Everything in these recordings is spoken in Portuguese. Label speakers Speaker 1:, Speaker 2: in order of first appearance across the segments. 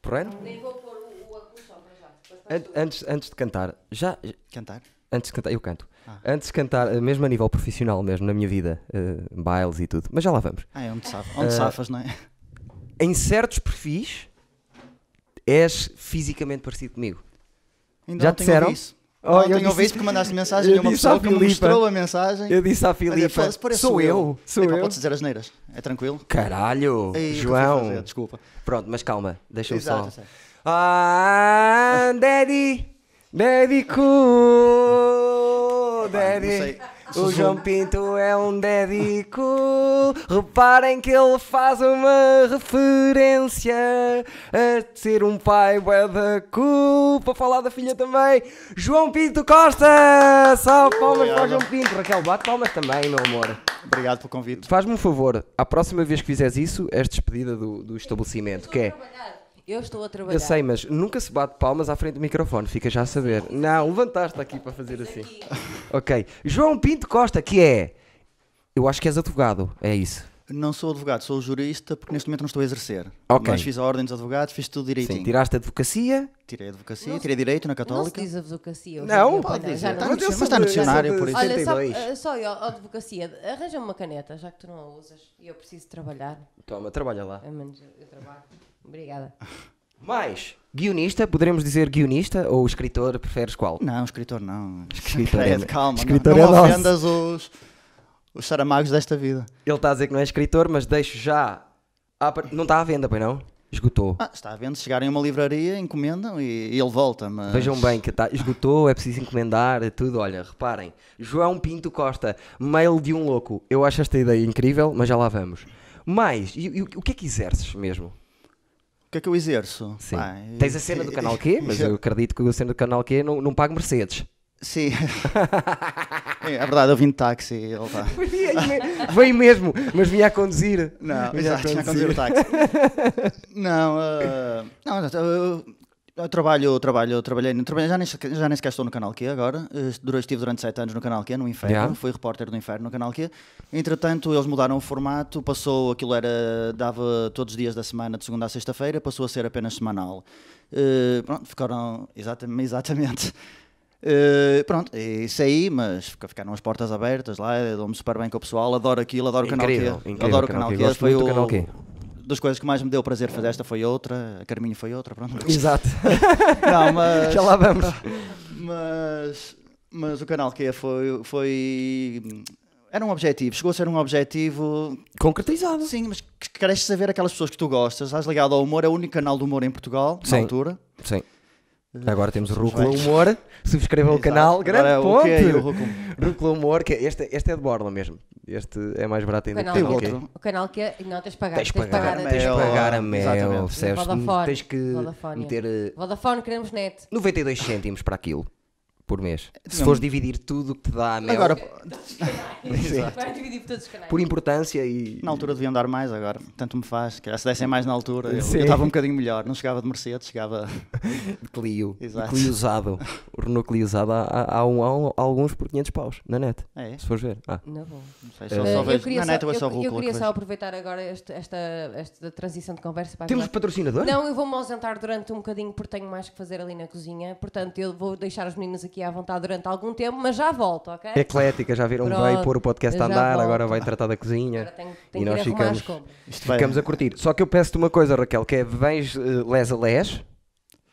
Speaker 1: Porreiro?
Speaker 2: Nem vou pôr o, o acústico só para já. depois
Speaker 1: An-
Speaker 2: faz tudo.
Speaker 1: antes, antes de cantar, já.
Speaker 3: Cantar?
Speaker 1: Antes de cantar, eu canto.
Speaker 3: Ah.
Speaker 1: Antes de cantar, eh, mesmo a nível profissional, mesmo na minha vida, eh, bailes e tudo, mas já lá vamos.
Speaker 3: Ah, é onde, saf-
Speaker 1: Eh,
Speaker 3: onde safas, não é?
Speaker 1: Em certos perfis, és fisicamente parecido comigo.
Speaker 3: Ainda
Speaker 1: Já
Speaker 3: ontem
Speaker 1: disseram?
Speaker 3: ouvi isso.
Speaker 1: Oh, eu
Speaker 3: ontem
Speaker 1: disse
Speaker 3: ouvi isso
Speaker 1: isso-
Speaker 3: porque mandaste mensagem
Speaker 1: eu
Speaker 3: a uma
Speaker 1: disse à
Speaker 3: pessoa que me
Speaker 1: Filipa.
Speaker 3: mostrou a mensagem.
Speaker 1: Eu disse à
Speaker 3: Olha,
Speaker 1: Filipa:
Speaker 3: foda-se, parece
Speaker 1: sou eu, sou eu.
Speaker 3: Epá, Então Podes dizer as neiras, é tranquilo.
Speaker 1: Caralho,
Speaker 3: Ei, nunca fui fazer,
Speaker 1: João.
Speaker 3: desculpa.
Speaker 1: Pronto, mas calma, deixa-me
Speaker 3: Exato,
Speaker 1: só.
Speaker 3: exato.
Speaker 1: Ah, Daddy, Daddy Cool, Daddy.
Speaker 3: Epá, não sei.
Speaker 1: O João Pinto é um Daddy Cool. Reparem que ele faz uma referência a ser um pai bué da cool. Para falar da filha também, João Pinto Costa. Salve palmas para o João
Speaker 3: Obrigado.
Speaker 1: Pinto. Raquel, bate palmas também, meu amor.
Speaker 3: Obrigado pelo convite.
Speaker 1: Faz-me um favor, à próxima vez que fizeres isso, és despedida do, do estabelecimento, que é.
Speaker 2: Eu estou a trabalhar.
Speaker 1: Eu sei, mas nunca se bate palmas à frente do microfone, fica já a saber. Não, levantaste aqui para fazer assim. Ok. João Pinto Costa, que é. Eu acho que és advogado, é isso.
Speaker 3: Não sou advogado, sou jurista porque neste momento não estou a exercer.
Speaker 1: Ok.
Speaker 3: Mas fiz a ordem dos advogados, fiz tudo direitinho.
Speaker 1: Sim, tiraste a advocacia.
Speaker 3: Tirei advocacia, tirei direito na
Speaker 2: Não se
Speaker 3: Católica.
Speaker 2: diz advocacia. hoje em
Speaker 1: Não, Então,
Speaker 2: dia, pois
Speaker 3: dizer,
Speaker 2: já
Speaker 3: tá
Speaker 2: não
Speaker 3: no
Speaker 2: diz.
Speaker 3: dicionário, mas tá no dicionário, por isso.
Speaker 2: Olha, só,
Speaker 1: 82.
Speaker 2: ah, só eu, advocacia, arranja-me uma caneta, já que tu não a usas. E eu preciso trabalhar.
Speaker 1: eh, Toma, trabalha lá.
Speaker 2: Pelo menos eu eu trabalho. Obrigada.
Speaker 1: Mais, guionista, poderemos dizer guionista ou escritor, preferes qual?
Speaker 3: Não, escritor não.
Speaker 1: Escritor é-
Speaker 3: Fred, calma.
Speaker 1: escritor
Speaker 3: não,
Speaker 1: é
Speaker 3: não
Speaker 1: nosso.
Speaker 3: ofendas os, os saramagos desta vida.
Speaker 1: Ele está a dizer que não é escritor, mas deixo já. à par- Não está à venda, pois não? Esgotou.
Speaker 3: Ah, está a vendo? Se chegarem a uma livraria, encomendam e, e ele volta. Mas...
Speaker 1: Vejam bem que tá, esgotou, é preciso encomendar, é tudo. Olha, reparem. João Pinto Costa, mail de um louco. Eu acho esta ideia incrível, mas já lá vamos. Mas, e, e o o que é que exerces mesmo?
Speaker 3: O que é que eu exerço?
Speaker 1: Sim.
Speaker 3: Pá,
Speaker 1: Tens a cena do canal Q, mas eu acredito que a cena do canal Q não, não paga Mercedes.
Speaker 3: Sim. é, a verdade, eu vim de táxi. e Ele tá...
Speaker 1: Veio mesmo, mas vinha a conduzir.
Speaker 3: Não,
Speaker 1: Vinha a
Speaker 3: exato, já conduzir o táxi. não, ah, não, exato, eu, eu trabalho, eu trabalho, eu trabalhei, no- trabalhei já, nem, sequer- já nem sequer estou no Canal Q agora, eh, durante- estive durante sete anos no Canal Q, no Inferno,
Speaker 1: Yeah.
Speaker 3: fui repórter do Inferno no Canal Q, entretanto eles mudaram o formato, passou, aquilo era, dava todos os dias da semana, de segunda a sexta-feira, passou a ser apenas semanal. Eh, pronto, ficaram, exatamente, exatamente. Eh, pronto, é isso aí, mas fica- ficaram as portas abertas lá, eu dou-me super bem com o pessoal, adoro aquilo, adoro
Speaker 1: Incrível,
Speaker 3: o canal Q.
Speaker 1: incrível
Speaker 3: adoro
Speaker 1: o Canal
Speaker 3: o
Speaker 1: Q,
Speaker 3: canal Q,
Speaker 1: gosto
Speaker 3: foi
Speaker 1: muito do
Speaker 3: o
Speaker 1: Canal Q.
Speaker 3: das coisas que mais me deu prazer fazer esta foi outra, a Carminho foi outra, pronto.
Speaker 1: Exato,
Speaker 3: Não, mas,
Speaker 1: já lá vamos.
Speaker 3: mas, mas o canal Q foi, foi. Era um objetivo, chegou a ser um objetivo.
Speaker 1: Concretizado.
Speaker 3: Sim, mas que queres saber aquelas pessoas que tu gostas, estás ligado ao humor, é o único canal de humor em Portugal, na
Speaker 1: Sim.
Speaker 3: altura.
Speaker 1: Sim. Agora temos o
Speaker 3: Somos
Speaker 1: Rúcula
Speaker 3: velhos.
Speaker 1: Humor. Subscrevam o
Speaker 3: Eh, Exato.
Speaker 1: canal. Grande
Speaker 3: Agora, o
Speaker 1: ponto.
Speaker 3: que é o Rúcula?
Speaker 1: Rúcula Humor. Que este, este é de Borla mesmo. Este é mais barato ainda.
Speaker 2: Canal
Speaker 1: que
Speaker 3: Tem
Speaker 1: o Canal Q.
Speaker 2: Q.
Speaker 3: outro.
Speaker 2: O canal que é. Não, tens de pagar.
Speaker 1: Tens de pagar,
Speaker 2: a
Speaker 3: a
Speaker 1: tens de
Speaker 3: Mel,
Speaker 1: pagar a mel,
Speaker 3: exatamente.
Speaker 1: percebes?
Speaker 2: Vodafone.
Speaker 1: Tens que
Speaker 2: Vodafone.
Speaker 1: meter eh,
Speaker 2: Vodafone, queremos net.
Speaker 1: 92 cêntimos para aquilo por mês. Se
Speaker 3: Tinha
Speaker 1: fores
Speaker 3: um-
Speaker 1: dividir tudo o que te dá a mel
Speaker 3: Agora,
Speaker 2: Vai dividir por todos os canais.
Speaker 1: por importância e.
Speaker 3: na altura deviam dar mais, agora tanto me faz. Se calhar se dessem mais na altura, eu eu
Speaker 1: Sim.
Speaker 3: estava um bocadinho melhor. Não chegava de Mercedes, chegava.
Speaker 1: de Clio. de
Speaker 3: Exato.
Speaker 1: Clio usado. O Renault Clio usado há, há- há um- há um- há alguns por 500 paus na net.
Speaker 3: É,
Speaker 1: Se fores ver. Ah.
Speaker 2: Não vou.
Speaker 3: não sei,
Speaker 1: Eu
Speaker 3: só,
Speaker 2: Eh,
Speaker 3: só
Speaker 2: eu
Speaker 3: vejo.
Speaker 2: queria
Speaker 3: Na
Speaker 2: só,
Speaker 3: neta, eu só
Speaker 2: eu- eu
Speaker 3: Rúcula
Speaker 2: queria
Speaker 3: que
Speaker 2: só
Speaker 3: vejo.
Speaker 2: aproveitar agora este- esta, esta transição de conversa para
Speaker 1: Temos
Speaker 2: ajudar.
Speaker 1: patrocinador?
Speaker 2: Não, eu vou-me ausentar durante um bocadinho porque tenho mais que fazer ali na cozinha. Portanto, eu vou deixar os meninos aqui à vontade durante algum tempo, mas já volto, ok?
Speaker 1: É Eclética, já viram?
Speaker 2: Pronto,
Speaker 1: Vai pôr o podcast a
Speaker 2: já
Speaker 1: andar,
Speaker 2: volto.
Speaker 1: agora vai tratar da cozinha.
Speaker 2: Agora tenho,
Speaker 1: é. e
Speaker 2: tenho que
Speaker 1: nós
Speaker 2: ir arrumar as
Speaker 1: ficamos,
Speaker 2: compras.
Speaker 3: Isto vai-
Speaker 1: ficamos a curtir. Só que eu peço-te uma coisa, Raquel, que é vens eh, les a les.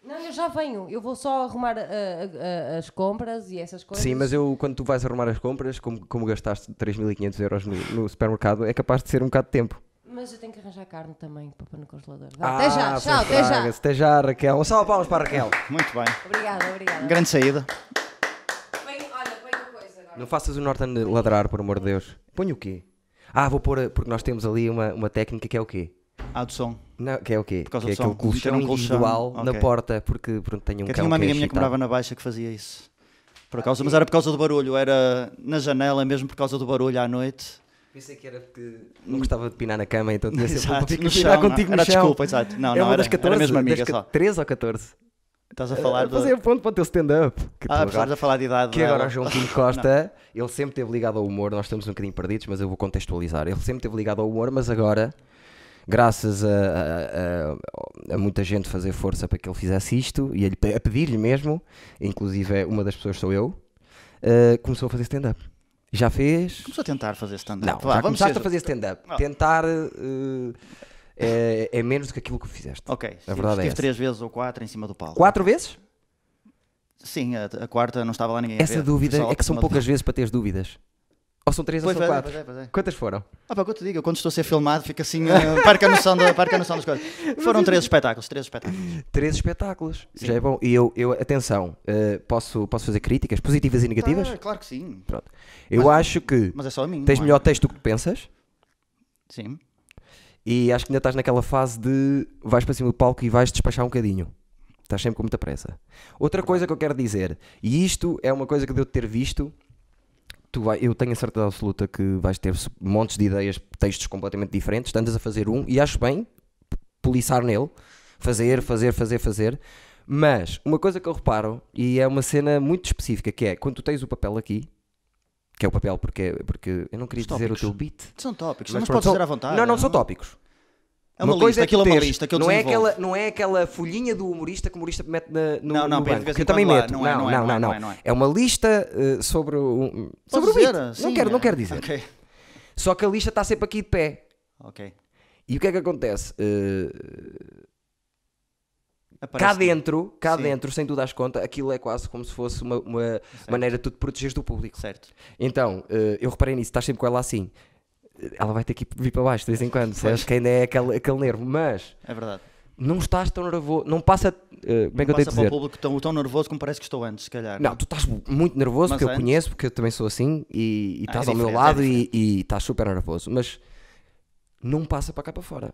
Speaker 2: Não, eu já venho. Eu vou só arrumar ah, ah, ah, as compras e essas coisas.
Speaker 1: Sim, mas eu, quando tu vais arrumar as compras, como, como gastaste 3.500 euros no, no supermercado, é capaz de ser um bocado de tempo.
Speaker 2: Mas eu tenho que arranjar carne também para pôr no congelador. Vá, até já,
Speaker 1: pois
Speaker 2: tchau, até já.
Speaker 1: traga-se. Ah, Até já, Raquel. Um salve de palmas para a Raquel.
Speaker 3: Muito bem.
Speaker 2: Obrigada, obrigada.
Speaker 3: Grande saída.
Speaker 2: Venho- olha, põe uma coisa agora.
Speaker 1: Não faças o Norton ladrar, por amor de Deus. Põe o quê? Ah, vou pôr, a- porque nós temos ali uma, uma técnica que é o quê?
Speaker 3: Ah, do som.
Speaker 1: Não, que é o quê?
Speaker 3: causa
Speaker 1: que é
Speaker 3: do som.
Speaker 1: aquele colchão
Speaker 3: Meter um colchão,
Speaker 1: individual na
Speaker 3: ok.
Speaker 1: porta, porque pronto, tenho um
Speaker 3: Eu
Speaker 1: cão
Speaker 3: tinha uma
Speaker 1: que é
Speaker 3: amiga minha que
Speaker 1: excitado.
Speaker 3: morava na Baixa que fazia isso. Por causa, mas era por causa do barulho, era na janela mesmo por causa do barulho à noite.
Speaker 1: Pensei que era porque não gostava de pinar na cama, então tinha sempre
Speaker 3: Exato,
Speaker 1: um pouquinho
Speaker 3: no
Speaker 1: de pinar
Speaker 3: chão, não.
Speaker 1: contigo no
Speaker 3: Era
Speaker 1: chão.
Speaker 3: desculpa, exato. Não,
Speaker 1: é
Speaker 3: não,
Speaker 1: uma
Speaker 3: era-
Speaker 1: das
Speaker 3: era
Speaker 1: 14,
Speaker 3: mesmo amiga
Speaker 1: das
Speaker 3: só.
Speaker 1: 13 ou 14.
Speaker 3: Estás a falar
Speaker 1: Eh, a
Speaker 3: do.
Speaker 1: fazer ponto para o teu stand-up. Que tu
Speaker 3: Ah, estás
Speaker 1: agora-
Speaker 3: a falar de idade.
Speaker 1: Que
Speaker 3: dela.
Speaker 1: agora o João Pinto Costa, ele sempre teve ligado ao humor, nós estamos um bocadinho perdidos, mas eu vou contextualizar. Ele sempre teve ligado ao humor, mas agora graças a, a- a- a muita gente fazer força para que ele fizesse isto e a, lhe pe- a pedir-lhe mesmo, inclusive é, uma das pessoas sou eu, eh, começou a fazer stand-up. Já fez?
Speaker 3: Começou a tentar fazer stand-up.
Speaker 1: Não,
Speaker 3: Vá,
Speaker 1: já
Speaker 3: vamos
Speaker 1: começaste
Speaker 3: ser-
Speaker 1: a fazer stand-up.
Speaker 3: Não.
Speaker 1: Tentar eh, é, é menos do que aquilo que fizeste.
Speaker 3: Ok, estive-
Speaker 1: verdade é
Speaker 3: estive
Speaker 1: essa.
Speaker 3: três vezes ou quatro em cima do palco.
Speaker 1: Quatro vezes?
Speaker 3: Sim, a, a quarta não estava lá ninguém. a
Speaker 1: Essa
Speaker 3: ver.
Speaker 1: dúvida
Speaker 3: Só
Speaker 1: é que são
Speaker 3: uma-
Speaker 1: poucas vezes para teres dúvidas. Ou são três
Speaker 3: Pois
Speaker 1: ou são
Speaker 3: é,
Speaker 1: quatro?
Speaker 3: pois é, pois é.
Speaker 1: Quantas foram?
Speaker 3: Ah, pá, que eu te digo, eu quando estou a ser filmado, fica assim, eh, perca a noção, da, perca a noção das coisas. Foram três espetáculos, três espetáculos.
Speaker 1: Três espetáculos. Já é bom. E eu, eu atenção, eh, posso, posso fazer críticas positivas e negativas?
Speaker 3: Ah, claro que sim.
Speaker 1: Pronto. Eu
Speaker 3: Mas-
Speaker 1: acho que
Speaker 3: Mas é só a mim.
Speaker 1: tens
Speaker 3: não é?
Speaker 1: melhor texto do que tu pensas
Speaker 3: Sim.
Speaker 1: e acho que ainda estás naquela fase de vais para cima do palco e vais despachar um bocadinho. Estás sempre com muita pressa. Outra coisa que eu quero dizer, e isto é uma coisa que deu de ter visto, tu vai- eu tenho a certeza absoluta que vais ter su- montes de ideias, textos completamente diferentes, tantas a fazer um, e acho bem p- poliçar nele, fazer, fazer, fazer, fazer. Mas uma coisa que eu reparo, e é uma cena muito específica, que é quando tu tens o papel aqui, que é o papel porque, porque eu não queria
Speaker 3: Os
Speaker 1: dizer o
Speaker 3: tópicos.
Speaker 1: teu beat.
Speaker 3: São tópicos,
Speaker 1: Mas
Speaker 3: mas,
Speaker 1: pronto,
Speaker 3: podes
Speaker 1: são-
Speaker 3: dizer à vontade.
Speaker 1: Não, não são tópicos.
Speaker 3: É uma, lista,
Speaker 1: é
Speaker 3: aquilo é
Speaker 1: tu
Speaker 3: uma
Speaker 1: teres-
Speaker 3: lista, aquilo
Speaker 1: não é,
Speaker 3: desenvolve.
Speaker 1: aquela, não é aquela folhinha do humorista que o humorista mete na, no,
Speaker 3: Não, não,
Speaker 1: no
Speaker 3: Pedro,
Speaker 1: banco,
Speaker 3: de vez
Speaker 1: que
Speaker 3: em
Speaker 1: eu também
Speaker 3: quando lá,
Speaker 1: meto.
Speaker 3: não é, não é, não é, não é, não é.
Speaker 1: uma lista eh, sobre o,
Speaker 3: Podes
Speaker 1: sobre o beat.
Speaker 3: dizer,
Speaker 1: não,
Speaker 3: sim,
Speaker 1: quero, não
Speaker 3: é.
Speaker 1: quero dizer.
Speaker 3: Ok.
Speaker 1: Só que a lista está sempre aqui de pé.
Speaker 3: Ok.
Speaker 1: E o que é que acontece? Eh, cá
Speaker 3: Aparece-
Speaker 1: dentro, cá
Speaker 3: Sim.
Speaker 1: dentro, sem tu dares conta, aquilo é quase como se fosse uma, uma maneira de tu te protegeres do público.
Speaker 3: Certo.
Speaker 1: Então, eh, eu reparei nisso, estás sempre com ela assim. Eh, Ela vai ter que vir para baixo de vez em quando, sabes? Que ainda é aquele, aquele nervo. Mas
Speaker 3: É verdade.
Speaker 1: não estás tão nervoso, não passa. eh, como é que eu tenho de
Speaker 3: Passa para o
Speaker 1: dizer?
Speaker 3: público tão, tão nervoso como parece que estou antes, se calhar.
Speaker 1: Não, tu estás muito nervoso,
Speaker 3: Mas
Speaker 1: porque eu
Speaker 3: antes-
Speaker 1: conheço, porque eu também sou assim, e, e
Speaker 3: Ah, é
Speaker 1: estás ao meu
Speaker 3: diferente, é
Speaker 1: lado e, e estás super nervoso. Mas não passa para cá para fora.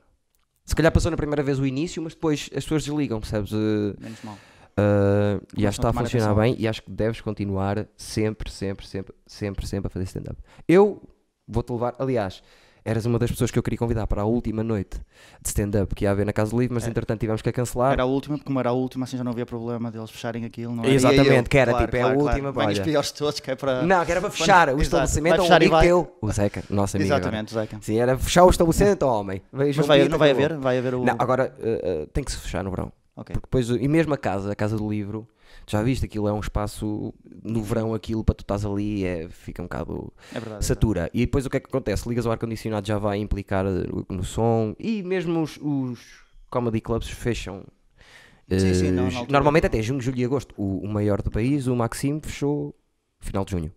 Speaker 1: Se calhar passou na primeira vez o início, mas depois as pessoas desligam, percebes? Eh,
Speaker 3: Menos mal.
Speaker 1: eh, e
Speaker 3: Começam a
Speaker 1: acho que está a
Speaker 3: tomar
Speaker 1: funcionar
Speaker 3: atenção.
Speaker 1: bem e acho que deves continuar sempre, sempre, sempre, sempre, sempre a fazer stand-up. Eu vou-te levar, aliás, eras uma das pessoas que eu queria convidar para a última noite de stand-up que ia haver na Casa do Livro,
Speaker 3: É.
Speaker 1: mas entretanto tivemos que a cancelar.
Speaker 3: Era a última, porque como era a última, assim já não havia problema deles fecharem aquilo, não é?
Speaker 1: Exatamente,
Speaker 3: E aí eu,
Speaker 1: que era,
Speaker 3: claro,
Speaker 1: tipo, é a
Speaker 3: claro,
Speaker 1: última,
Speaker 3: Claro. Venho
Speaker 1: olha.
Speaker 3: os piores de todos, que é para.
Speaker 1: Não, que era para fechar o
Speaker 3: Exato.
Speaker 1: estabelecimento
Speaker 3: Vai
Speaker 1: ao
Speaker 3: fechar e
Speaker 1: amigo
Speaker 3: vai-
Speaker 1: teu. O Zeca, nosso amigo. agora.
Speaker 3: Exatamente, Zeca.
Speaker 1: Sim, era fechar o estabelecimento ao homem. Veio
Speaker 3: Mas
Speaker 1: João
Speaker 3: vai,
Speaker 1: Pinto,
Speaker 3: não vai
Speaker 1: acabou.
Speaker 3: haver? Vai haver o.
Speaker 1: Não, agora uh, uh, tem que se fechar no verão.
Speaker 3: Ok.
Speaker 1: Porque depois, e mesmo a casa, a casa do livro, tu já viste, aquilo é um espaço no verão, aquilo para tu estás ali, é, fica um bocado.
Speaker 3: É verdade.
Speaker 1: Satura. E depois o que é que acontece? Ligas o ar-condicionado, já vai implicar eh, no som. E mesmo os, os comedy clubs fecham.
Speaker 3: Sim,
Speaker 1: eh,
Speaker 3: sim, não, na
Speaker 1: ju-
Speaker 3: altura
Speaker 1: normalmente
Speaker 3: não.
Speaker 1: até junho, julho e agosto. O, o maior do país, o Maxime, fechou final de junho.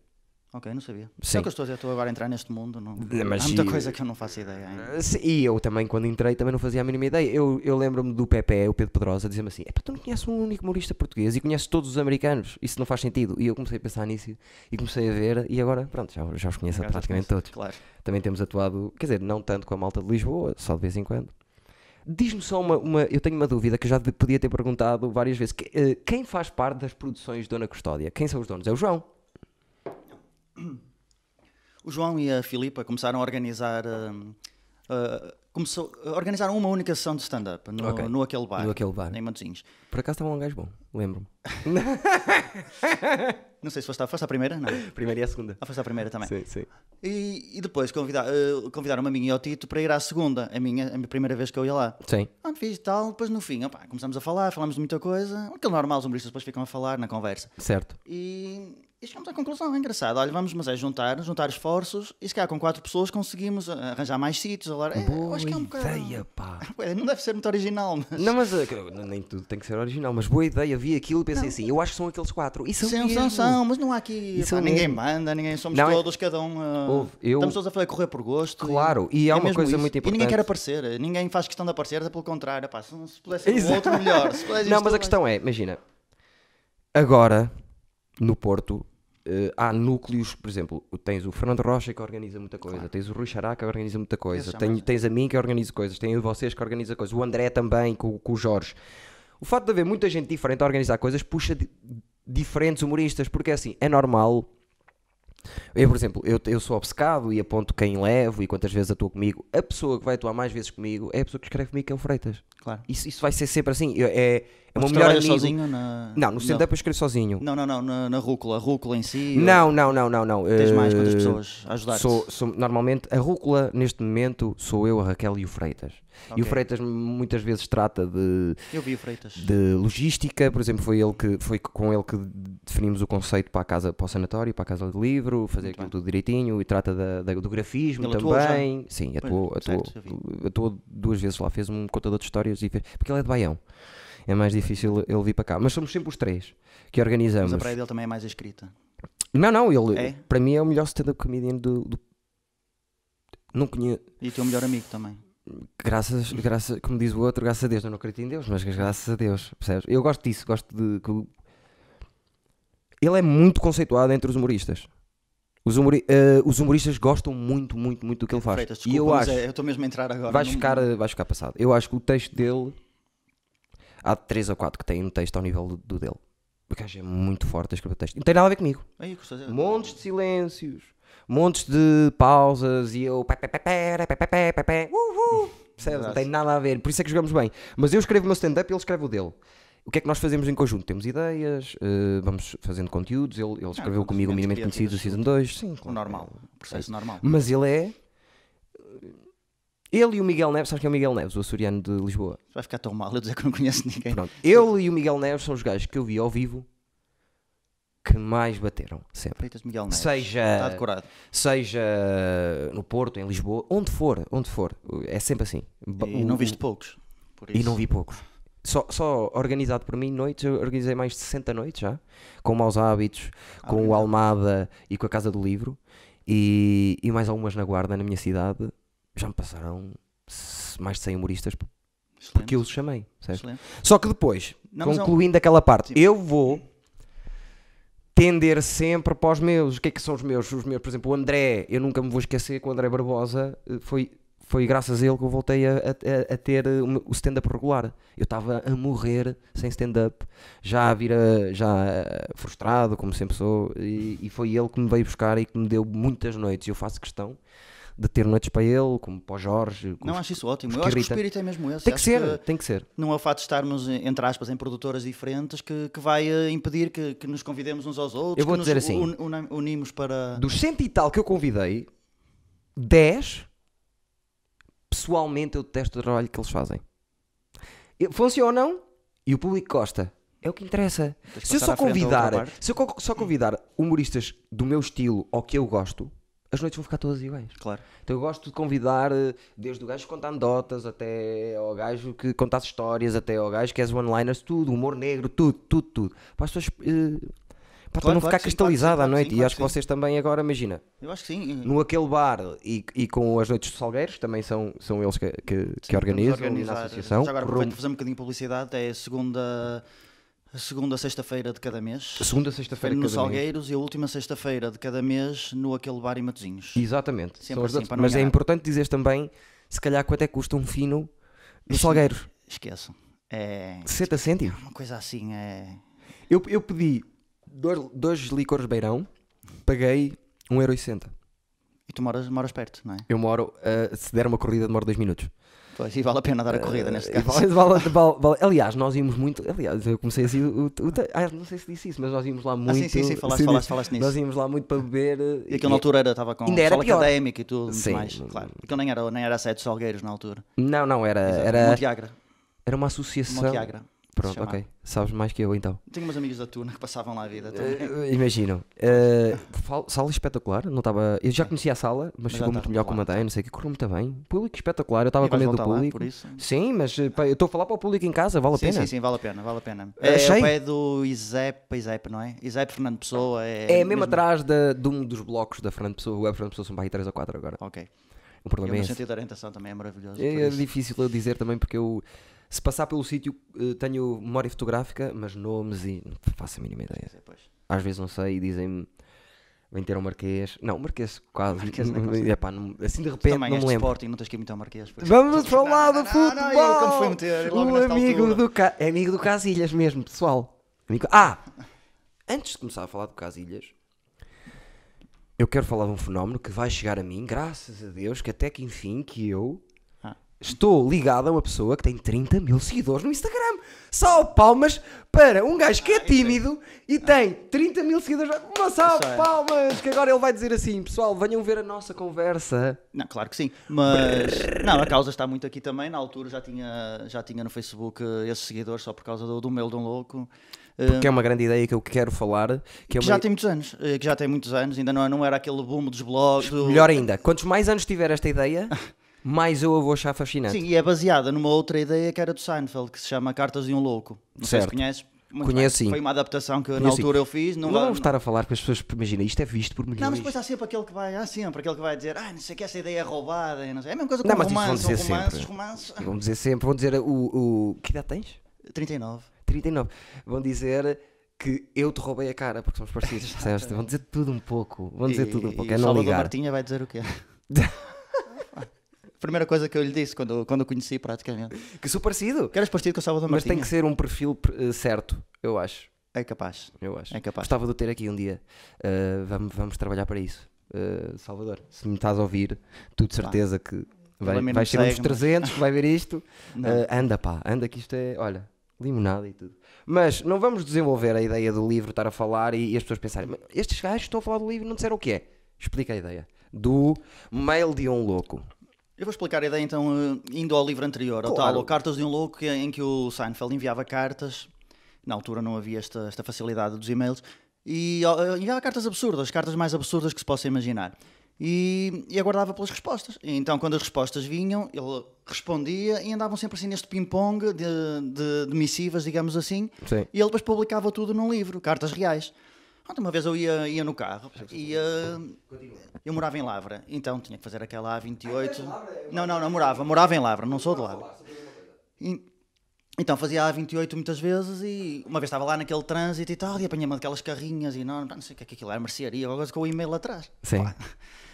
Speaker 3: Ok, não sabia.
Speaker 1: Sim.
Speaker 3: É o que eu estou a dizer, estou agora a entrar neste mundo. Não...
Speaker 1: Mas
Speaker 3: Há muita
Speaker 1: e-
Speaker 3: coisa que eu não faço ideia ainda.
Speaker 1: Eh, se- E eu também, quando entrei, também não fazia a mínima ideia. Eu, eu lembro-me do Pepe, o Pedro Pedrosa, dizer-me assim: é tu não conheces um único humorista português e conheces todos os americanos. Isso não faz sentido. E eu comecei a pensar nisso e comecei a ver. E agora, pronto, já, já os conheço
Speaker 3: Agora já
Speaker 1: praticamente
Speaker 3: conheço.
Speaker 1: todos.
Speaker 3: Claro.
Speaker 1: Também temos atuado, quer dizer, não tanto com a malta de Lisboa, só de vez em quando. Diz-me só uma, uma- Eu tenho uma dúvida que eu já te podia ter perguntado várias vezes. Que- eh, quem faz parte das produções Dona Custódia? Quem são os donos? É o João.
Speaker 3: O João e a Filipa começaram a organizar. hum, ah, começou, organizaram uma única sessão de stand-up no,
Speaker 1: Ok.
Speaker 3: no aquele bar.
Speaker 1: No Aquele Bar.
Speaker 3: Em Matosinhos.
Speaker 1: Por acaso estava um gajo bom, lembro-me.
Speaker 3: Não sei se foste, a- foste a primeira, não.
Speaker 1: Primeira e a segunda.
Speaker 3: Ah, foste a primeira também.
Speaker 1: Sim, sim.
Speaker 3: E, e depois convida- eh, convidaram-me a mim e ao Tito para ir à segunda, a minha, a minha primeira vez que eu ia lá.
Speaker 1: Sim.
Speaker 3: Ah, fiz e tal, depois no fim, opá, começamos a falar, falamos de muita coisa, aquele normal, os humoristas depois ficam a falar na conversa.
Speaker 1: Certo.
Speaker 3: E, e chegamos à conclusão, é engraçado, olha, vamos, mas é juntar, juntar esforços, e se calhar com quatro pessoas conseguimos ah, arranjar mais sítios, olha, é, eu
Speaker 1: Boa
Speaker 3: acho que é um bocado...
Speaker 1: ideia, pá.
Speaker 3: Ué, Não deve ser muito original, né? mas...
Speaker 1: Não, mas eh, que- nem tudo tem que ser original, mas boa ideia. Vi aquilo e pensei assim: eu acho que são aqueles quatro. E são,
Speaker 3: São,
Speaker 1: mesmo.
Speaker 3: são, são, mas não há aqui.
Speaker 1: Isso
Speaker 3: pá,
Speaker 1: é
Speaker 3: ninguém
Speaker 1: mesmo.
Speaker 3: manda, ninguém somos
Speaker 1: Não, é-
Speaker 3: todos, cada um. ah,
Speaker 1: Houve, eu-
Speaker 3: Estamos todos a falar correr por gosto. é
Speaker 1: Claro, e há uma
Speaker 3: mesmo
Speaker 1: coisa muito
Speaker 3: E ninguém
Speaker 1: importante.
Speaker 3: quer aparecer, ninguém faz questão de aparecer, é pelo contrário. pá, se, se pudesse ser
Speaker 1: Exato.
Speaker 3: o outro, melhor. Se pudesse
Speaker 1: Não,
Speaker 3: isto,
Speaker 1: mas a
Speaker 3: bem.
Speaker 1: questão é, imagina, agora no Porto eh, há núcleos, por exemplo, tens o Fernando Rocha que organiza muita coisa, tens o Rui Xará que organiza muita coisa,
Speaker 3: Esse já
Speaker 1: ten-
Speaker 3: mais é.
Speaker 1: tens a mim que organiza coisas, tens a vocês que organiza coisas, o André também, com, com o Jorge. O facto de haver muita gente diferente a organizar coisas puxa di- diferentes humoristas, porque é assim, é normal. Eu, por exemplo, eu, eu sou obcecado e aponto quem levo e quantas vezes atuo comigo. A pessoa que vai atuar mais vezes comigo é a pessoa que escreve comigo, que é o Freitas.
Speaker 3: Claro.
Speaker 1: Isso, isso vai ser sempre assim. Eu- É, é uma
Speaker 3: Mas tu
Speaker 1: melhor
Speaker 3: trabalhas
Speaker 1: amigo.
Speaker 3: sozinho na...
Speaker 1: Não, no stand-up eu escrevo sozinho.
Speaker 3: Não, não, não, na, na rúcula. A rúcula em si.
Speaker 1: Não, não, não, não, não.
Speaker 3: Tens
Speaker 1: Eh,
Speaker 3: mais quantas pessoas a ajudar-te?
Speaker 1: Sou, sou- normalmente, a rúcula, neste momento, sou eu, a Raquel e o Freitas. E
Speaker 3: Ok.
Speaker 1: o Freitas muitas vezes trata de,
Speaker 3: Eu vi o Freitas.
Speaker 1: de logística, por exemplo, foi, ele que, foi com ele que definimos o conceito para a casa, para o sanatório, para a casa de livro, fazer aquilo tudo direitinho e trata da, da- do grafismo
Speaker 3: Ele atuou
Speaker 1: também. Sim, atuou,
Speaker 3: Pois,
Speaker 1: atuou,
Speaker 3: certo, eu
Speaker 1: atuou duas vezes lá, fez um contador de histórias e fez, porque ele é de Baião. É mais difícil ele vir para cá. Mas somos sempre os três que organizamos.
Speaker 3: Mas a praia dele também é mais escrita.
Speaker 1: Não, não, ele
Speaker 3: É?
Speaker 1: para mim é o melhor stand-up comedian do. do- Não conheço.
Speaker 3: E o teu melhor amigo também.
Speaker 1: Graças, graças, como diz o outro, graças a Deus, eu não acredito em Deus, mas graças a Deus, percebes? Eu gosto disso, gosto de. que o- Ele é muito conceituado entre os humoristas. Os, humori- eh, os humoristas gostam muito, muito, muito do que ele faz.
Speaker 3: Freitas,
Speaker 1: e
Speaker 3: desculpa,
Speaker 1: eu
Speaker 3: mas
Speaker 1: acho.
Speaker 3: é, eu estou mesmo a entrar agora.
Speaker 1: Vais
Speaker 3: num-
Speaker 1: ficar, vais ficar passado. Eu acho que o texto dele. Há três ou quatro que têm um texto ao nível do, do dele. O gajo é muito forte a escrever texto. Não tem nada a ver comigo.
Speaker 3: Ai, custa-
Speaker 1: Montes de silêncios, montes de pausas e eu. pé, pé, pé, pé, pé, pé, pé, pé, pé, uhul. Percebes? Não tem nada a ver. Por isso é que jogamos bem. Mas eu escrevo o meu stand-up e ele escreve o dele. O que é que nós fazemos em conjunto? Temos ideias, eh, vamos fazendo conteúdos. Ele, ele escreveu
Speaker 3: conhecimentos
Speaker 1: comigo o Minimamente Conhecido, o
Speaker 3: criativos,
Speaker 1: Season 2. Sim, claro. é
Speaker 3: Normal. Processo normal.
Speaker 1: Mas ele é. eh, Ele e o Miguel Neves, sabes quem é o Miguel Neves, o açoriano de Lisboa?
Speaker 3: Vai ficar tão mal eu dizer que não conheço ninguém.
Speaker 1: Pronto, ele e o Miguel Neves são os gajos que eu vi ao vivo que mais bateram sempre.
Speaker 3: Freitas Miguel Neves.
Speaker 1: Seja.
Speaker 3: Está decorado.
Speaker 1: seja no Porto, em Lisboa, onde for, onde for, é sempre assim. Ba-
Speaker 3: E
Speaker 1: o-
Speaker 3: não viste poucos. Por isso.
Speaker 1: e não vi poucos. Só, só organizado por mim, noites, eu organizei mais de 60 noites já, com Maus Hábitos,
Speaker 3: Ah,
Speaker 1: com o Almada e com a Casa do Livro, e, e mais algumas na Guarda, na minha cidade, já me passaram s- mais de 100 humoristas
Speaker 3: Excelente,
Speaker 1: porque eu os chamei. percebes?
Speaker 3: excelente.
Speaker 1: Só que depois,
Speaker 3: Não, mas é um-
Speaker 1: concluindo aquela parte,
Speaker 3: Sim.
Speaker 1: eu vou tender sempre para os meus. O que é que são os meus? Os meus, por exemplo, o André, eu nunca me vou esquecer que o André Barbosa eh, foi, foi graças a ele que eu voltei a, a- a- a ter eh, o meu- o stand-up regular. Eu estava a morrer sem stand-up, já a vir a- já eh, frustrado, como sempre sou, e, e foi ele que me veio buscar e que me deu muitas noites. Eu faço questão de ter noites para ele, como para o Jorge. com
Speaker 3: Não
Speaker 1: os-
Speaker 3: acho isso ótimo.
Speaker 1: os
Speaker 3: Eu acho que o
Speaker 1: Kirita.
Speaker 3: espírito é mesmo esse.
Speaker 1: Tem que
Speaker 3: Acho
Speaker 1: ser, tem que ser.
Speaker 3: Não é o fato de estarmos, entre aspas, em produtoras diferentes que, que vai eh, impedir que, que nos convidemos uns aos outros,
Speaker 1: Eu vou
Speaker 3: que
Speaker 1: dizer
Speaker 3: nos
Speaker 1: assim.
Speaker 3: un- una- unimos para.
Speaker 1: Dos cento e tal que eu convidei, 10 pessoalmente eu detesto o trabalho que eles fazem. E- Funcionam e o público gosta. É o que interessa.
Speaker 3: Tens de
Speaker 1: Se eu
Speaker 3: passar
Speaker 1: só
Speaker 3: à frente a outra
Speaker 1: convidar,
Speaker 3: parte.
Speaker 1: se eu co- só convidar humoristas do meu estilo ou que eu gosto, as noites vão ficar todas iguais.
Speaker 3: Claro.
Speaker 1: Então eu gosto de convidar eh, desde o gajo que conta anedotas até ao gajo que conta as histórias, até ao gajo que é one-liners, tudo, humor negro, tudo, tudo, tudo. Para as pessoas. eh, pá, para
Speaker 3: Claro,
Speaker 1: não
Speaker 3: claro
Speaker 1: ficar
Speaker 3: que sim,
Speaker 1: cristalizado
Speaker 3: claro que
Speaker 1: à
Speaker 3: sim,
Speaker 1: noite.
Speaker 3: claro que
Speaker 1: e
Speaker 3: sim,
Speaker 1: acho que
Speaker 3: claro que
Speaker 1: vocês também agora, imagina,
Speaker 3: Eu acho que sim. eh,
Speaker 1: no aquele bar e, e com as noites de Salgueiros, também são, são eles que, que, que
Speaker 3: Sim,
Speaker 1: organizam
Speaker 3: podemos
Speaker 1: e na
Speaker 3: organizar.
Speaker 1: associação.
Speaker 3: Já agora
Speaker 1: Rum-
Speaker 3: aproveito para fazer um bocadinho de publicidade. É a segunda, a segunda sexta-feira de cada mês.
Speaker 1: Segunda, sexta-feira,
Speaker 3: no
Speaker 1: cada mês.
Speaker 3: Salgueiros e a última sexta-feira de cada mês no Aquele Bar e Matozinhos.
Speaker 1: Exatamente.
Speaker 3: Sempre
Speaker 1: São as
Speaker 3: assim,
Speaker 1: noites.
Speaker 3: para não
Speaker 1: Mas é
Speaker 3: enganar.
Speaker 1: importante dizer também, se calhar, quanto é que custa um fino no
Speaker 3: Ixi.
Speaker 1: Salgueiros?
Speaker 3: Esqueçam. É
Speaker 1: 60 cêntimos?
Speaker 3: uma coisa assim. É...
Speaker 1: Eu, eu pedi dois, dois licores beirão, paguei 1,80€.
Speaker 3: E tu moras, moras perto, não é?
Speaker 1: Eu moro, uh, se der uma corrida, demoro 2 minutos.
Speaker 3: Pois, e vale a pena dar a corrida neste
Speaker 1: Eh, E
Speaker 3: caso.
Speaker 1: vale- vale- vale- vale- Aliás, nós íamos muito. Aliás, eu comecei assim. O, o- o- ah, não sei se disse isso, mas nós íamos lá muito.
Speaker 3: Ah, sim, sim, sim, falaste- falaste- falaste nisso.
Speaker 1: Nós íamos lá muito para beber. uh,
Speaker 3: E aquilo na altura era, estava com
Speaker 1: Ainda era
Speaker 3: solo
Speaker 1: pior.
Speaker 3: académico e tudo, muito
Speaker 1: Sim.
Speaker 3: mais, claro. Aquilo nem era, nem era a sede de Salgueiros na altura.
Speaker 1: Não, não, era,
Speaker 3: Monte
Speaker 1: Eh, era,
Speaker 3: Agra.
Speaker 1: era uma associação.
Speaker 3: Monte Agra. se
Speaker 1: Pronto,
Speaker 3: chamava.
Speaker 1: ok. Sabes mais que eu então.
Speaker 3: Tenho umas amigas da Tuna que passavam lá a vida também.
Speaker 1: Uh, imagino. Uh, fal- sala espetacular. Não estava. Eu já conhecia a sala, mas, ficou
Speaker 3: já
Speaker 1: muito
Speaker 3: estava
Speaker 1: melhor
Speaker 3: lá,
Speaker 1: com a Madeira, não sei o que. Correu muito bem. Público espetacular. Eu estava
Speaker 3: E
Speaker 1: com
Speaker 3: vais
Speaker 1: medo do
Speaker 3: voltar lá,
Speaker 1: público.
Speaker 3: por isso?
Speaker 1: Sim, mas eh, pá, eu estou a falar para o público em casa, vale a
Speaker 3: Sim,
Speaker 1: pena.
Speaker 3: sim, sim, vale a pena, vale a pena.
Speaker 1: É,
Speaker 3: É,
Speaker 1: achei.
Speaker 3: o pé do Isep, Isep, não é? Isep Fernando Pessoa. É,
Speaker 1: É mesmo atrás da- de um dos blocos da Fernando Pessoa. O web Fernando Pessoa são para aí 3 ou 4 agora.
Speaker 3: Ok.
Speaker 1: O
Speaker 3: E o
Speaker 1: problema é
Speaker 3: meu
Speaker 1: esse.
Speaker 3: sentido de orientação também é maravilhoso. por
Speaker 1: É
Speaker 3: isso.
Speaker 1: difícil eu dizer também porque eu, se passar pelo sítio, eh, tenho memória fotográfica, mas nomes e. Não faço a mínima ideia.
Speaker 3: Isep, pois.
Speaker 1: Às vezes não sei e dizem-me. Vem ter o Marquês. Não, o Marquês quase.
Speaker 3: Um Marquês não
Speaker 1: É pá, não- assim de repente
Speaker 3: Também
Speaker 1: não me
Speaker 3: este
Speaker 1: lembro.
Speaker 3: Sporting, não tens que ir muito ao Marquês. por isso.
Speaker 1: Vamos para o lado do
Speaker 3: não,
Speaker 1: futebol!
Speaker 3: não, eu como fui meter, logo
Speaker 1: o
Speaker 3: nesta
Speaker 1: amigo
Speaker 3: altura.
Speaker 1: do Ca- é amigo do Casilhas mesmo, pessoal. Amigo- Ah! Antes de começar a falar do Casilhas, eu quero falar de um fenómeno que vai chegar a mim, graças a Deus, que até que enfim, que eu
Speaker 3: Ah.
Speaker 1: Estou ligado a uma pessoa que tem 30 mil seguidores no Instagram. Salve palmas para um gajo
Speaker 3: Ah,
Speaker 1: que é tímido e tem 30 mil seguidores. Uma salve
Speaker 3: Isso é.
Speaker 1: palmas! Que agora ele vai dizer assim: pessoal, venham ver a nossa conversa.
Speaker 3: Não, claro que sim. Mas não, a causa está muito aqui também. Na altura já tinha, já tinha no Facebook eh, esses seguidores só por causa do, do mail de um louco. eh,
Speaker 1: Porque é uma grande ideia que eu quero falar. Que é
Speaker 3: que
Speaker 1: uma...
Speaker 3: já tem muitos anos, eh, que já tem muitos anos, ainda não, não era aquele boom dos blogs. do-
Speaker 1: Melhor ainda, quantos mais anos tiver esta ideia, mais eu a vou achar fascinante.
Speaker 3: Sim, e é baseada numa outra ideia que era do Seinfeld, que se chama Cartas de um Louco. Não sei se
Speaker 1: Certo.
Speaker 3: conheces. Muito
Speaker 1: Conheço,
Speaker 3: bem.
Speaker 1: sim.
Speaker 3: Foi uma adaptação que na
Speaker 1: Conheço, sim.
Speaker 3: altura eu fiz. Não,
Speaker 1: Não
Speaker 3: vai-
Speaker 1: vamos estar a falar com as pessoas, porque imagina, isto é visto por milhões.
Speaker 3: Não, mas depois há sempre aquele que vai, há sempre aquele que vai dizer, ah, não sei o que essa ideia é roubada, e não sei. É a mesma coisa com
Speaker 1: Não, mas isso
Speaker 3: romances,
Speaker 1: vão dizer
Speaker 3: ou romances,
Speaker 1: sempre.
Speaker 3: romances.
Speaker 1: Vão dizer sempre, vão dizer o, o. Que idade tens?
Speaker 3: 39.
Speaker 1: 39. Vão dizer que eu te roubei a cara porque somos parecidos, percebes? Vão dizer tudo um pouco. Vão dizer
Speaker 3: E-
Speaker 1: tudo um pouco.
Speaker 3: E,
Speaker 1: É
Speaker 3: o
Speaker 1: não
Speaker 3: Salvador
Speaker 1: ligar.
Speaker 3: Martinha vai dizer o quê? Primeira coisa que eu lhe disse quando, quando o conheci, praticamente.
Speaker 1: Que sou parecido.
Speaker 3: Queres partir com o Salvador
Speaker 1: Mas
Speaker 3: Martinha?
Speaker 1: tem que ser um perfil eh, certo, eu acho.
Speaker 3: É capaz.
Speaker 1: Eu acho.
Speaker 3: É capaz.
Speaker 1: Gostava de o ter aqui um dia. Uh, vamos, vamos trabalhar para isso. Uh, Salvador, se me estás a ouvir, tu de certeza que vai,
Speaker 3: Pelo menos
Speaker 1: vais ser um dos
Speaker 3: segue-me.
Speaker 1: 300 que vai ver isto. Uh, anda, pá, anda que isto é. Olha, limonada e tudo. Mas não vamos desenvolver a ideia do livro, estar a falar e, e as pessoas pensarem: "Mas estes gajos estão a falar do livro e não disseram o que é. Explica a ideia. Do mail de um louco.
Speaker 3: Eu vou explicar a ideia então, eh, indo ao livro anterior, ao
Speaker 1: Claro.
Speaker 3: tal, ao Cartas de um Louco, que- em que o Seinfeld enviava cartas, na altura não havia esta, esta facilidade dos e-mails, e ó, eh, enviava cartas absurdas, cartas mais absurdas que se possa imaginar. E, e aguardava pelas respostas. E então, quando as respostas vinham, ele respondia e andavam sempre assim neste ping-pong de, de- de missivas, digamos assim,
Speaker 1: Sim.
Speaker 3: e ele depois publicava tudo num livro, cartas reais. Ontem uma vez eu ia, ia no carro e eh, eu morava em Lavra, então tinha que fazer aquela A28. Não, não, não morava, morava em Lavra, não sou de Lavra. E- então fazia a A28 muitas vezes e uma vez estava lá naquele trânsito e tal, e apanhei-me daquelas carrinhas e não, não sei o que é que aquilo era, mercearia, alguma coisa com o e-mail atrás.
Speaker 1: Sim.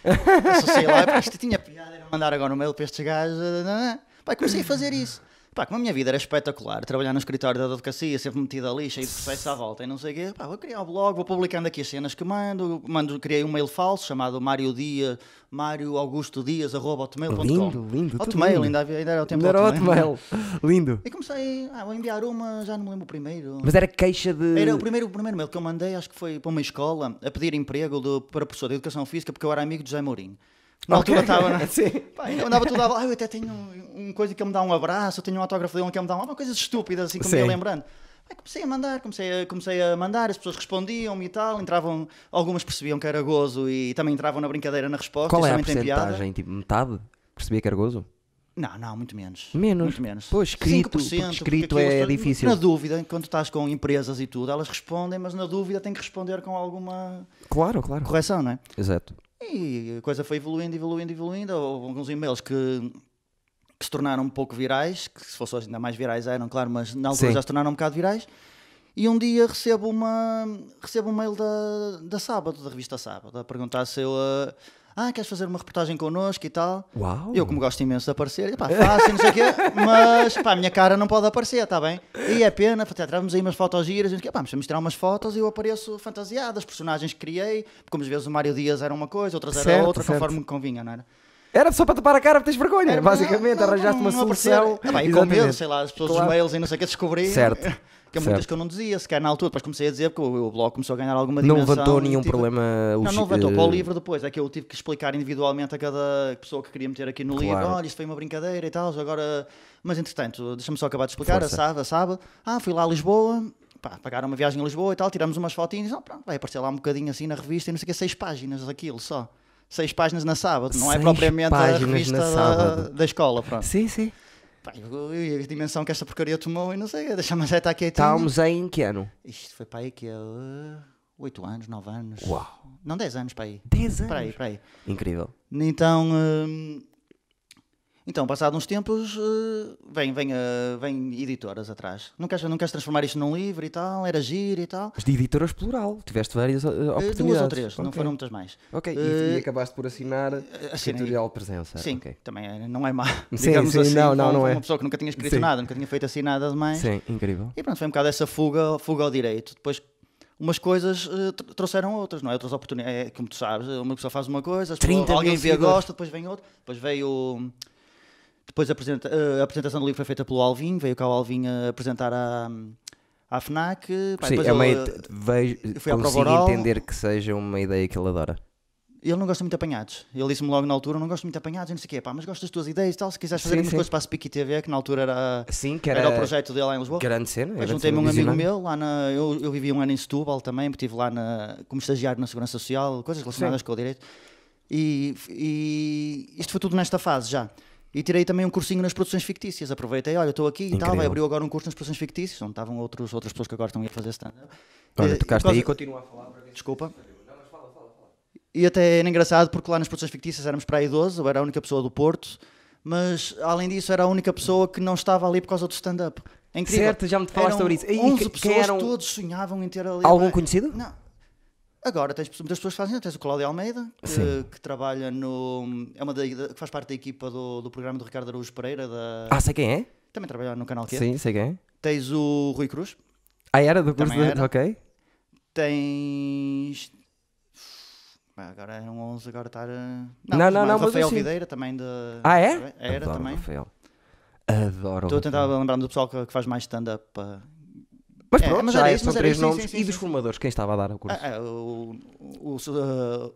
Speaker 3: Associei lá, pá, isto tinha piada, era mandar agora um mail para estes gajos. ah, ah, ah. Pá, comecei a fazer isso. Pá, como a minha vida era espetacular, trabalhar no escritório da advocacia, sempre metido ali, cheio de processo à volta e não sei o quê, pá, vou criar um blog, vou publicando aqui as cenas que mando, mando criei um mail falso chamado Mário Dia, Mário Augusto Dias, arroba hotmail.com.
Speaker 1: Lindo, lindo, tudo
Speaker 3: Hotmail,
Speaker 1: lindo.
Speaker 3: ainda, havia- ainda era o tempo
Speaker 1: Não
Speaker 3: do
Speaker 1: era ótimo mail. Lindo.
Speaker 3: E comecei, ah, vou enviar uma, já não me lembro o primeiro.
Speaker 1: Mas era queixa de.
Speaker 3: Era o primeiro, o primeiro mail que eu mandei, acho que foi para uma escola, a pedir emprego do- para professor de Educação Física, porque eu era amigo de José Mourinho. Na
Speaker 1: Ok.
Speaker 3: altura estava... é? na-
Speaker 1: Sim.
Speaker 3: Pá, eu andava tudo a... Ah, eu até tenho um- uma coisa que ele me dá um abraço, eu tenho um autógrafo dele que ele me dá um... Uma coisa estúpida, assim, como
Speaker 1: Sim.
Speaker 3: ia lembrando. Aí comecei a mandar, comecei a, comecei a mandar, as pessoas respondiam-me e tal, entravam... Algumas percebiam que era gozo e também entravam na brincadeira na resposta.
Speaker 1: Qual
Speaker 3: isso
Speaker 1: é a
Speaker 3: também tem piada.
Speaker 1: porcentagem? Tipo, metade? Percebia que era gozo?
Speaker 3: Não, não, muito menos.
Speaker 1: Menos?
Speaker 3: Muito menos.
Speaker 1: Pois, escrito,
Speaker 3: 5%,
Speaker 1: porque
Speaker 3: porque
Speaker 1: escrito
Speaker 3: aquilo
Speaker 1: é
Speaker 3: está-
Speaker 1: difícil.
Speaker 3: Na dúvida, quando estás com empresas e tudo, elas respondem, mas na dúvida tem que responder com alguma
Speaker 1: Claro, claro.
Speaker 3: correção, não é?
Speaker 1: Exato.
Speaker 3: E a coisa foi evoluindo, evoluindo, evoluindo. Houve alguns e-mails que, que se tornaram um pouco virais, que se fossem hoje ainda mais virais eram, claro, mas na altura
Speaker 1: Sim.
Speaker 3: já se tornaram um bocado virais. E um dia recebo, uma, recebo um mail da, da Sábado, da revista Sábado, a perguntar se eu. eh, ah, queres fazer uma reportagem connosco e tal?
Speaker 1: Uau!
Speaker 3: Eu, como gosto imenso de aparecer, pá, faço, e não sei o quê, mas pá, a minha cara não pode aparecer, está bem? E é pena, até travamos aí umas fotos giras, e não sei o quê, pá, mas vamos tirar umas fotos e eu apareço fantasiado, as personagens que criei, porque às vezes o Mário Dias era uma coisa, outras era
Speaker 1: Certo,
Speaker 3: outra,
Speaker 1: certo.
Speaker 3: conforme me convinha, não era?
Speaker 1: Era só para tapar a cara porque tens vergonha.
Speaker 3: Era-
Speaker 1: Basicamente,
Speaker 3: não, não,
Speaker 1: arranjaste uma
Speaker 3: não aparecer.
Speaker 1: solução.
Speaker 3: Ah, pá, e com
Speaker 1: Exatamente.
Speaker 3: medo, sei lá, as pessoas
Speaker 1: Claro.
Speaker 3: dos mails e não sei o que descobri.
Speaker 1: Certo,
Speaker 3: Que há muitas
Speaker 1: certo.
Speaker 3: que eu não dizia, se calhar na altura, depois comecei a dizer, porque o o blog começou a ganhar alguma
Speaker 1: Não
Speaker 3: dimensão. tipo,
Speaker 1: levantou
Speaker 3: e
Speaker 1: nenhum
Speaker 3: tive-
Speaker 1: problema
Speaker 3: não,
Speaker 1: logi-
Speaker 3: não levantou
Speaker 1: eh,
Speaker 3: para o livro depois. É que eu tive que explicar individualmente a cada pessoa que queria meter aqui no
Speaker 1: Claro.
Speaker 3: livro. Olha, isto foi uma brincadeira e tal. Agora... Mas entretanto, deixa-me só acabar de explicar. A
Speaker 1: Força.
Speaker 3: sábado, a sábado. Ah, fui lá a Lisboa. Pá, pagaram uma viagem a Lisboa e tal. Tiramos umas fotinhas. Ah, pronto, vai aparecer lá um bocadinho assim na revista e não sei o que. Seis páginas daquilo só. Seis páginas na sábado. Não é
Speaker 1: Seis
Speaker 3: propriamente a
Speaker 1: páginas na
Speaker 3: revista da,
Speaker 1: Sábado.
Speaker 3: da escola. Pronto.
Speaker 1: Sim, sim.
Speaker 3: Pá, eu- eu- a dimensão que esta porcaria tomou e não sei. Deixa-me já estar quietinho.
Speaker 1: Estávamos em que ano?
Speaker 3: Isto foi para aí que é. uh, oito anos, nove anos.
Speaker 1: Uau.
Speaker 3: Não, dez anos para aí.
Speaker 1: 10 anos.
Speaker 3: Para aí, para aí.
Speaker 1: Incrível.
Speaker 3: Então, hum, então passados uns tempos, eh, vem, vem, eh, vem editoras atrás. Não queres, não queres transformar isto num livro e tal? Era giro e tal?
Speaker 1: Mas de editoras plural. Tiveste várias eh,
Speaker 3: Eh,
Speaker 1: oportunidades.
Speaker 3: Duas ou três, não
Speaker 1: Ok.
Speaker 3: foram muitas mais.
Speaker 1: Ok, e- e,
Speaker 3: Eh,
Speaker 1: acabaste por assinar
Speaker 3: assinei.
Speaker 1: editorial presença.
Speaker 3: Sim,
Speaker 1: ok.
Speaker 3: também é- não é má.
Speaker 1: Sim,
Speaker 3: digamos
Speaker 1: sim,
Speaker 3: assim,
Speaker 1: não, não,
Speaker 3: para um-
Speaker 1: não
Speaker 3: para
Speaker 1: é.
Speaker 3: Uma pessoa que nunca tinha escrito
Speaker 1: Sim.
Speaker 3: nada, nunca tinha feito assim nada demais.
Speaker 1: Sim, incrível.
Speaker 3: E pronto, foi um bocado essa fuga, fuga ao direito. Depois, umas coisas eh, tr- trouxeram outras, não é? Outras oportunidades. É, como tu sabes, uma pessoa faz uma coisa, as pessoas-
Speaker 1: 30 mil
Speaker 3: alguém vê,
Speaker 1: seguidores.
Speaker 3: gosta, depois vem outro. Depois veio. Depois a, apresenta- eh, a apresentação do livro foi feita pelo Alvin, veio cá o Alvin a apresentar à, à FNAC. Pá,
Speaker 1: Sim,
Speaker 3: depois
Speaker 1: é uma
Speaker 3: ele, eh,
Speaker 1: ide- vejo,
Speaker 3: fui à prova
Speaker 1: consigo
Speaker 3: oral.
Speaker 1: entender que seja uma ideia que ele adora.
Speaker 3: ele não gosta muito de apanhados. Ele disse-me logo na altura: não gosto muito de apanhados, e não sei o quê, pá, mas gosto das tuas ideias e tal. Se quiseres fazer
Speaker 1: Sim,
Speaker 3: umas
Speaker 1: sim.
Speaker 3: coisas para a Speaky TV, que na altura era,
Speaker 1: Sim, Assim, que
Speaker 3: era...
Speaker 1: era,
Speaker 3: o projeto dele lá em Lisboa.
Speaker 1: grande cena. é
Speaker 3: Eu
Speaker 1: grande
Speaker 3: juntei-me
Speaker 1: cena,
Speaker 3: um amigo
Speaker 1: visionário.
Speaker 3: meu, lá na, eu, eu vivi um ano em Setúbal também, estive lá na, como estagiário na Segurança Social, coisas relacionadas com o direito. E, e isto foi tudo nesta fase já. E tirei também um cursinho nas produções fictícias. Aproveitei, olha, estou aqui e tal,
Speaker 1: Incrível.
Speaker 3: abriu agora um curso nas produções fictícias, onde estavam outros, outras pessoas que agora estão a ir fazer stand-up.
Speaker 1: Olha,
Speaker 3: Eh,
Speaker 1: tocaste
Speaker 3: por
Speaker 1: aí e
Speaker 3: causa-
Speaker 1: continua a falar.
Speaker 3: Desculpa. E até era engraçado porque lá nas produções fictícias éramos para aí 12, eu era a única pessoa do Porto, mas além disso era a única pessoa que não estava ali por causa do stand-up. É incrível.
Speaker 1: Certo, já me falaste
Speaker 3: Eram
Speaker 1: sobre isso. E que-
Speaker 3: 11
Speaker 1: quem
Speaker 3: pessoas,
Speaker 1: eram?
Speaker 3: todos sonhavam em ter ali.
Speaker 1: Algum
Speaker 3: Pá,
Speaker 1: conhecido?
Speaker 3: Não. Agora tens pessoas- muitas pessoas que fazem, tens o Cláudio Almeida, que, que trabalha no. É uma da, da- que faz parte da equipa do, do programa do Ricardo Araújo Pereira, da-
Speaker 1: Ah, sei quem é?
Speaker 3: também trabalha no canal Q.
Speaker 1: Sim, sei quem é.
Speaker 3: Tens o Rui Cruz,
Speaker 1: Ah, era do curso
Speaker 3: Também
Speaker 1: de...
Speaker 3: era.
Speaker 1: Ok.
Speaker 3: tens. Pá, Agora eram 11, agora está. Não,
Speaker 1: Não,
Speaker 3: mas
Speaker 1: não,
Speaker 3: o
Speaker 1: não, mas eu
Speaker 3: Rafael
Speaker 1: sim.
Speaker 3: Videira também. De...
Speaker 1: Ah, é?
Speaker 3: Era
Speaker 1: Adoro o
Speaker 3: também.
Speaker 1: Rafael. Adoro. o
Speaker 3: Estou a
Speaker 1: Rafael.
Speaker 3: tentar lembrar-me do pessoal que, que faz mais stand-up. eh, pá.
Speaker 1: Mas
Speaker 3: É,
Speaker 1: pronto,
Speaker 3: mas
Speaker 1: já
Speaker 3: era
Speaker 1: é,
Speaker 3: isso,
Speaker 1: são
Speaker 3: mas era
Speaker 1: três
Speaker 3: isso, sim,
Speaker 1: nomes.
Speaker 3: sim, sim,
Speaker 1: e dos
Speaker 3: sim.
Speaker 1: formadores, quem estava a dar o curso?
Speaker 3: Ah, ah, o, o, eh,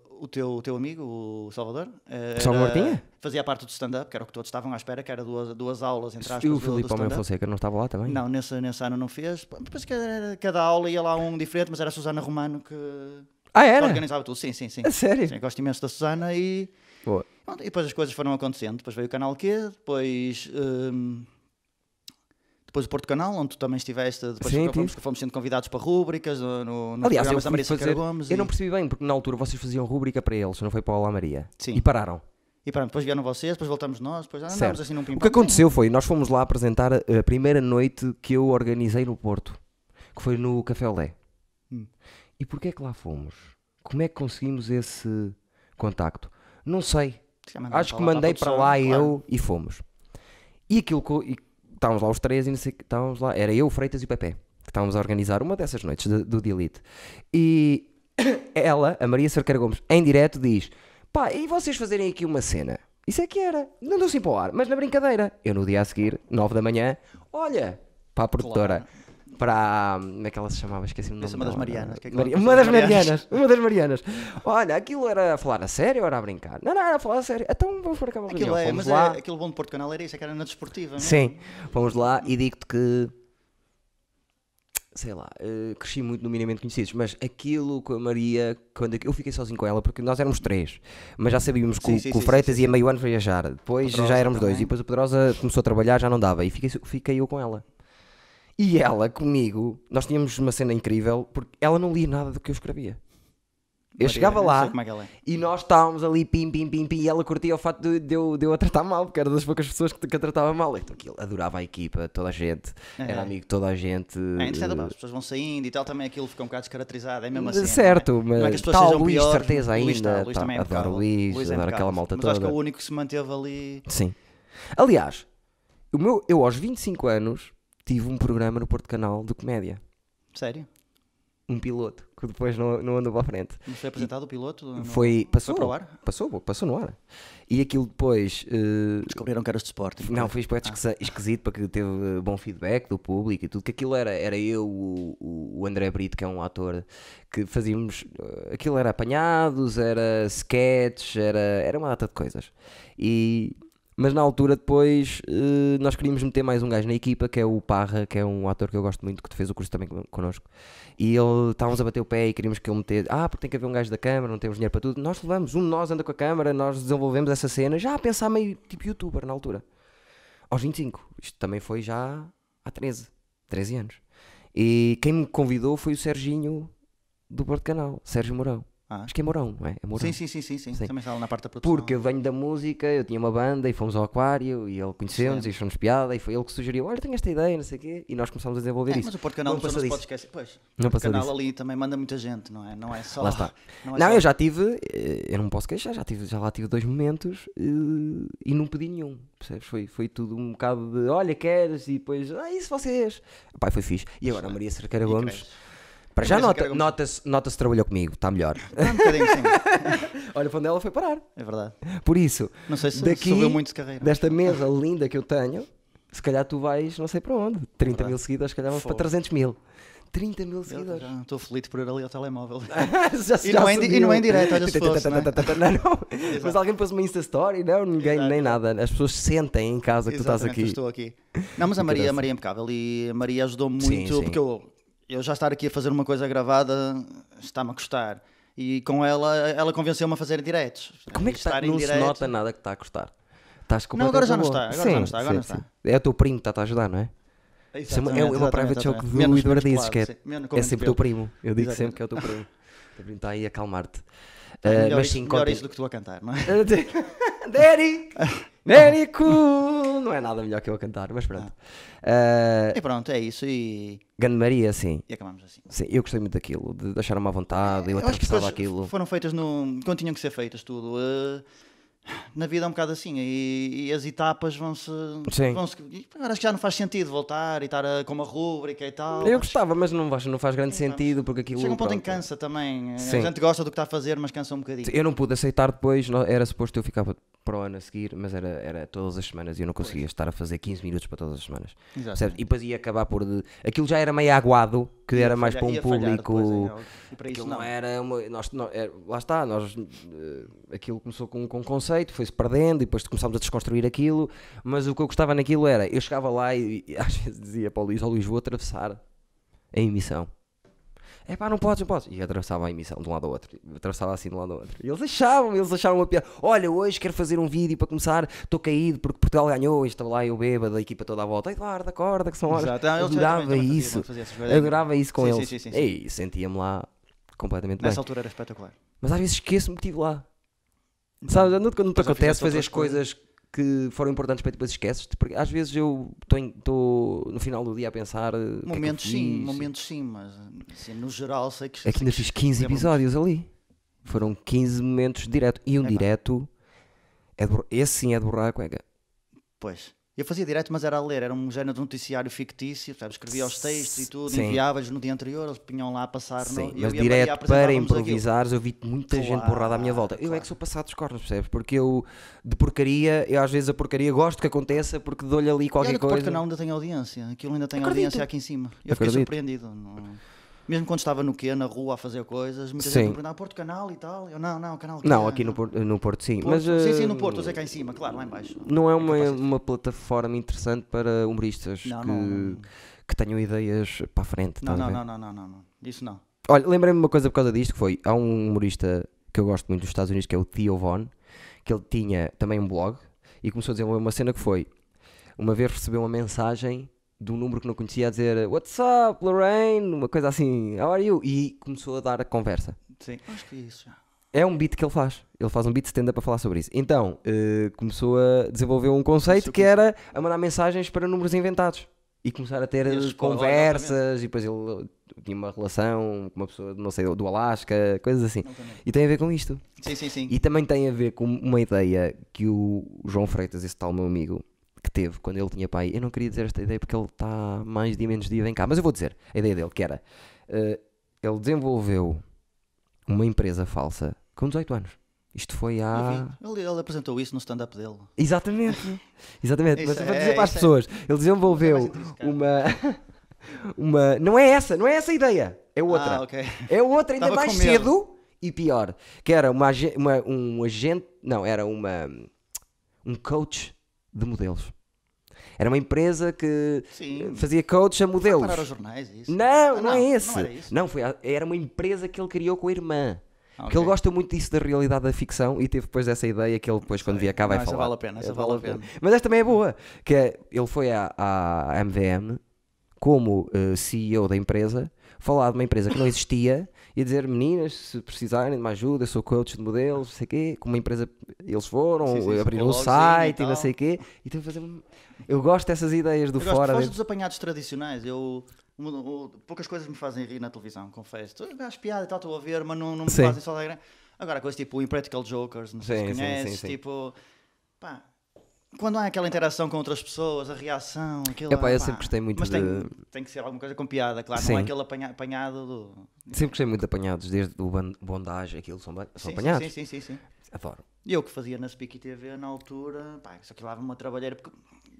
Speaker 3: o- o teu, o teu amigo, o Salvador, eh,
Speaker 1: O Salvador
Speaker 3: era-
Speaker 1: tinha?
Speaker 3: fazia parte do stand-up, que era o que todos estavam à espera, que era duas, duas aulas, entre aspas,
Speaker 1: e o
Speaker 3: do- do
Speaker 1: Filipe Homem
Speaker 3: stand-up.
Speaker 1: Fonseca não estava lá também?
Speaker 3: Não, nesse, nesse ano não fez. Pá, Depois que era- cada aula ia lá um diferente, mas era a Susana Romano que
Speaker 1: Ah,
Speaker 3: que
Speaker 1: era?
Speaker 3: organizava tudo. Sim, sim, sim.
Speaker 1: A sério?
Speaker 3: Sim, gosto imenso da Susana e,
Speaker 1: Boa.
Speaker 3: pronto, e depois as coisas foram acontecendo. Depois veio o Canal Q, depois... hum, depois o Porto Canal, onde tu também estiveste, depois
Speaker 1: Sim,
Speaker 3: fomos, fomos sendo convidados para rúbricas no, no, nos
Speaker 1: Aliás, eu
Speaker 3: programas da
Speaker 1: fui
Speaker 3: Maria Sequeira
Speaker 1: fazer...
Speaker 3: Gomes.
Speaker 1: Eu
Speaker 3: e-
Speaker 1: não percebi bem, porque na altura vocês faziam rúbrica para eles, não foi para o Olá Maria.
Speaker 3: Sim.
Speaker 1: E pararam.
Speaker 3: E pronto, depois vieram vocês, depois voltamos nós, depois ah,
Speaker 1: Certo.
Speaker 3: andámos assim num ping
Speaker 1: O que aconteceu foi, nós fomos lá apresentar a primeira noite que eu organizei no Porto, que foi no Café Olé.
Speaker 3: Hum.
Speaker 1: E porquê é que lá fomos? Como é que conseguimos esse contacto? Não sei. Acho que mandei para lá e eu e fomos. E aquilo que eu- e estávamos lá os três e não sei, que- estávamos lá, era eu, o Freitas e o Pepe, que estávamos a organizar uma dessas noites de- do Delete. E ela, a Maria Cerqueira Gomes, em direto diz: pá, e vocês fazerem aqui uma cena? Isso é que era. Não deu sim para o ar, mas na brincadeira. Eu no dia a seguir, 9 da manhã, olha, para a produtora. Para. a- Como é que ela se chamava? Esqueci-me o nome.
Speaker 3: Pensa uma das
Speaker 1: dela.
Speaker 3: Marianas, que é que ela
Speaker 1: Mari-
Speaker 3: pensa
Speaker 1: Uma
Speaker 3: das
Speaker 1: das
Speaker 3: Marianas.
Speaker 1: Marianas. Uma das Marianas. Olha, aquilo era a falar a sério ou era a brincar? Não, não, era a falar a sério. Então vamos marcar uma
Speaker 3: Aquilo
Speaker 1: reunião.
Speaker 3: é,
Speaker 1: Fomos
Speaker 3: mas é,
Speaker 1: lá.
Speaker 3: aquilo bom de Porto Canal era isso, é que era na desportiva. não é?
Speaker 1: Sim, vamos lá e digo-te que. Sei lá, eh, cresci muito no Minimamente Conhecidos, mas aquilo com a Maria, quando eu fiquei sozinho com ela, porque nós éramos três, mas já sabíamos que,
Speaker 3: Sim,
Speaker 1: o-
Speaker 3: sim,
Speaker 1: que o
Speaker 3: sim,
Speaker 1: Freitas ia meio ano viajar, depois
Speaker 3: Pedrosa
Speaker 1: já éramos dois,
Speaker 3: também.
Speaker 1: e depois o Pedrosa começou a trabalhar, já não dava, e fiquei, fiquei eu com ela. E ela comigo, nós tínhamos uma cena incrível, porque ela não lia nada do que eu escrevia. Eu
Speaker 3: Maria,
Speaker 1: chegava
Speaker 3: não
Speaker 1: lá,
Speaker 3: sei como é que ela é.
Speaker 1: e nós estávamos ali, pim, pim, pim, pim, e ela curtia o facto de, de eu, de eu a tratar mal, porque era das poucas pessoas que, que a tratava mal. Então aquilo, adorava a equipa, toda a gente, era amigo de toda a gente.
Speaker 3: É interessante,
Speaker 1: eh,
Speaker 3: pá, as pessoas vão saindo e tal, também aquilo fica um bocado descaracterizado, é mesmo assim.
Speaker 1: Certo,
Speaker 3: não é? Não é
Speaker 1: mas
Speaker 3: que as pessoas
Speaker 1: tá o
Speaker 3: sejam
Speaker 1: Luís, de
Speaker 3: piores,
Speaker 1: certeza,
Speaker 3: Luís está,
Speaker 1: ainda,
Speaker 3: Luís
Speaker 1: tá,
Speaker 3: também é
Speaker 1: adoro
Speaker 3: impecável,
Speaker 1: o Luís,
Speaker 3: é
Speaker 1: adoro aquela
Speaker 3: impecável,
Speaker 1: malta
Speaker 3: Mas acho que é o
Speaker 1: toda.
Speaker 3: único que se manteve ali.
Speaker 1: Sim. Aliás, o meu, eu aos 25 anos tive um programa no Porto Canal de comédia.
Speaker 3: Sério?
Speaker 1: Um piloto, que depois não, não andou para a frente.
Speaker 3: Não foi apresentado o piloto? Não-
Speaker 1: Foi, passou,
Speaker 3: para o ar?
Speaker 1: passou, passou no ar. E aquilo depois, eh,
Speaker 3: Descobriram que eras de Sporting.
Speaker 1: Não, foi aspecto esquisa- esquisito porque teve eh, bom feedback do público e tudo. Que aquilo era, era eu, o, o- o André Brito, que é um ator, que fazíamos. eh, Aquilo era apanhados, era sketch, era, era uma data de coisas. E, mas na altura, depois, eh, nós queríamos meter mais um gajo na equipa, que é o Parra, que é um ator que eu gosto muito, que fez o curso também con- connosco. E ele estávamos a bater o pé e queríamos que ele metesse. Ah, porque tem que haver um gajo da câmara, não temos dinheiro para tudo. Nós levamos, um de nós anda com a câmara, nós desenvolvemos essa cena, já a pensar meio tipo youtuber na altura aos 25. Isto também foi já há 13, 13 anos. E quem me convidou foi o Serginho do Porto Canal, Sérgio Mourão.
Speaker 3: Ah.
Speaker 1: Acho que é Mourão, não é? É Mourão.
Speaker 3: Sim, sim, sim, sim, sim.
Speaker 1: Sim.
Speaker 3: Também estava na parte da produção.
Speaker 1: Porque eu venho da música, eu tinha uma banda e fomos ao aquário e ele conheceu-nos e achou-nos piada e foi ele que sugeriu, olha tenho esta ideia, não sei o quê, e nós começámos a desenvolver
Speaker 3: É,
Speaker 1: isso.
Speaker 3: mas o Porto Canal
Speaker 1: não
Speaker 3: não, só
Speaker 1: passou
Speaker 3: não se
Speaker 1: disso.
Speaker 3: pode esquecer. Pois,
Speaker 1: Não
Speaker 3: o Porto
Speaker 1: passou
Speaker 3: Canal
Speaker 1: disso.
Speaker 3: ali também manda muita gente, não é? Não é só.
Speaker 1: Lá está.
Speaker 3: Não,
Speaker 1: Não,
Speaker 3: é só-
Speaker 1: eu já tive, eh, eu não posso queixar, já, tive, já lá tive dois momentos eh, e não pedi nenhum, percebes? Foi, foi tudo um bocado de olha, queres, e depois, ah, isso vocês. Pai, foi fixe. E agora a Maria Cerqueira
Speaker 3: E
Speaker 1: Gomes,
Speaker 3: cresce.
Speaker 1: Pá, Para já
Speaker 3: Parece um
Speaker 1: nota-
Speaker 3: cargo-
Speaker 1: nota-se nota trabalhou comigo, está melhor.
Speaker 3: Um bocadinho, sim.
Speaker 1: Olha para onde ela foi parar.
Speaker 3: É verdade.
Speaker 1: Por isso,
Speaker 3: Não sei se
Speaker 1: daqui,
Speaker 3: subiu muito de carreira.
Speaker 1: desta mesa linda que eu tenho, se calhar tu vais não sei para onde. 30 mil seguidores, se calhar vamos para
Speaker 3: Fogo.
Speaker 1: 300 mil. 30 mil
Speaker 3: Eu
Speaker 1: seguidores.
Speaker 3: já Estou aflito por ir ali ao telemóvel.
Speaker 1: Já se-
Speaker 3: E
Speaker 1: já
Speaker 3: não é em di-
Speaker 1: subiu.
Speaker 3: e não é em direto, olha, se fosse, né?
Speaker 1: Não, não. Mas alguém pôs uma Insta Story, não, ninguém, nem nada. As pessoas sentem em casa que tu estás
Speaker 3: Exatamente,
Speaker 1: aqui.
Speaker 3: eu Estou aqui. Não, mas a Maria, a Maria é impecável e a Maria ajudou-me
Speaker 1: Sim,
Speaker 3: muito
Speaker 1: sim.
Speaker 3: porque eu, eu já estar aqui a fazer uma coisa gravada está-me a custar. E com ela, ela convenceu-me a fazer diretos.
Speaker 1: Como é que
Speaker 3: estar
Speaker 1: está?
Speaker 3: em
Speaker 1: Não se
Speaker 3: diretos-
Speaker 1: nota nada que está a custar. Estás
Speaker 3: Não, agora já não
Speaker 1: completamente
Speaker 3: está,
Speaker 1: boa.
Speaker 3: agora já não
Speaker 1: Sim,
Speaker 3: está, agora
Speaker 1: sim,
Speaker 3: não está.
Speaker 1: sim. É o teu primo que está a ajudar, não é? Isso é uma-
Speaker 3: Exatamente,
Speaker 1: é uma, é uma
Speaker 3: exatamente,
Speaker 1: private joke
Speaker 3: exatamente.
Speaker 1: do
Speaker 3: Menos-
Speaker 1: Eduardo
Speaker 3: menos
Speaker 1: Dizes, que é,
Speaker 3: claro, sim. Menos-
Speaker 1: é
Speaker 3: com
Speaker 1: sempre teu
Speaker 3: menos
Speaker 1: primo. Eu digo
Speaker 3: Exatamente.
Speaker 1: sempre que é o teu primo. O primo está aí a acalmar-te.
Speaker 3: É
Speaker 1: Ah,
Speaker 3: melhor
Speaker 1: mas
Speaker 3: isto-
Speaker 1: sim,
Speaker 3: melhor
Speaker 1: conta-
Speaker 3: isto do que tu a cantar, não é?
Speaker 1: Daddy! Daddy cool! Não é nada melhor que eu a cantar, mas pronto. Ah,
Speaker 3: E pronto, é isso e,
Speaker 1: Grande Maria, sim.
Speaker 3: e acabamos assim.
Speaker 1: Sim, eu gostei muito daquilo, de deixar-me à vontade, eu,
Speaker 3: Eu acho que
Speaker 1: atravessava
Speaker 3: depois
Speaker 1: aquilo.
Speaker 3: foram feitas no, quando tinham que ser feitas tudo. eh, na vida é um bocado assim e, e as etapas vão-se.
Speaker 1: Sim.
Speaker 3: Vão agora acho que já não faz sentido voltar e estar eh, com uma rúbrica e tal.
Speaker 1: Eu
Speaker 3: Acho-
Speaker 1: gostava, mas não faz, não faz grande sentido, porque aquilo.
Speaker 3: Chega um ponto em que
Speaker 1: pronto.
Speaker 3: cansa também. eh,
Speaker 1: Sim.
Speaker 3: A gente gosta do que está a fazer, mas cansa um bocadinho.
Speaker 1: Eu não pude aceitar depois, não- era suposto eu ficava para o ano a seguir, mas era, era todas as semanas e eu não conseguia estar a fazer 15 minutos para todas as semanas.
Speaker 3: Exato.
Speaker 1: Percebes? E depois ia acabar por. de- Aquilo já era meio aguado, que
Speaker 3: Ia
Speaker 1: era mais
Speaker 3: falhar-
Speaker 1: para um
Speaker 3: ia falhar depois é. em
Speaker 1: público.
Speaker 3: algo, e para isso
Speaker 1: Aquilo não é
Speaker 3: não.
Speaker 1: era uma. Nós, não- era- lá está, nós, eh, aquilo começou com, com um conceito, foi-se perdendo e depois começámos a desconstruir aquilo. Mas o que eu gostava naquilo era, eu chegava lá e, e às vezes dizia para o Luís: Ó Luís, vou atravessar a emissão. É pá, não podes, não podes. E atravessava a emissão de um lado ao outro. Atravessava assim de um lado ao outro. E eles achavam, eles acharam uma piada. Olha, hoje quero fazer um vídeo para começar, estou caído porque Portugal ganhou. E estava lá eu bêbado, a equipa toda à volta. Eduardo, acorda, que são horas.
Speaker 3: Exato. Ah, eles também-
Speaker 1: Adorava
Speaker 3: também faziam-
Speaker 1: isso.
Speaker 3: faziam essas coisas.
Speaker 1: Adorava isso com
Speaker 3: Sim,
Speaker 1: eles.
Speaker 3: Sim, sim, sim, sim.
Speaker 1: Ei, sentia-me lá completamente bem.
Speaker 3: Nessa altura era espetacular.
Speaker 1: Mas às vezes esqueço-me que estive lá. Sabes, quando quando te
Speaker 3: Depois
Speaker 1: acontece
Speaker 3: acontece
Speaker 1: fazer
Speaker 3: outras
Speaker 1: as coisas que foram importantes para ti, depois esqueces-te, porque às vezes eu estou no final do dia a pensar. eh, o que é que eu
Speaker 3: Momentos sim,
Speaker 1: fiz?
Speaker 3: momentos sim, mas assim, no geral sei que.
Speaker 1: É que ainda fiz 15
Speaker 3: lembro-me.
Speaker 1: episódios ali. Foram 15 momentos de direto. E um direto. É de bor- esse sim é de borrar a cueca.
Speaker 3: Pois. Eu fazia direto, mas era a ler, era um género de noticiário fictício, sabes? Escrevia os textos e tudo,
Speaker 1: Sim.
Speaker 3: enviava-lhes no dia anterior, eles punham lá a passar.
Speaker 1: Sim,
Speaker 3: no, eu
Speaker 1: mas
Speaker 3: e a Maria
Speaker 1: direto para
Speaker 3: apresentávamos aquilo.
Speaker 1: improvisares, eu vi muita gente borrada à minha volta. Eu é que sou passado dos cornos, percebes? Porque eu, de porcaria, eu às vezes a porcaria gosto que aconteça porque dou-lhe ali
Speaker 3: E olha
Speaker 1: qualquer
Speaker 3: que Porto
Speaker 1: coisa.
Speaker 3: Canal ainda tem audiência, aquilo ainda tem
Speaker 1: Acredito.
Speaker 3: audiência aqui em cima. Eu fiquei
Speaker 1: Acredito.
Speaker 3: surpreendido. não- Mesmo quando estava no quê, na rua a fazer coisas, muita
Speaker 1: Sim.
Speaker 3: gente me perguntava Porto Canal e tal. Eu, não, não, Canal Quê,
Speaker 1: Não, aqui no
Speaker 3: não."
Speaker 1: Porto, no Porto sim.
Speaker 3: Porto.
Speaker 1: Mas,
Speaker 3: sim, sim,
Speaker 1: eh,
Speaker 3: no Porto, eu sei cá em cima, claro, lá em baixo.
Speaker 1: Não é uma,
Speaker 3: capaz de-
Speaker 1: uma plataforma interessante para humoristas
Speaker 3: Não,
Speaker 1: que,
Speaker 3: não, não.
Speaker 1: que tenham ideias para a frente.
Speaker 3: Não,
Speaker 1: estás a
Speaker 3: não,
Speaker 1: ver?
Speaker 3: não, não, não, não, não. Tá Isso não.
Speaker 1: Olha, lembrei-me de uma coisa por causa disto, que foi, há um humorista que eu gosto muito dos Estados Unidos, que é o Theo Von, que ele tinha também um blog, e começou a desenvolver uma cena que foi, uma vez recebeu uma mensagem de um número que não conhecia a dizer What's up, Lorraine? Uma coisa assim, How are you? E começou a dar a conversa.
Speaker 3: Sim. Acho que é isso já.
Speaker 1: É um beat que ele faz. Ele faz um beat stand-up para falar sobre isso. Então, eh, começou a desenvolver um conceito que era a mandar mensagens para números inventados. E começar a ter
Speaker 3: E eles colaboram,
Speaker 1: conversas, e depois ele tinha uma relação com uma pessoa, não sei, do Alasca, coisas assim.
Speaker 3: Exatamente.
Speaker 1: E tem a ver com isto.
Speaker 3: Sim, sim, sim.
Speaker 1: E também tem a ver com uma ideia que o João Freitas, esse tal meu amigo, que teve quando ele tinha pai. Eu não queria dizer esta ideia porque ele está mais dia menos dia vem cá, mas eu vou dizer a ideia dele, que era eh, ele desenvolveu uma empresa falsa com 18 anos. Isto foi há.
Speaker 3: Enfim, Ele, ele apresentou isso no stand-up dele.
Speaker 1: Exatamente. Exatamente.
Speaker 3: Isso
Speaker 1: Mas eu vou
Speaker 3: é,
Speaker 1: dizer para as
Speaker 3: isso é.
Speaker 1: pessoas. Ele desenvolveu
Speaker 3: Mas é mais intrincado.
Speaker 1: uma. uma. Não é essa, não é essa a ideia. É outra.
Speaker 3: Ah, ok.
Speaker 1: É outra ainda
Speaker 3: Tava
Speaker 1: mais
Speaker 3: com medo.
Speaker 1: cedo e pior. Que era uma, agen- uma- um agente. Não, era uma. Um coach de modelos. Era uma empresa que
Speaker 3: Sim.
Speaker 1: fazia coach a modelos.
Speaker 3: Parar aos jornais, é isso?
Speaker 1: Não,
Speaker 3: Ah,
Speaker 1: não, é esse.
Speaker 3: Não
Speaker 1: Não,
Speaker 3: era isso.
Speaker 1: foi a- era uma empresa que ele criou com a irmã.
Speaker 3: Ah,
Speaker 1: Porque
Speaker 3: ok.
Speaker 1: ele gosta muito disso da realidade da ficção e teve depois essa ideia que ele depois, quando via cá, vai
Speaker 3: Não, essa
Speaker 1: falar.
Speaker 3: vale a pena, essa
Speaker 1: Essa
Speaker 3: vale a pena.
Speaker 1: Mas esta também é boa. Que é, ele foi à, à MVM como eh, CEO da empresa, falar de uma empresa que não existia e dizer, meninas, se precisarem de uma ajuda, eu sou coach de modelos, não sei o quê, como uma empresa, eles foram,
Speaker 3: Sim, sim,
Speaker 1: abriram um
Speaker 3: blogzinho e
Speaker 1: site e, não
Speaker 3: tal.
Speaker 1: sei o quê, e teve a fazer... um- Eu gosto dessas ideias do
Speaker 3: Eu gosto,
Speaker 1: fora.
Speaker 3: gosto
Speaker 1: dentro-
Speaker 3: dos apanhados tradicionais. Eu, um- um- poucas coisas me fazem rir na televisão, confesso. Eu Acho piada e tal, estou a ver, mas não, não me
Speaker 1: Sim.
Speaker 3: fazem só da grande. Agora, coisas tipo Impractical Jokers, não sei
Speaker 1: Sim,
Speaker 3: se
Speaker 1: sim,
Speaker 3: conheces,
Speaker 1: sim, sim.
Speaker 3: tipo. Pá, Quando há aquela interação com outras pessoas, a reação, aquilo. é,
Speaker 1: Epá, eu
Speaker 3: pá,
Speaker 1: sempre gostei muito
Speaker 3: Mas
Speaker 1: de-
Speaker 3: tem, tem que ser alguma coisa com piada, claro. Não
Speaker 1: Sim.
Speaker 3: é aquele apanha- apanhado do.
Speaker 1: Sempre gostei muito de apanhados, desde o ban- bondage, aquilo são, ba- são
Speaker 3: Sim,
Speaker 1: apanhados.
Speaker 3: Sim, sim, sim, sim. sim.
Speaker 1: Adoro.
Speaker 3: E eu que fazia na Speaky TV na altura, pá, isso aqui lá uma trabalheira, porque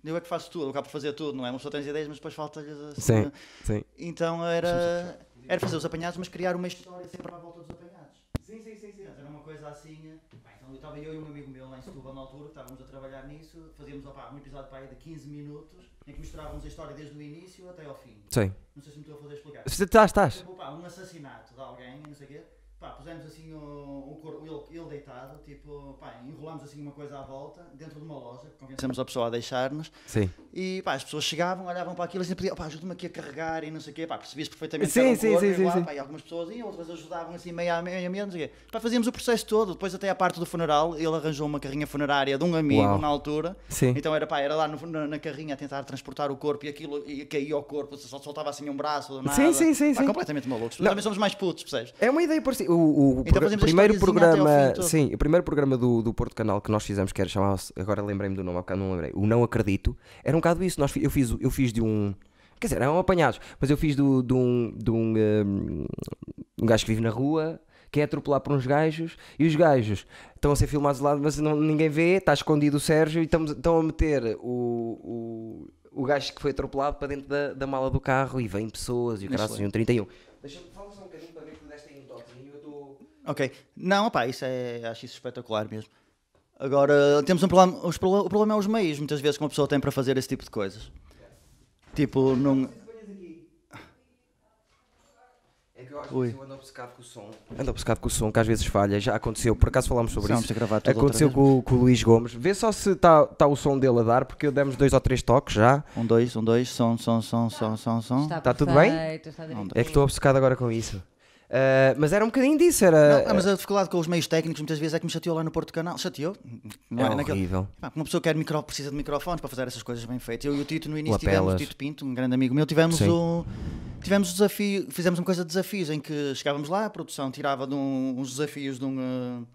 Speaker 3: eu é que faço tudo, eu acabo por fazer tudo, não é? Uma pessoa tem as ideias, mas depois falta-lhes assim.
Speaker 1: Sim, sim.
Speaker 3: Então era, era fazer os apanhados, mas criar uma história sempre à volta dos apanhados. Sim, sim, sim, sim. Era uma coisa assim. eh, Pá, então eu estava eu e um amigo meu lá em Setúbal na altura, que estávamos a trabalhar nisso, fazíamos opá, um episódio para aí de 15 minutos, em que misturávamos a história desde o início até ao fim.
Speaker 1: Sim.
Speaker 3: Não sei se me estou a fazer explicar.
Speaker 1: Se- Estás, estás.
Speaker 3: Tipo, pá, um assassinato de alguém, não sei o quê. Pá, pusemos assim o, o corpo, ele, ele deitado, tipo, pá, enrolámos assim uma coisa à volta, dentro de uma loja, convencemos a pessoa a deixar-nos.
Speaker 1: Sim.
Speaker 3: E pá, as pessoas chegavam, olhavam para aquilo e sempre pediam, pá, ajuda-me aqui a carregar e não sei o quê, pá, percebias perfeitamente
Speaker 1: Sim,
Speaker 3: que era um
Speaker 1: sim,
Speaker 3: corpo,
Speaker 1: sim, sim,
Speaker 3: igual,
Speaker 1: sim.
Speaker 3: pá, e algumas pessoas iam, outras ajudavam assim meio a meio, a meio, não sei o quê. Pá, fazíamos o processo todo, depois até à parte do funeral, ele arranjou uma carrinha funerária de um amigo
Speaker 1: Uau.
Speaker 3: na altura.
Speaker 1: Sim.
Speaker 3: Então era pá, era lá no- na, na carrinha a tentar transportar o corpo e aquilo, e caía o corpo, só soltava assim um braço do nada.
Speaker 1: Sim, sim, sim,
Speaker 3: Pá,
Speaker 1: sim.
Speaker 3: completamente malucos, mas
Speaker 1: Não.
Speaker 3: também somos mais putos, percebes?
Speaker 1: É uma ideia parecida. O, o
Speaker 3: Então
Speaker 1: progra-
Speaker 3: fazemos a
Speaker 1: primeiro
Speaker 3: historiazinha até ao
Speaker 1: programa,
Speaker 3: fim todo.
Speaker 1: sim, o primeiro programa do, do Porto Canal que nós fizemos, que era chamava-se, agora lembrei-me do nome, há bocado não lembrei, o Não Acredito, era um bocado isso. Nós, fi- eu, fiz, eu fiz de um. Quer dizer, eram apanhados, mas eu fiz do, de, um, de um, hum, um gajo que vive na rua, que é atropelado por uns gajos, e os gajos estão a ser filmados lá, mas não, ninguém vê, está escondido o Sérgio, e estamos- estão a meter o, o, o gajo que foi atropelado para dentro da, da mala do carro, e vêm pessoas, e o cara um 31. Deixa-me falar só um bocadinho para ver que me deste aí um toquezinho. Eu estou.
Speaker 3: Ok. Não, pá, isso é. Acho isso espetacular mesmo. Agora, temos um problema. os prole- o problema é os meios, muitas vezes, que uma pessoa tem para fazer esse tipo de coisas. Tipo, não.
Speaker 1: É que eu acho
Speaker 3: Ui.
Speaker 1: que eu ando obcecado com o som. Ando obcecado com o som, que às vezes falha. Já aconteceu, por acaso falámos sobre
Speaker 3: Sim, vamos
Speaker 1: isso.
Speaker 3: ter que gravar tudo outra
Speaker 1: aconteceu
Speaker 3: vez.
Speaker 1: com, o- com o Luís Gomes. Vê só se está tá o som dele a dar, porque eu demos dois ou três toques já.
Speaker 3: Um, dois, um, dois, som, som, som, som, som, som.
Speaker 1: Tá tudo bem?
Speaker 2: perfeito, Está
Speaker 1: É que estou obcecado agora com isso. Ah, mas era um bocadinho disso, era.
Speaker 3: Não, ah, mas a dificuldade com os meios técnicos muitas vezes é que me chateou lá no Porto Canal. Chateou? Não
Speaker 1: É
Speaker 3: naquele-
Speaker 1: horrível.
Speaker 3: Pá, Uma pessoa quer micro, precisa de microfones para fazer essas coisas bem feitas. Eu e o Tito no início tivemos, o
Speaker 1: Lapelas.
Speaker 3: Tito Pinto, um grande amigo meu, tivemos
Speaker 1: Sim.
Speaker 3: o. Tivemos o desafio, fizemos uma coisa de desafios em que chegávamos lá, a produção tirava de um- uns desafios de um, eh,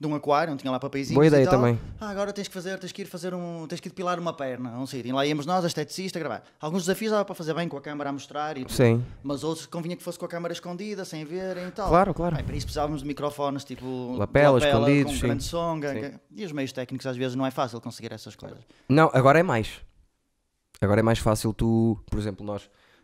Speaker 3: de um aquário, onde tinha lá papeizinhos.
Speaker 1: Boa ideia
Speaker 3: e tal.
Speaker 1: também.
Speaker 3: Ah, agora tens que fazer, tens que ir fazer um. tens que ir depilar uma perna, não sei. E lá íamos nós, a esteticista, a gravar. Alguns desafios dava para fazer bem com a câmara a mostrar e tudo.
Speaker 1: Sim.
Speaker 3: Mas outros convinha que fosse com a câmara escondida, sem verem e tal.
Speaker 1: Claro, claro.
Speaker 3: Bem, para isso precisávamos de microfones tipo.
Speaker 1: Lapelas,
Speaker 3: lapela,
Speaker 1: escondidos,
Speaker 3: Com
Speaker 1: sim.
Speaker 3: grande songa.
Speaker 1: Sim.
Speaker 3: E os meios técnicos às vezes não é fácil conseguir essas coisas.
Speaker 1: Não, agora é mais. Agora é mais fácil tu, por exemplo, nós.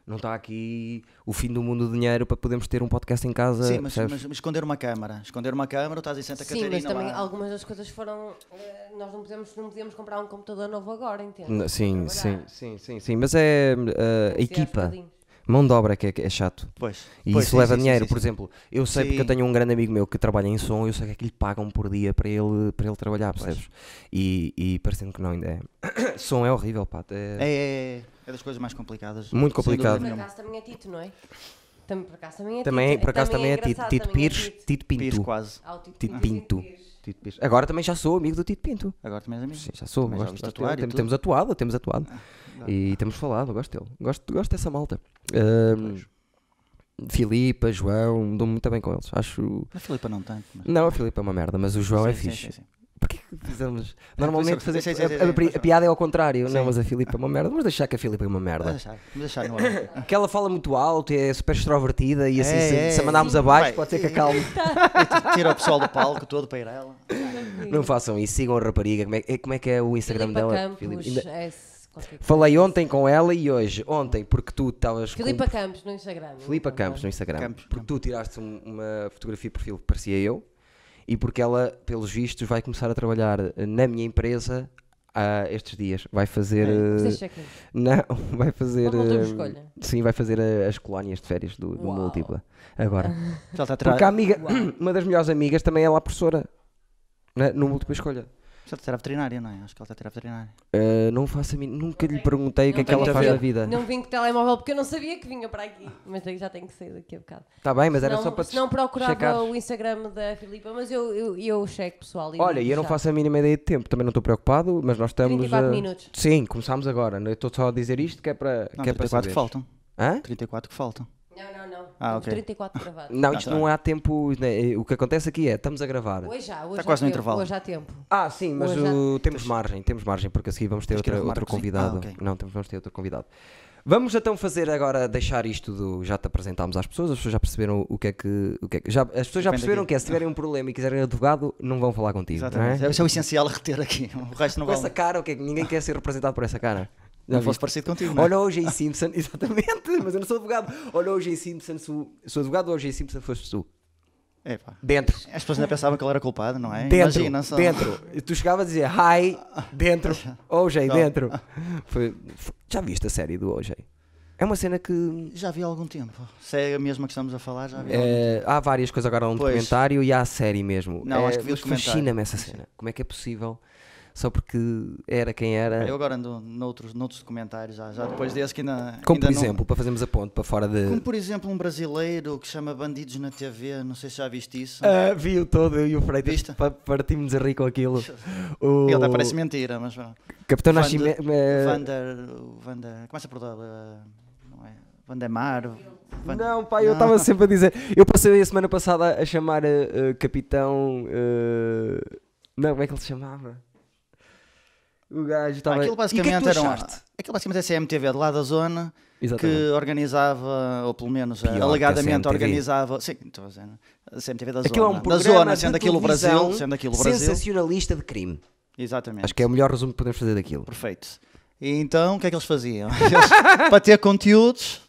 Speaker 1: Não está aqui o fim do mundo do dinheiro para podermos ter um podcast em casa.
Speaker 3: Sim, mas,
Speaker 1: percebes?
Speaker 3: mas esconder uma câmara. Esconder uma câmara, estás em Santa
Speaker 2: Sim,
Speaker 3: Catarina.
Speaker 2: mas também
Speaker 3: lá.
Speaker 2: algumas das coisas foram. eh, Nós não podemos, não podíamos comprar um computador novo agora, entende?
Speaker 1: N- Sim,
Speaker 2: Trabalhar.
Speaker 1: sim, sim, sim, sim. Mas é uh, a
Speaker 2: Tem que ser aos
Speaker 1: equipa,
Speaker 2: bocadinhos.
Speaker 1: mão de obra que é, que é chato.
Speaker 3: Pois.
Speaker 1: E
Speaker 3: Pois,
Speaker 1: isso
Speaker 3: sim,
Speaker 1: leva
Speaker 3: sim, sim,
Speaker 1: dinheiro,
Speaker 3: sim,
Speaker 1: por
Speaker 3: sim.
Speaker 1: exemplo. Eu sei porque eu
Speaker 3: Sim.
Speaker 1: tenho um grande amigo meu que trabalha em som, eu sei que é que lhe pagam por dia para ele, para ele trabalhar, percebes? E, e parecendo que não, ainda é. som é horrível, pá. É...
Speaker 3: É, é, é, é das coisas mais complicadas.
Speaker 1: Muito
Speaker 3: sem
Speaker 1: complicado.
Speaker 3: dúvida
Speaker 2: Por
Speaker 3: nenhuma.
Speaker 2: acaso também é Tito, não é? Também, por acaso também é
Speaker 1: Também,
Speaker 2: Tito.
Speaker 1: por acaso também é Tito,
Speaker 2: engraçado,
Speaker 1: Tito
Speaker 2: também é
Speaker 1: Pires,
Speaker 2: Tito.
Speaker 1: Tito
Speaker 3: Pires
Speaker 1: Pinto.
Speaker 3: quase.
Speaker 2: Ah, o Tito
Speaker 1: Tito
Speaker 2: Pires,
Speaker 1: Pinto.
Speaker 2: Pires.
Speaker 1: Tito Pires. Agora também já sou amigo do Tito Pinto.
Speaker 3: Agora também és amigo.
Speaker 1: Sim, já sou,
Speaker 3: Também já
Speaker 1: gosto,
Speaker 3: vos
Speaker 1: gosto
Speaker 3: tatuar
Speaker 1: dele.
Speaker 3: e
Speaker 1: Temos,
Speaker 3: tudo. Ah,
Speaker 1: temos atuado, temos atuado. e temos falado, gosto dele. Gosto, gosto dessa malta. Ahm, Filipa, João, dou muito bem com eles. Acho.
Speaker 3: A Filipa não tanto. Mas...
Speaker 1: Não, a Filipa é uma merda, mas o João é
Speaker 3: Sim, sim,
Speaker 1: fixe.
Speaker 3: sim, sim.
Speaker 1: Porquê que fizemos. Normalmente
Speaker 3: Sim,
Speaker 1: fazer.
Speaker 3: sim, sim,
Speaker 1: a-
Speaker 3: sim,
Speaker 1: a- a,
Speaker 3: sim, sim.
Speaker 1: a piada é ao contrário. Não, mas a Filipa é uma merda. Vamos deixar que a Filipa é uma
Speaker 3: Vamos
Speaker 1: merda.
Speaker 3: deixar, vamos deixar no ar.
Speaker 1: Que ela fala muito alto, é super extrovertida e assim,
Speaker 3: Ah. É,
Speaker 1: se,
Speaker 3: é,
Speaker 1: se a mandarmos
Speaker 3: sim.
Speaker 1: abaixo,
Speaker 3: Vai.
Speaker 1: pode ser que acalme.
Speaker 3: Tira o pessoal do palco todo para ir a ela.
Speaker 1: Não façam isso, sigam a rapariga. Como é, é- como é que é o Instagram
Speaker 2: Filipa
Speaker 1: dela?
Speaker 2: Campos,
Speaker 1: Filipa- ainda-
Speaker 2: é se- qualquer coisa.
Speaker 1: Falei ontem com ela e hoje. Ontem, porque tu estavas com.
Speaker 2: Filipa Campos no Instagram. Então,
Speaker 1: Filipa Campos no Instagram. Porque tu tiraste um- uma fotografia de perfil que parecia eu e porque ela, pelos vistos, vai começar a trabalhar eh, na minha empresa ah, estes dias. Vai fazer. eh,
Speaker 2: Fizeste check-in.
Speaker 1: não, vai fazer.
Speaker 2: Uma outra
Speaker 1: eh,
Speaker 2: escolha.
Speaker 1: Sim, vai fazer eh, as colónias de férias do, do
Speaker 2: Uau.
Speaker 1: Múltipla. Agora.
Speaker 3: Já está a tirar,
Speaker 1: Porque a amiga,
Speaker 2: Uau.
Speaker 1: uma das melhores amigas, também é lá professora. na- no Múltipla Escolha.
Speaker 3: já está a tirar veterinária, não é? Acho que ela está a tirar veterinária.
Speaker 1: Eh, não faço a mim, nunca lhe perguntei o que é
Speaker 2: Não
Speaker 1: que ela
Speaker 2: tenho
Speaker 1: faz na
Speaker 2: tempo.
Speaker 1: vida.
Speaker 2: Não vim com o telemóvel porque eu não sabia que vinha para aqui. Mas daí já tenho que sair daqui a bocado.
Speaker 1: Está Tá bem, mas era
Speaker 2: não,
Speaker 1: só para.
Speaker 2: não procurava
Speaker 1: checares.
Speaker 2: o Instagram da Filipa, mas eu, eu, eu checo pessoal. e
Speaker 1: Olha,
Speaker 2: digo
Speaker 1: e eu não
Speaker 2: já.
Speaker 1: faço a mínima ideia de tempo, também não estou preocupado, mas nós estamos.
Speaker 2: 34
Speaker 1: a-
Speaker 2: minutos.
Speaker 1: Sim, começámos agora. né? Eu estou só a dizer isto que é para.
Speaker 3: Não,
Speaker 1: que é para
Speaker 3: 34 que
Speaker 1: saberes.
Speaker 3: faltam.
Speaker 1: Hã?
Speaker 3: 34 que faltam.
Speaker 2: Não, não, não.
Speaker 3: Ah,
Speaker 2: Temos
Speaker 3: ok.
Speaker 2: 34 gravados.
Speaker 1: Não,
Speaker 3: Ah,
Speaker 1: isto
Speaker 3: tá
Speaker 1: não há tempo. né, O que acontece aqui é, estamos a gravar.
Speaker 2: Hoje já, hoje
Speaker 3: Está
Speaker 2: há
Speaker 3: quase no
Speaker 2: tempo,
Speaker 3: intervalo.
Speaker 2: Hoje há tempo.
Speaker 1: Ah, sim, mas
Speaker 2: Hoje há-
Speaker 1: o- temos margem, temos margem, porque a seguir vamos ter
Speaker 3: Tens que ir
Speaker 1: outra,
Speaker 3: arrumar
Speaker 1: outro
Speaker 3: a cozinha.
Speaker 1: convidado.
Speaker 3: Ah, ok.
Speaker 1: Não, temos- vamos ter outro convidado. Vamos então fazer agora, deixar isto do. Já te apresentámos às pessoas, as pessoas já perceberam o que é que. O que, é que já, as pessoas já
Speaker 3: Depende
Speaker 1: perceberam
Speaker 3: aqui.
Speaker 1: que é, se tiverem um problema e quiserem advogado, não vão falar contigo. não
Speaker 3: Exatamente.
Speaker 1: é?
Speaker 3: Isso é o essencial a reter aqui. O resto não
Speaker 1: Com
Speaker 3: vale.
Speaker 1: essa cara, o que é que ninguém quer ser representado por essa cara? Já
Speaker 3: Não fosse
Speaker 1: viste?
Speaker 3: parecido contigo. não é?
Speaker 1: Olha o O.J. Simpson, exatamente, mas eu não sou advogado. Olha o O.J. Simpson, se o, se o advogado do O.J. Simpson fosse tu,
Speaker 3: Epá.
Speaker 1: dentro.
Speaker 3: As pessoas ainda pensavam que ele era culpado, não é?
Speaker 1: Dentro,
Speaker 3: Imagina só.
Speaker 1: dentro. E Tu chegavas a dizer hi, dentro, OJ,
Speaker 3: Não.
Speaker 1: dentro. Foi- foi- já viste a série do OJ? É uma cena que.
Speaker 3: Já vi há algum tempo. Se é a mesma que estamos a falar, já vi. há algum tempo.
Speaker 1: eh, há várias coisas agora, há um
Speaker 3: Pois.
Speaker 1: documentário e há a série mesmo.
Speaker 3: Não,
Speaker 1: Eh,
Speaker 3: acho que vi o
Speaker 1: mas
Speaker 3: documentário.
Speaker 1: Fascina-me essa cena. Como é que é possível? Só porque era quem
Speaker 3: Eu
Speaker 1: era.
Speaker 3: agora ando noutros, noutros documentários, já, já depois desse que ainda.
Speaker 1: Como
Speaker 3: ainda
Speaker 1: por
Speaker 3: não-
Speaker 1: exemplo, para fazermos a ponte para fora de.
Speaker 3: Como por exemplo um brasileiro que chama Bandidos na TV, não sei se já viste isso.
Speaker 1: Ah, vi-o todo eu e o Freitas
Speaker 3: Viste?
Speaker 1: pa- partimos a rir com aquilo. O
Speaker 3: Ele até parece mentira, mas vá.
Speaker 1: Capitão
Speaker 3: Van de-
Speaker 1: Nascimento. eh,
Speaker 3: Vander. Vander. Começa por. eh, Não é? Vandemar. Van-
Speaker 1: Não, pá, eu estava sempre a dizer. Eu passei a semana passada a chamar eh, eh, Capitão. eh, Não, como é que ele se chamava? O gajo
Speaker 3: Pá,
Speaker 1: estava. e
Speaker 3: Aquilo
Speaker 1: o
Speaker 3: basicamente
Speaker 1: que é que tu
Speaker 3: era um,
Speaker 1: achaste?
Speaker 3: aquilo basicamente é a CMTV de lá da zona
Speaker 1: Exatamente.
Speaker 3: que organizava, ou pelo menos eh,
Speaker 1: Pior que a
Speaker 3: alegadamente
Speaker 1: CMTV.
Speaker 3: organizava. Sim, estou a dizer, né? a CMTV da
Speaker 1: Aquilo é
Speaker 3: zona.
Speaker 1: um
Speaker 3: da
Speaker 1: programa
Speaker 3: zona,
Speaker 1: de
Speaker 3: sendo aquilo o
Speaker 1: televisão
Speaker 3: Brasil. Sendo aquilo o Brasil.
Speaker 1: sensacionalista de crime.
Speaker 3: Exatamente.
Speaker 1: Acho que é o melhor resumo que podemos fazer daquilo.
Speaker 3: Perfeito. E então, o que é que eles faziam? Eles, para ter conteúdos,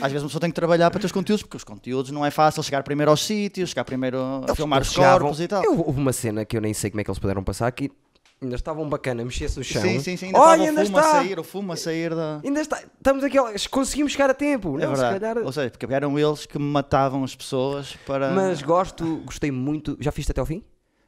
Speaker 3: às vezes uma pessoa tem que trabalhar para ter os conteúdos, porque os conteúdos não é fácil chegar primeiro aos sítios, chegar primeiro a filmar
Speaker 1: Eles
Speaker 3: os
Speaker 1: chegavam-
Speaker 3: corpos e tal.
Speaker 1: Eu, houve uma cena que eu nem sei como é que eles puderam passar aqui. Ainda estavam bacana, mexesse no chão.
Speaker 3: Sim, sim, sim. Ainda
Speaker 1: Olha,
Speaker 3: estava
Speaker 1: ainda
Speaker 3: o fumo
Speaker 1: está!
Speaker 3: a sair, o fumo a sair da.
Speaker 1: Ainda está. Estamos aqui, ó, conseguimos chegar a tempo.
Speaker 3: É
Speaker 1: não,
Speaker 3: verdade.
Speaker 1: se calhar.
Speaker 3: Ou seja, porque eram eles que matavam as pessoas para.
Speaker 1: Mas gosto, gostei muito. Já fizeste até ao fim?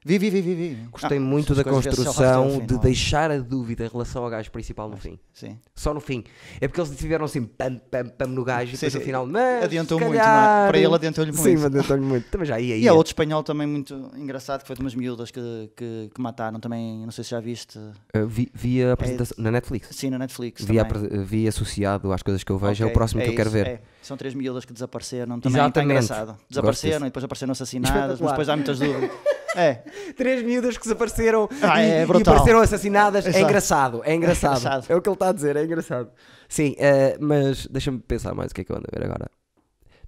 Speaker 3: Vi, vi, vi, vi. vi.
Speaker 1: Gostei
Speaker 3: Ah,
Speaker 1: muito
Speaker 3: as
Speaker 1: da
Speaker 3: coisas vê-se só até ao
Speaker 1: construção
Speaker 3: fim,
Speaker 1: de
Speaker 3: não é?
Speaker 1: deixar a dúvida em relação ao gajo principal no fim.
Speaker 3: Sim.
Speaker 1: Só no fim. É porque eles tiveram assim pam, pam, pam no gajo e
Speaker 3: Sim,
Speaker 1: depois no
Speaker 3: sim.
Speaker 1: final. Mas,
Speaker 3: Adiantou
Speaker 1: se
Speaker 3: muito, não é?
Speaker 1: calhar-
Speaker 3: Para ele adiantou-lhe muito.
Speaker 1: Sim, adiantou-lhe muito. Também já eh, ia.
Speaker 3: E
Speaker 1: ia.
Speaker 3: há outro espanhol também muito engraçado que foi de umas miúdas que, que, que mataram também, não sei se já viste,
Speaker 1: Uh, vi, vi a apresentação na Netflix.
Speaker 3: sim, na Netflix.
Speaker 1: Vi, a
Speaker 3: É também.
Speaker 1: apre- vi associado às coisas que eu vejo. é o
Speaker 3: Ok,
Speaker 1: próximo que eu
Speaker 3: isso,
Speaker 1: quero ver.
Speaker 3: é. São três miúdas que desapareceram. Também está
Speaker 1: Exatamente.
Speaker 3: engraçado.
Speaker 1: Gosto
Speaker 3: Desapareceram
Speaker 1: disso.
Speaker 3: e depois apareceram assassinadas,
Speaker 1: Espetacular.
Speaker 3: mas depois há muitas dúvidas. é,
Speaker 1: Três miúdas que desapareceram
Speaker 3: Ah,
Speaker 1: e,
Speaker 3: é
Speaker 1: e
Speaker 3: brutal.
Speaker 1: apareceram assassinadas. É
Speaker 3: Exato.
Speaker 1: engraçado, é engraçado. É,
Speaker 3: engraçado.
Speaker 1: o que ele está a dizer, é engraçado. Sim, eh, mas deixa-me pensar mais o que é que eu ando a ver agora.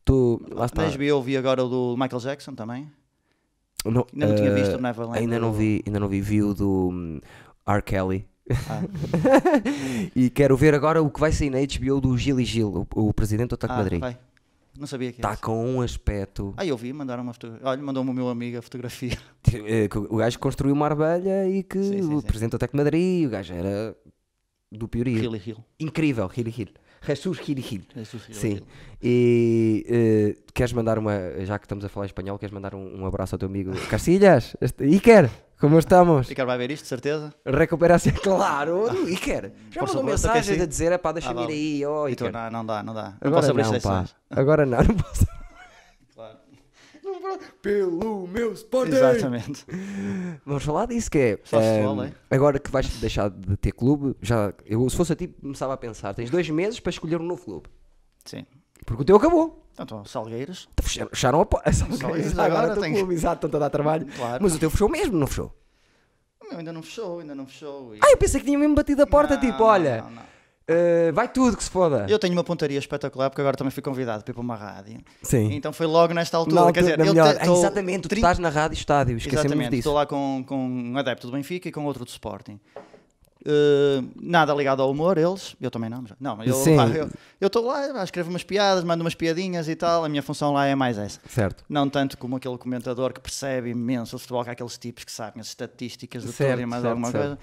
Speaker 1: Tu, lá está.
Speaker 3: na HBO vi agora o do Michael Jackson também.
Speaker 1: Não,
Speaker 3: Ainda não é? tinha
Speaker 1: eh,
Speaker 3: visto o Neverland.
Speaker 1: Ainda não vi, ainda não vi, vi o do hum, R. Kelly.
Speaker 3: Ah.
Speaker 1: e quero ver agora o que vai sair na HBO do Gil e Gil, o, o presidente do Ataque
Speaker 3: Ah,
Speaker 1: Madrid.
Speaker 3: vai. Não sabia que era.
Speaker 1: Está com um aspecto.
Speaker 3: Ah, eu vi, mandaram uma fotografia. Olha, mandou-me o meu amigo a fotografia.
Speaker 1: eh, que O gajo construiu uma arbelha e que
Speaker 3: Sim, sim,
Speaker 1: o
Speaker 3: sim.
Speaker 1: presidente do Ataque Madrid, o gajo era do piorio.
Speaker 3: Hill e Hill.
Speaker 1: Incrível, Hiri Hiri. Jesus Hiri Hiri.
Speaker 3: Jesus, Hill e
Speaker 1: Sim.
Speaker 3: Hill.
Speaker 1: E eh, queres mandar uma. Já que estamos a falar em espanhol, queres mandar um, um abraço ao teu amigo Cacilhas? Este- Iker, como estamos?
Speaker 3: Ricardo vai ver isto, de certeza?
Speaker 1: Recuperação, claro! Iker, já
Speaker 3: por
Speaker 1: mandou
Speaker 3: favor,
Speaker 1: mensagens
Speaker 3: toquei sim.
Speaker 1: a dizer, pá,
Speaker 3: Ah,
Speaker 1: deixa-me
Speaker 3: vale.
Speaker 1: ir aí, ó
Speaker 3: Então,
Speaker 1: Iker.
Speaker 3: não, não dá, não dá. Não posso
Speaker 1: Oh, Agora
Speaker 3: abrir
Speaker 1: não, pá.
Speaker 3: exceções.
Speaker 1: Agora não, não posso.
Speaker 3: Claro.
Speaker 1: Pelo meu Sporting!
Speaker 3: Exatamente.
Speaker 1: Vamos falar disso que é.
Speaker 3: Só se
Speaker 1: ehm,
Speaker 3: fala, é?
Speaker 1: Agora que vais deixar de ter clube, já, eu, se fosse a ti, começava a pensar: tens dois meses para escolher um novo clube.
Speaker 3: Sim.
Speaker 1: Porque o teu acabou.
Speaker 3: Então, Salgueiros.
Speaker 1: Fecharam, fecharam a porta.
Speaker 3: isso, agora
Speaker 1: agora estou
Speaker 3: tem
Speaker 1: com
Speaker 3: que-
Speaker 1: o amizade, estão a dar trabalho.
Speaker 3: Claro.
Speaker 1: Mas o teu fechou mesmo, não fechou?
Speaker 3: Meu, ainda não fechou, ainda não fechou. E-
Speaker 1: Ah, eu pensei que tinha mesmo batido a porta,
Speaker 3: Não,
Speaker 1: tipo,
Speaker 3: não,
Speaker 1: olha,
Speaker 3: não, não.
Speaker 1: eh, vai tudo que se foda.
Speaker 3: Eu tenho uma pontaria espetacular porque agora também fui convidado para ir para uma rádio.
Speaker 1: Sim.
Speaker 3: Então foi logo nesta altura.
Speaker 1: Na
Speaker 3: quer
Speaker 1: altura-
Speaker 3: dizer,
Speaker 1: na
Speaker 3: eu
Speaker 1: melhor-
Speaker 3: te-
Speaker 1: Ah,
Speaker 3: tô-
Speaker 1: exatamente, tu
Speaker 3: 30
Speaker 1: estás na rádio estádio, esquecemos
Speaker 3: Exatamente,
Speaker 1: disso.
Speaker 3: estou lá com, com um adepto do Benfica e com outro do Sporting. Eh, nada ligado ao humor, eles. Eu também não. mas- Não, mas eu
Speaker 1: Sim.
Speaker 3: pá, eu- eu estou lá, pá, escrevo umas piadas, mando umas piadinhas e tal. A minha função lá é mais essa.
Speaker 1: Certo.
Speaker 3: Não tanto como aquele comentador que percebe imenso o futebol, que há aqueles tipos que sabem as estatísticas de
Speaker 1: Certo,
Speaker 3: tudo e mais
Speaker 1: certo,
Speaker 3: alguma
Speaker 1: certo.
Speaker 3: coisa.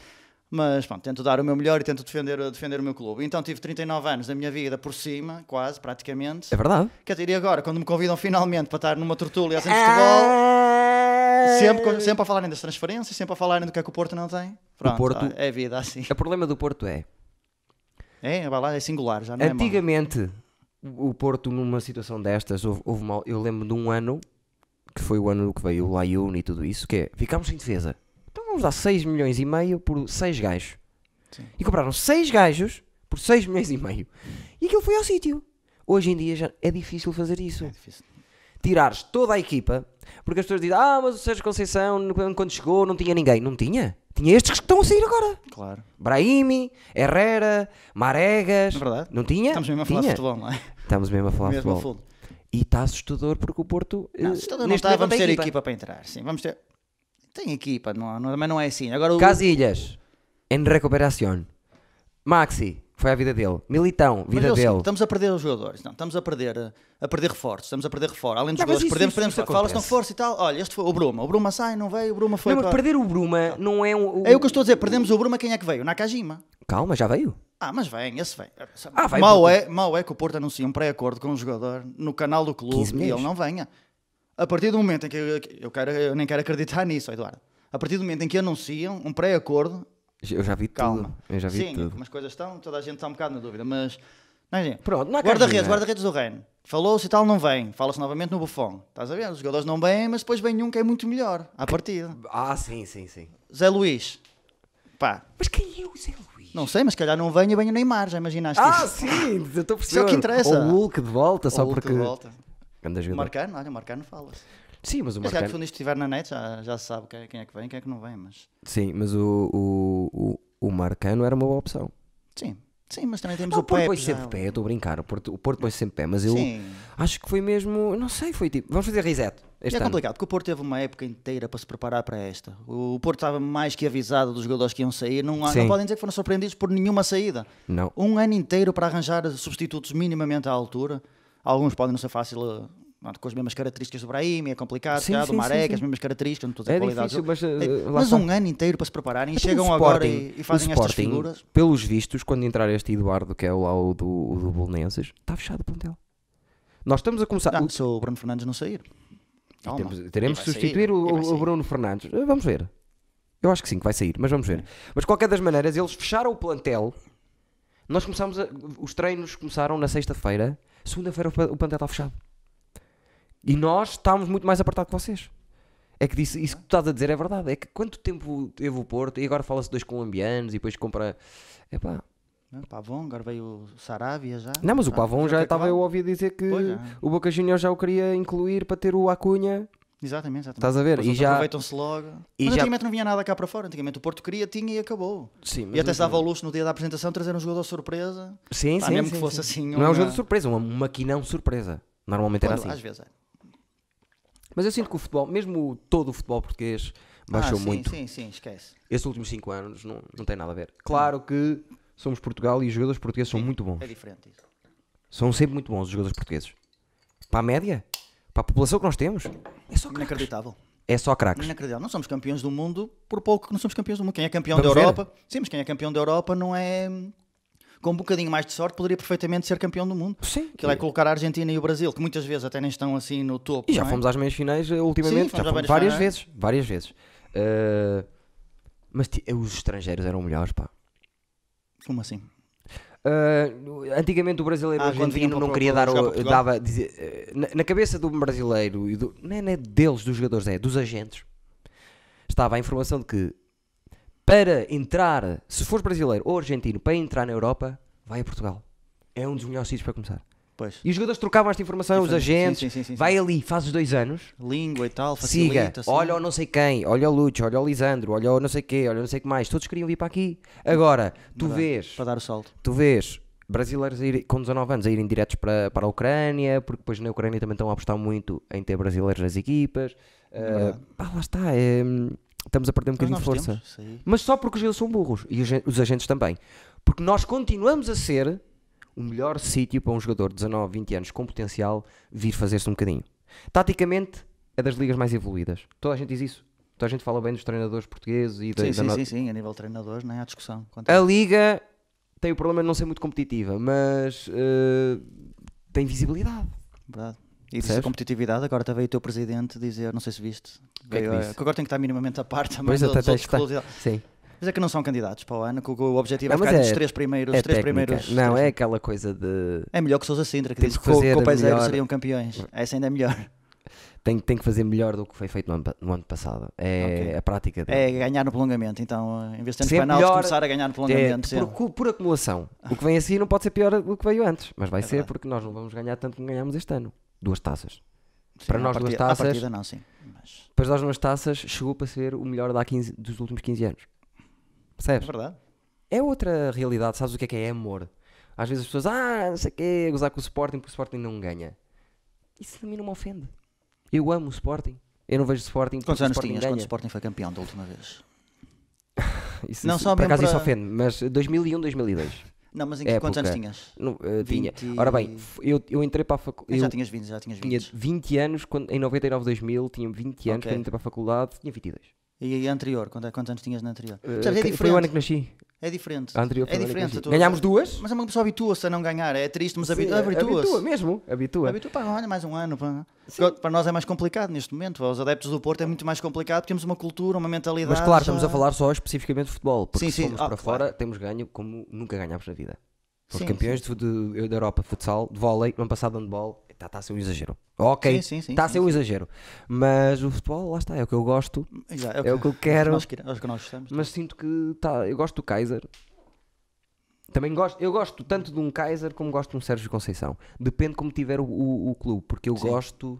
Speaker 3: Mas pronto, tento dar o meu melhor e tento defender, defender o meu clube. Então tive 39 anos da minha vida por cima, quase, praticamente.
Speaker 1: É verdade.
Speaker 3: Quer dizer, e agora, quando me convidam finalmente para estar numa tertúlia assim de futebol,
Speaker 1: Ah,
Speaker 3: sempre, com- sempre a falarem das transferências, sempre a falarem do que é que o Porto não tem. Pronto,
Speaker 1: Porto-
Speaker 3: é vida assim.
Speaker 1: O problema do Porto é,
Speaker 3: É, vai lá, é singular, já não é mau.
Speaker 1: antigamente, o Porto numa situação destas, houve, houve mal. Eu lembro de um ano, que foi o ano que veio o Layun e tudo isso, que é, ficámos sem defesa. Então vamos dar 6 milhões e meio por 6 gajos.
Speaker 3: Sim.
Speaker 1: E compraram 6 gajos por 6 milhões e meio. E aquilo foi ao sítio. Hoje em dia já é difícil fazer isso.
Speaker 3: Difícil.
Speaker 1: Tirares toda a equipa, porque as pessoas dizem, ah, mas o Sérgio Conceição, quando quando chegou, não tinha ninguém. Não tinha. Tinha estes que estão a sair agora.
Speaker 3: Claro.
Speaker 1: Brahimi, Herrera, Maregas.
Speaker 3: É verdade.
Speaker 1: Não tinha?
Speaker 3: Estamos mesmo a
Speaker 1: tinha.
Speaker 3: falar de futebol, não é?
Speaker 1: Estamos mesmo a falar de
Speaker 3: Mesmo a
Speaker 1: futebol.
Speaker 3: full.
Speaker 1: E está assustador porque o Porto. eh,
Speaker 3: Não, se toda não
Speaker 1: neste
Speaker 3: está,
Speaker 1: momento é
Speaker 3: vamos
Speaker 1: não
Speaker 3: ter
Speaker 1: tem
Speaker 3: equipa. para entrar. Sim, vamos ter. Tem equipa, não, não, mas não é assim. Agora o.
Speaker 1: Casilhas, em recuperação. Maxi, foi a vida dele. Militão,
Speaker 3: mas
Speaker 1: vida
Speaker 3: é o seguinte,
Speaker 1: dele.
Speaker 3: estamos a perder os jogadores, não, estamos a perder, eh, a perder reforços, estamos a perder reforços. Além dos
Speaker 1: Não, mas
Speaker 3: jogadores que
Speaker 1: isso-
Speaker 3: perdemos,
Speaker 1: isso-
Speaker 3: perdemos
Speaker 1: isso
Speaker 3: reforços. Falas com
Speaker 1: acontece.
Speaker 3: força e tal. Olha, este foi o Bruma. O Bruma sai, não veio, o Bruma foi.
Speaker 1: Não, mas
Speaker 3: para-
Speaker 1: perder o Bruma não é um. o-
Speaker 3: É o que eu estou a dizer, perdemos o Bruma, quem é que veio? Nakajima.
Speaker 1: Calma, já veio.
Speaker 3: Ah, mas vem, esse vem.
Speaker 1: Ah, vai,
Speaker 3: mal,
Speaker 1: porque-
Speaker 3: é, mal é que o Porto anuncie um pré-acordo com um jogador no canal do
Speaker 1: 15
Speaker 3: clube e
Speaker 1: milhões.
Speaker 3: ele não venha. A partir do momento em que. Eu, eu quero, eu nem quero acreditar nisso, Eduardo. A partir do momento em que anunciam um pré-acordo
Speaker 1: Eu já vi
Speaker 3: Calma.
Speaker 1: tudo. Eu já vi
Speaker 3: Sim,
Speaker 1: tudo.
Speaker 3: umas coisas estão, toda a gente está um bocado na dúvida, mas. Não é assim.
Speaker 1: Pronto, não há
Speaker 3: Guarda-redes,
Speaker 1: Cajinha.
Speaker 3: guarda-redes do Reino. Falou-se e tal, não vem. Fala-se novamente no Buffon. Estás a ver? Os jogadores não vêm, mas depois vem um que é muito melhor à partida.
Speaker 1: Ah, sim, sim, sim.
Speaker 3: Zé Luís. Pá,
Speaker 1: Mas quem é o Zé Luís?
Speaker 3: não sei, mas se calhar não vem e vem o Neymar, já imaginaste
Speaker 1: Ah,
Speaker 3: isso?
Speaker 1: sim, eu estou a perceber.
Speaker 3: Isso é o que interessa.
Speaker 1: Ou o Hulk de volta, só
Speaker 3: Ou o que
Speaker 1: porque.
Speaker 3: Volta.
Speaker 1: Grande
Speaker 3: O
Speaker 1: jogador.
Speaker 3: Marcano, olha, o Marcano fala-se.
Speaker 1: Sim, mas o
Speaker 3: Mas já que
Speaker 1: Marcano.
Speaker 3: quando isto estiver na net, já, já se sabe quem é- quem é que vem e quem é que não vem, mas.
Speaker 1: Sim, mas o, o, o, o Marcano era uma boa opção.
Speaker 3: Sim, sim, mas também temos
Speaker 1: Não,
Speaker 3: o
Speaker 1: o Porto
Speaker 3: Pepe.
Speaker 1: põe sempre
Speaker 3: já.
Speaker 1: de pé, eu estou a brincar. O Porto, o Porto põe sempre de pé, mas eu
Speaker 3: Sim.
Speaker 1: acho que foi mesmo. Não sei, foi tipo. Vamos fazer reset.
Speaker 3: E
Speaker 1: Este
Speaker 3: é
Speaker 1: ano.
Speaker 3: complicado, porque o Porto teve uma época inteira para se preparar para esta. O Porto estava mais que avisado dos jogadores que iam sair. Não, há-
Speaker 1: Sim.
Speaker 3: não podem dizer que foram surpreendidos por nenhuma saída.
Speaker 1: Não.
Speaker 3: Um ano inteiro para arranjar substitutos minimamente à altura. Alguns podem não ser fácil, eh, pronto, com as mesmas características do Brahim, é complicado.
Speaker 1: Sim,
Speaker 3: já,
Speaker 1: sim,
Speaker 3: do Maré,
Speaker 1: sim,
Speaker 3: as mesmas características, não estou a dizer
Speaker 1: É
Speaker 3: qualidade.
Speaker 1: difícil, mas, eh,
Speaker 3: Eh,
Speaker 1: lá
Speaker 3: mas
Speaker 1: está.
Speaker 3: um ano inteiro para se prepararem.
Speaker 1: Até
Speaker 3: Chegam
Speaker 1: o
Speaker 3: agora
Speaker 1: Sporting-
Speaker 3: e, e fazem
Speaker 1: o
Speaker 3: estas
Speaker 1: Sporting,
Speaker 3: figuras.
Speaker 1: Pelos vistos, quando entrar este Eduardo, que é lá o do, o do Bolonenses, está fechado o plantel. Nós estamos a começar.
Speaker 3: Não,
Speaker 1: Tá, o-
Speaker 3: se o Bruno Fernandes não sair. Calma.
Speaker 1: temos- teremos
Speaker 3: E
Speaker 1: de
Speaker 3: vai
Speaker 1: substituir
Speaker 3: sair,
Speaker 1: o,
Speaker 3: e vai
Speaker 1: o
Speaker 3: sair.
Speaker 1: Bruno Fernandes. Eh, Vamos ver. Eu acho que sim, que vai sair, mas vamos
Speaker 3: É.
Speaker 1: ver. Mas de qualquer das maneiras, eles fecharam o plantel. Nós começámos a- Os treinos começaram na sexta-feira. Segunda-feira o pla- o plantel está fechado. E nós estávamos muito mais apertados que vocês. É que disse, isso que tu estás a dizer é verdade. É que quanto tempo teve o Porto e agora fala-se dois colombianos e depois compra. Epá,
Speaker 3: Não, Pavon, agora veio o Sarávia já.
Speaker 1: não, mas o
Speaker 3: Ah,
Speaker 1: Pavão já
Speaker 3: quer
Speaker 1: estava
Speaker 3: acabar?
Speaker 1: eu a ouvir dizer que
Speaker 3: Pois é.
Speaker 1: o Boca Juniors já o queria incluir para ter o Acunha.
Speaker 3: Exatamente, exatamente.
Speaker 1: Estás a ver?
Speaker 3: Depois
Speaker 1: E
Speaker 3: eles
Speaker 1: já-
Speaker 3: aproveitam-se logo.
Speaker 1: e
Speaker 3: Mas
Speaker 1: já-
Speaker 3: antigamente não vinha nada cá para fora. Antigamente o Porto queria, tinha e acabou.
Speaker 1: Sim,
Speaker 3: E até se dava ao luxo no dia da apresentação trazer um jogador surpresa.
Speaker 1: Sim,
Speaker 3: Pá,
Speaker 1: sim.
Speaker 3: mesmo que
Speaker 1: sim,
Speaker 3: fosse
Speaker 1: sim.
Speaker 3: assim
Speaker 1: Não é um
Speaker 3: uma-
Speaker 1: jogo de surpresa, um maquinão surpresa. Normalmente era
Speaker 3: Quando-
Speaker 1: assim.
Speaker 3: Às vezes é.
Speaker 1: Mas eu sinto que o futebol, mesmo o- todo o futebol português, baixou
Speaker 3: ah, sim,
Speaker 1: muito.
Speaker 3: Sim, sim, esquece.
Speaker 1: Estes últimos 5 anos não, não tem nada a ver. Claro que somos Portugal e os jogadores portugueses são muito bons.
Speaker 3: É diferente isso.
Speaker 1: São sempre muito bons os jogadores portugueses. Para a média, para a população que nós temos, é só craques.
Speaker 3: Inacreditável.
Speaker 1: É só craques.
Speaker 3: Inacreditável. Não somos campeões do mundo por pouco que não somos campeões do mundo. Quem é campeão
Speaker 1: Vamos
Speaker 3: da
Speaker 1: ver.
Speaker 3: Europa. Sim, mas quem é campeão da Europa não é. Com um bocadinho mais de sorte, poderia perfeitamente ser campeão do mundo.
Speaker 1: Sim.
Speaker 3: Aquilo é colocar a Argentina e o Brasil, que muitas vezes até nem estão assim no topo.
Speaker 1: E já
Speaker 3: não é?
Speaker 1: fomos às meias finais eh, ultimamente,
Speaker 3: fomos
Speaker 1: já
Speaker 3: a
Speaker 1: fomos várias
Speaker 3: várias finais.
Speaker 1: vezes, várias vezes. Eh, mas ti- eh, os estrangeiros eram melhores, pá.
Speaker 3: Como assim?
Speaker 1: Eh, antigamente o brasileiro
Speaker 3: Ah, quando vinham
Speaker 1: argentino
Speaker 3: para-
Speaker 1: não
Speaker 3: para-
Speaker 1: queria
Speaker 3: para
Speaker 1: dar
Speaker 3: jogar
Speaker 1: o,
Speaker 3: para Portugal.
Speaker 1: dava dizia, eh, na, na cabeça do brasileiro e do, não, é, não é deles, dos jogadores, é dos agentes. Estava a informação de que para entrar, se fores brasileiro ou argentino, para entrar na Europa, vai a Portugal. É um dos melhores sítios para começar.
Speaker 3: Pois.
Speaker 1: E os jogadores trocavam esta informação, os
Speaker 3: Sim, sim,
Speaker 1: agentes,
Speaker 3: sim, sim, sim,
Speaker 1: vai ali, fazes dois anos,
Speaker 3: língua e tal, é?
Speaker 1: Siga,
Speaker 3: facilita.
Speaker 1: olha o não sei quem, olha o Lucho, olha o Lisandro, olha o não sei quê, olha o não sei que mais, todos queriam vir para aqui. Agora, tu vês, Um
Speaker 3: Para dar o salto.
Speaker 1: tu vês brasileiros a ir, com 19 anos a irem diretos para, para a Ucrânia, porque depois na Ucrânia também estão a apostar muito em ter brasileiros nas equipas. Ah, pá, lá está, é, hum, estamos a perder um
Speaker 3: Então
Speaker 1: bocadinho de força. Mas só porque os eles são burros e os gen- os agentes também. Porque nós continuamos a ser o melhor sítio para um jogador de 19, 20 anos com potencial vir fazer-se um bocadinho. Taticamente, é das ligas mais evoluídas. Toda a gente diz isso. Toda a gente fala bem dos treinadores portugueses e da,
Speaker 3: Sim,
Speaker 1: da
Speaker 3: sim,
Speaker 1: no-
Speaker 3: sim, sim, a nível de treinadores, não é? Há discussão. Quanto
Speaker 1: A liga tem o problema de não ser muito competitiva, mas eh, tem visibilidade.
Speaker 3: Verdade. E disse
Speaker 1: Percebes?
Speaker 3: a competitividade, agora até veio o teu presidente dizer, não sei se viste,
Speaker 1: que é que
Speaker 3: veio, eh,
Speaker 1: disse?
Speaker 3: que agora tem que estar minimamente à parte também
Speaker 1: Mas
Speaker 3: dos
Speaker 1: até
Speaker 3: outros
Speaker 1: está.
Speaker 3: clubes e tal.
Speaker 1: Sim.
Speaker 3: Mas é que não são candidatos para o ano, que o- o objetivo
Speaker 1: Não,
Speaker 3: é
Speaker 1: mas
Speaker 3: ficar nos
Speaker 1: é-
Speaker 3: três primeiros.
Speaker 1: É
Speaker 3: os três
Speaker 1: técnica.
Speaker 3: primeiros
Speaker 1: Não, é
Speaker 3: três-
Speaker 1: aquela coisa de.
Speaker 3: é melhor que Sousa Sintra, que
Speaker 1: Temos
Speaker 3: disse
Speaker 1: que
Speaker 3: que com
Speaker 1: fazer
Speaker 3: o Paiseiro
Speaker 1: melhor.
Speaker 3: seriam campeões. Essa ainda é melhor.
Speaker 1: tem, tem que fazer melhor do que foi feito no ano, pa- no ano passado. É
Speaker 3: Ok.
Speaker 1: a prática dele.
Speaker 3: É ganhar no prolongamento, então, em vez de
Speaker 1: Sempre
Speaker 3: termos penaltis,
Speaker 1: melhor-
Speaker 3: começar a ganhar no prolongamento.
Speaker 1: É, por,
Speaker 3: sempre.
Speaker 1: cu- por acumulação. O que vem a seguir não pode ser pior do que veio antes,
Speaker 3: É
Speaker 1: mas vai ser porque nós não vamos ganhar tanto como ganhámos este ano. Duas taças.
Speaker 3: Sim,
Speaker 1: para
Speaker 3: à
Speaker 1: nós duas
Speaker 3: partida- à
Speaker 1: taças-
Speaker 3: partida não, sim. Mas,
Speaker 1: Depois das duas taças, chegou para ser o melhor de há 15 dos últimos 15 anos.
Speaker 3: é
Speaker 1: Percebes?
Speaker 3: verdade.
Speaker 1: É outra realidade, sabes o que é que é amor? Às vezes as pessoas, ah, não sei o quê, gozar com o Sporting porque o Sporting não ganha. Isso a mim não me ofende. Eu amo o Sporting. Eu não vejo o Sporting porque
Speaker 3: Quantos
Speaker 1: o
Speaker 3: anos
Speaker 1: Sporting
Speaker 3: tinhas
Speaker 1: ganha.
Speaker 3: quando o Sporting foi campeão da última vez?
Speaker 1: Isso,
Speaker 3: Não,
Speaker 1: isso-
Speaker 3: só
Speaker 1: por
Speaker 3: mesmo
Speaker 1: acaso isso
Speaker 3: para-
Speaker 1: ofende, mas 2001, 2002.
Speaker 3: Não, mas em
Speaker 1: É,
Speaker 3: que quantos anos
Speaker 1: porque-
Speaker 3: tinhas?
Speaker 1: Não, eh, tinha.
Speaker 3: 20
Speaker 1: Ora bem, f- eu, eu entrei para a faculdade.
Speaker 3: já
Speaker 1: Eu
Speaker 3: tinhas 20, já tinhas
Speaker 1: tinha
Speaker 3: 20.
Speaker 1: 20 anos, quando, em 99, 2000, tinha 20 anos,
Speaker 3: Ok.
Speaker 1: quando entrei para a faculdade, tinha 22.
Speaker 3: E a anterior, quanto- é- quantos anos tinhas na anterior?
Speaker 1: Eh,
Speaker 3: Percebes? é
Speaker 1: que-
Speaker 3: diferente.
Speaker 1: foi o ano em que nasci.
Speaker 3: É diferente.
Speaker 1: A anterior foi
Speaker 3: é
Speaker 1: o ano em que
Speaker 3: diferente.
Speaker 1: nasci.
Speaker 3: a tua-
Speaker 1: Ganhámos duas?
Speaker 3: Mas é uma pessoa habitua-se a não ganhar, é triste, mas habi-
Speaker 1: Sim, Habitua
Speaker 3: habitua-se.
Speaker 1: mesmo, habitua.
Speaker 3: Habitua, pá, olha, mais um ano. pá. Porque Para nós é mais complicado neste momento. Aos adeptos do Porto é muito mais complicado porque temos uma cultura, uma mentalidade.
Speaker 1: Mas claro, estamos
Speaker 3: já-
Speaker 1: a falar só especificamente de futebol, porque
Speaker 3: Sim,
Speaker 1: se
Speaker 3: sim.
Speaker 1: formos
Speaker 3: Ah,
Speaker 1: para
Speaker 3: claro.
Speaker 1: fora temos ganho como nunca ganhámos na vida. Os
Speaker 3: Sim,
Speaker 1: campeões de- de- da Europa de futsal, de vôlei, no ano passado de handball, está a ser um exagero. Ok,
Speaker 3: Sim, sim, sim,
Speaker 1: está a
Speaker 3: sim,
Speaker 1: ser um exagero. Mas o futebol, lá está, é o que eu gosto,
Speaker 3: Já,
Speaker 1: é o que eu quero.
Speaker 3: Nós, quer- é o que nós gostamos.
Speaker 1: mas sinto que tá, eu gosto do Kaiser. Também gosto, eu gosto tanto de um Kaiser como gosto de um Sérgio Conceição. Depende como tiver o, o- o clube, porque eu
Speaker 3: Sim.
Speaker 1: gosto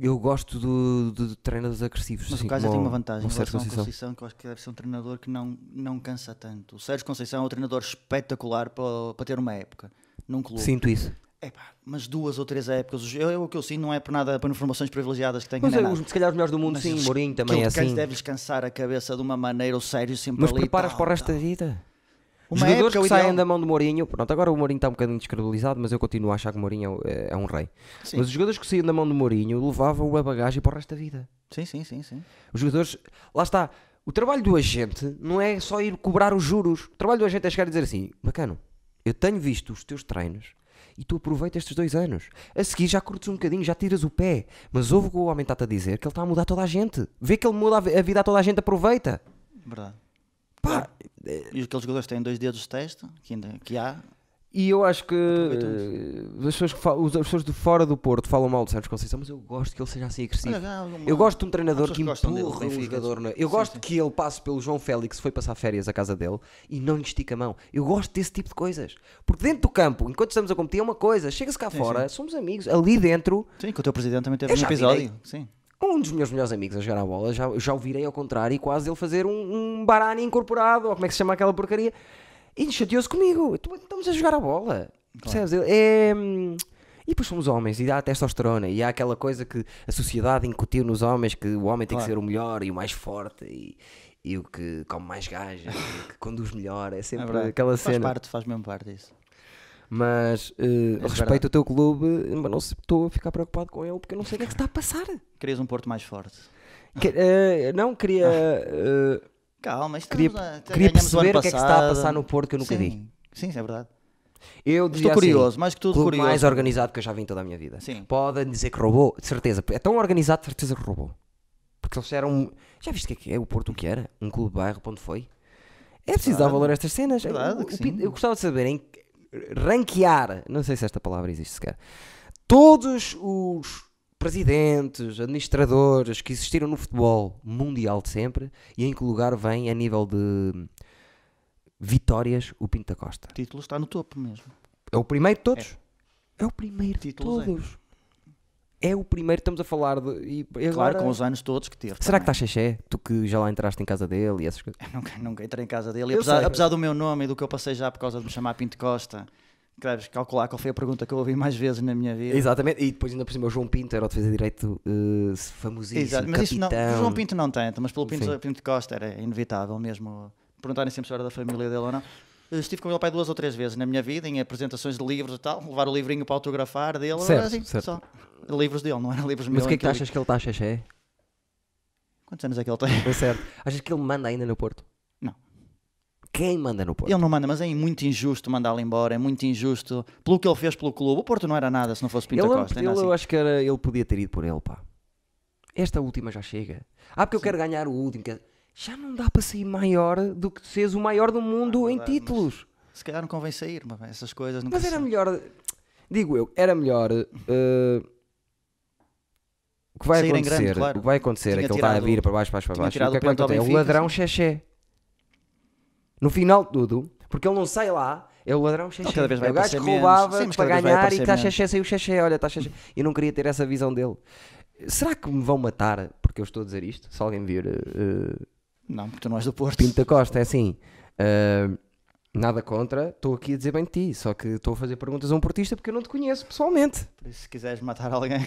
Speaker 1: eu gosto do, do- de treinadores agressivos.
Speaker 3: Mas
Speaker 1: assim,
Speaker 3: o Kaiser
Speaker 1: como
Speaker 3: tem uma
Speaker 1: o- o
Speaker 3: vantagem em
Speaker 1: Sérgio
Speaker 3: relação ao
Speaker 1: Conceição.
Speaker 3: Conceição, que eu acho que deve ser um treinador que não, não cansa tanto. O Sérgio Conceição é um treinador espetacular para, para ter uma época num clube.
Speaker 1: Sinto isso.
Speaker 3: Epá, mas duas ou três épocas. Eu, eu- o que eu sinto não é por nada para informações privilegiadas que tenho
Speaker 1: Mas
Speaker 3: nem
Speaker 1: é,
Speaker 3: nada.
Speaker 1: os, se calhar os melhores do mundo,
Speaker 3: Mas
Speaker 1: sim,
Speaker 3: eles-
Speaker 1: Mourinho
Speaker 3: aquele
Speaker 1: também é
Speaker 3: canso
Speaker 1: assim.
Speaker 3: Deves cansar a cabeça de uma maneira, o sério sempre
Speaker 1: Mas
Speaker 3: ali.
Speaker 1: preparas
Speaker 3: tal,
Speaker 1: para o resto
Speaker 3: tal.
Speaker 1: da vida.
Speaker 3: Uma
Speaker 1: Os jogadores
Speaker 3: época,
Speaker 1: que
Speaker 3: o
Speaker 1: saem
Speaker 3: ideal-
Speaker 1: da mão do Mourinho, pronto, agora o Mourinho está um bocadinho descredibilizado, mas eu continuo a achar que o Mourinho é, é um rei.
Speaker 3: Sim.
Speaker 1: Mas os jogadores que saíam da mão do Mourinho levavam a bagagem para o resto da vida.
Speaker 3: Sim, sim, sim, sim.
Speaker 1: Os jogadores, lá está, o trabalho do agente não é só ir cobrar os juros. O trabalho do agente é chegar e dizer assim: bacano, eu tenho visto os teus treinos e tu aproveitas estes dois anos. A seguir já curtes um bocadinho, já tiras o pé. Mas ouve o que o homem está-te a dizer que ele está a mudar toda a gente. Vê que ele muda a vi- a vida a toda a gente, aproveita.
Speaker 3: Verdade.
Speaker 1: Pá, é-
Speaker 3: E aqueles jogadores que têm dois dedos de teste, que, ainda, que há.
Speaker 1: E eu acho que eh, as pessoas, que fa- os- as pessoas de fora do Porto falam mal de Sérgio Conceição, mas eu gosto que ele seja assim agressivo.
Speaker 3: Olha, há alguma-
Speaker 1: eu gosto de um
Speaker 3: há
Speaker 1: treinador
Speaker 3: pessoas
Speaker 1: que
Speaker 3: que gostam dele,
Speaker 1: empurra
Speaker 3: Benfica,
Speaker 1: um jogador.
Speaker 3: sim.
Speaker 1: na- Eu
Speaker 3: Sim,
Speaker 1: gosto
Speaker 3: sim.
Speaker 1: que ele passe pelo João Félix, que foi passar férias à casa dele e não lhe estica a mão. Eu gosto desse tipo de coisas. Porque dentro do campo, enquanto estamos a competir, é uma coisa. Chega-se cá fora, somos amigos. Ali dentro,
Speaker 3: Sim, que o teu presidente também teve
Speaker 1: Eu
Speaker 3: um
Speaker 1: já
Speaker 3: episódio. Sim. é
Speaker 1: um dos meus melhores amigos a jogar a bola, já, já o virei ao contrário e quase ele fazer um, um barani incorporado, ou como é que se chama aquela porcaria, e chateou-se comigo. Tu- Estamos a jogar a bola. Percebes? Ele É. hum, E depois somos homens, e há a testosterona, e há aquela coisa que a sociedade incutiu nos homens que o homem tem que ser o melhor e o mais forte e, e o que come mais gajas e o que conduz melhor, é
Speaker 3: É
Speaker 1: sempre
Speaker 3: verdade.
Speaker 1: aquela
Speaker 3: faz
Speaker 1: cena.
Speaker 3: parte, É faz mesmo parte disso.
Speaker 1: Mas eh, respeito o teu clube, mas não se- estou a ficar preocupado com ele porque eu não sei o que é que se está a passar.
Speaker 3: Querias um Porto mais forte.
Speaker 1: Que- eh, não, queria.
Speaker 3: Ah.
Speaker 1: eh,
Speaker 3: Calma, isto
Speaker 1: Queria-
Speaker 3: estamos a- até
Speaker 1: queria
Speaker 3: ganhamos ano
Speaker 1: perceber o que é que se está a
Speaker 3: passado.
Speaker 1: passar no Porto que eu nunca
Speaker 3: sim.
Speaker 1: vi.
Speaker 3: Sim, sim, é verdade.
Speaker 1: eu
Speaker 3: Estou
Speaker 1: dizia
Speaker 3: curioso,
Speaker 1: assim,
Speaker 3: mais que tudo
Speaker 1: clube
Speaker 3: curioso.
Speaker 1: mais organizado que eu já vi em toda a minha vida.
Speaker 3: Sim.
Speaker 1: Podem dizer que roubou, de certeza. É tão organizado, de certeza que roubou. Porque eles eram. Já viste o que é que é o Porto o que era? Um clube de bairro, para onde foi? É preciso dar
Speaker 3: Verdade.
Speaker 1: valor a estas cenas.
Speaker 3: Verdade
Speaker 1: eu,
Speaker 3: que
Speaker 1: o
Speaker 3: sim.
Speaker 1: Pito- eu gostava de saber em que- ranquear, não sei se esta palavra existe sequer, todos os presidentes, administradores que existiram no futebol mundial de sempre e em que lugar vem a nível de vitórias o Pinto da Costa.
Speaker 3: O título está no topo mesmo.
Speaker 1: É o primeiro de todos? É, o primeiro de
Speaker 3: Títulos é.
Speaker 1: todos. É. o primeiro, estamos a falar de. e- e agora-
Speaker 3: Claro, com os anos todos que teve.
Speaker 1: Será que
Speaker 3: também.
Speaker 1: estás xexé? Tu que já lá entraste em casa dele e essas coisas.
Speaker 3: Nunca, nunca entrei em casa dele.
Speaker 1: Eu
Speaker 3: Apesar,
Speaker 1: sei.
Speaker 3: apesar do meu nome e do que eu passei já por causa de me chamar Pinto Costa, que deves calcular qual foi a pergunta que eu ouvi mais vezes na minha vida.
Speaker 1: Exatamente, e depois ainda por cima o João Pinto era o defesa direito eh, famosíssimo,
Speaker 3: Exato, Mas isso
Speaker 1: capitão.
Speaker 3: não, o João Pinto não tanto, mas pelo
Speaker 1: Sim.
Speaker 3: Pinto, Pinto Costa era inevitável mesmo. Perguntarem sempre se eu era da família dele ou não. Eu Estive com ele pai duas ou três vezes na minha vida, em apresentações de livros e tal, levar o livrinho para autografar dele,
Speaker 1: Certo,
Speaker 3: assim,
Speaker 1: certo.
Speaker 3: só. Livros dele, não eram livros
Speaker 1: Mas
Speaker 3: meus.
Speaker 1: o que é que tu
Speaker 3: eu-
Speaker 1: achas que ele está xexé?
Speaker 3: Quantos anos é que ele tem?
Speaker 1: É certo. Achas que ele manda ainda no Porto?
Speaker 3: Não.
Speaker 1: Quem manda no Porto?
Speaker 3: Ele não manda, mas é muito injusto mandá-lo embora, é muito injusto. Pelo que ele fez pelo clube, o Porto não era nada se não fosse Pinto
Speaker 1: Ele não-
Speaker 3: Costa.
Speaker 1: ele-
Speaker 3: ainda assim.
Speaker 1: Eu acho que era, ele podia ter ido por ele, pá. Esta última já chega. Ah, porque eu quero ganhar o último. quer- Já não dá para sair maior do que seres o maior do mundo em
Speaker 3: verdade, Ah, mas-
Speaker 1: títulos.
Speaker 3: Se calhar não convém sair, mas essas coisas nunca
Speaker 1: Mas
Speaker 3: se
Speaker 1: era
Speaker 3: sabe.
Speaker 1: melhor, digo eu, era melhor eh, O que vai
Speaker 3: sair em
Speaker 1: acontecer,
Speaker 3: grande, claro.
Speaker 1: o que vai acontecer é
Speaker 3: Tinha
Speaker 1: que ele está a
Speaker 3: tirado-
Speaker 1: vir para baixo, para baixo, para
Speaker 3: tinha
Speaker 1: baixo. E
Speaker 3: tirado
Speaker 1: o que é
Speaker 3: o
Speaker 1: que vai
Speaker 3: pênalti
Speaker 1: acontecer?
Speaker 3: ao
Speaker 1: É o
Speaker 3: Benfica,
Speaker 1: ladrão
Speaker 3: sim.
Speaker 1: xexé. No final de tudo, porque ele não sai lá, é o ladrão xexé.
Speaker 3: cada vez
Speaker 1: é
Speaker 3: vai
Speaker 1: o gajo que
Speaker 3: aparecer menos.
Speaker 1: roubava
Speaker 3: Sim, mas
Speaker 1: para
Speaker 3: cada vez vai
Speaker 1: ganhar e
Speaker 3: aparecer
Speaker 1: está
Speaker 3: menos.
Speaker 1: xexé, saiu xexé, olha, está xexé. Eu não queria ter essa visão dele. Será que me vão matar porque eu estou a dizer isto? Se alguém vir... eh, eh,
Speaker 3: Não, porque tu não és do Porto.
Speaker 1: Pinto da Costa, é assim. ah, nada contra, estou aqui a dizer bem de ti, só que estou a fazer perguntas a um portista porque eu não te conheço pessoalmente.
Speaker 3: Por isso, se quiseres matar alguém,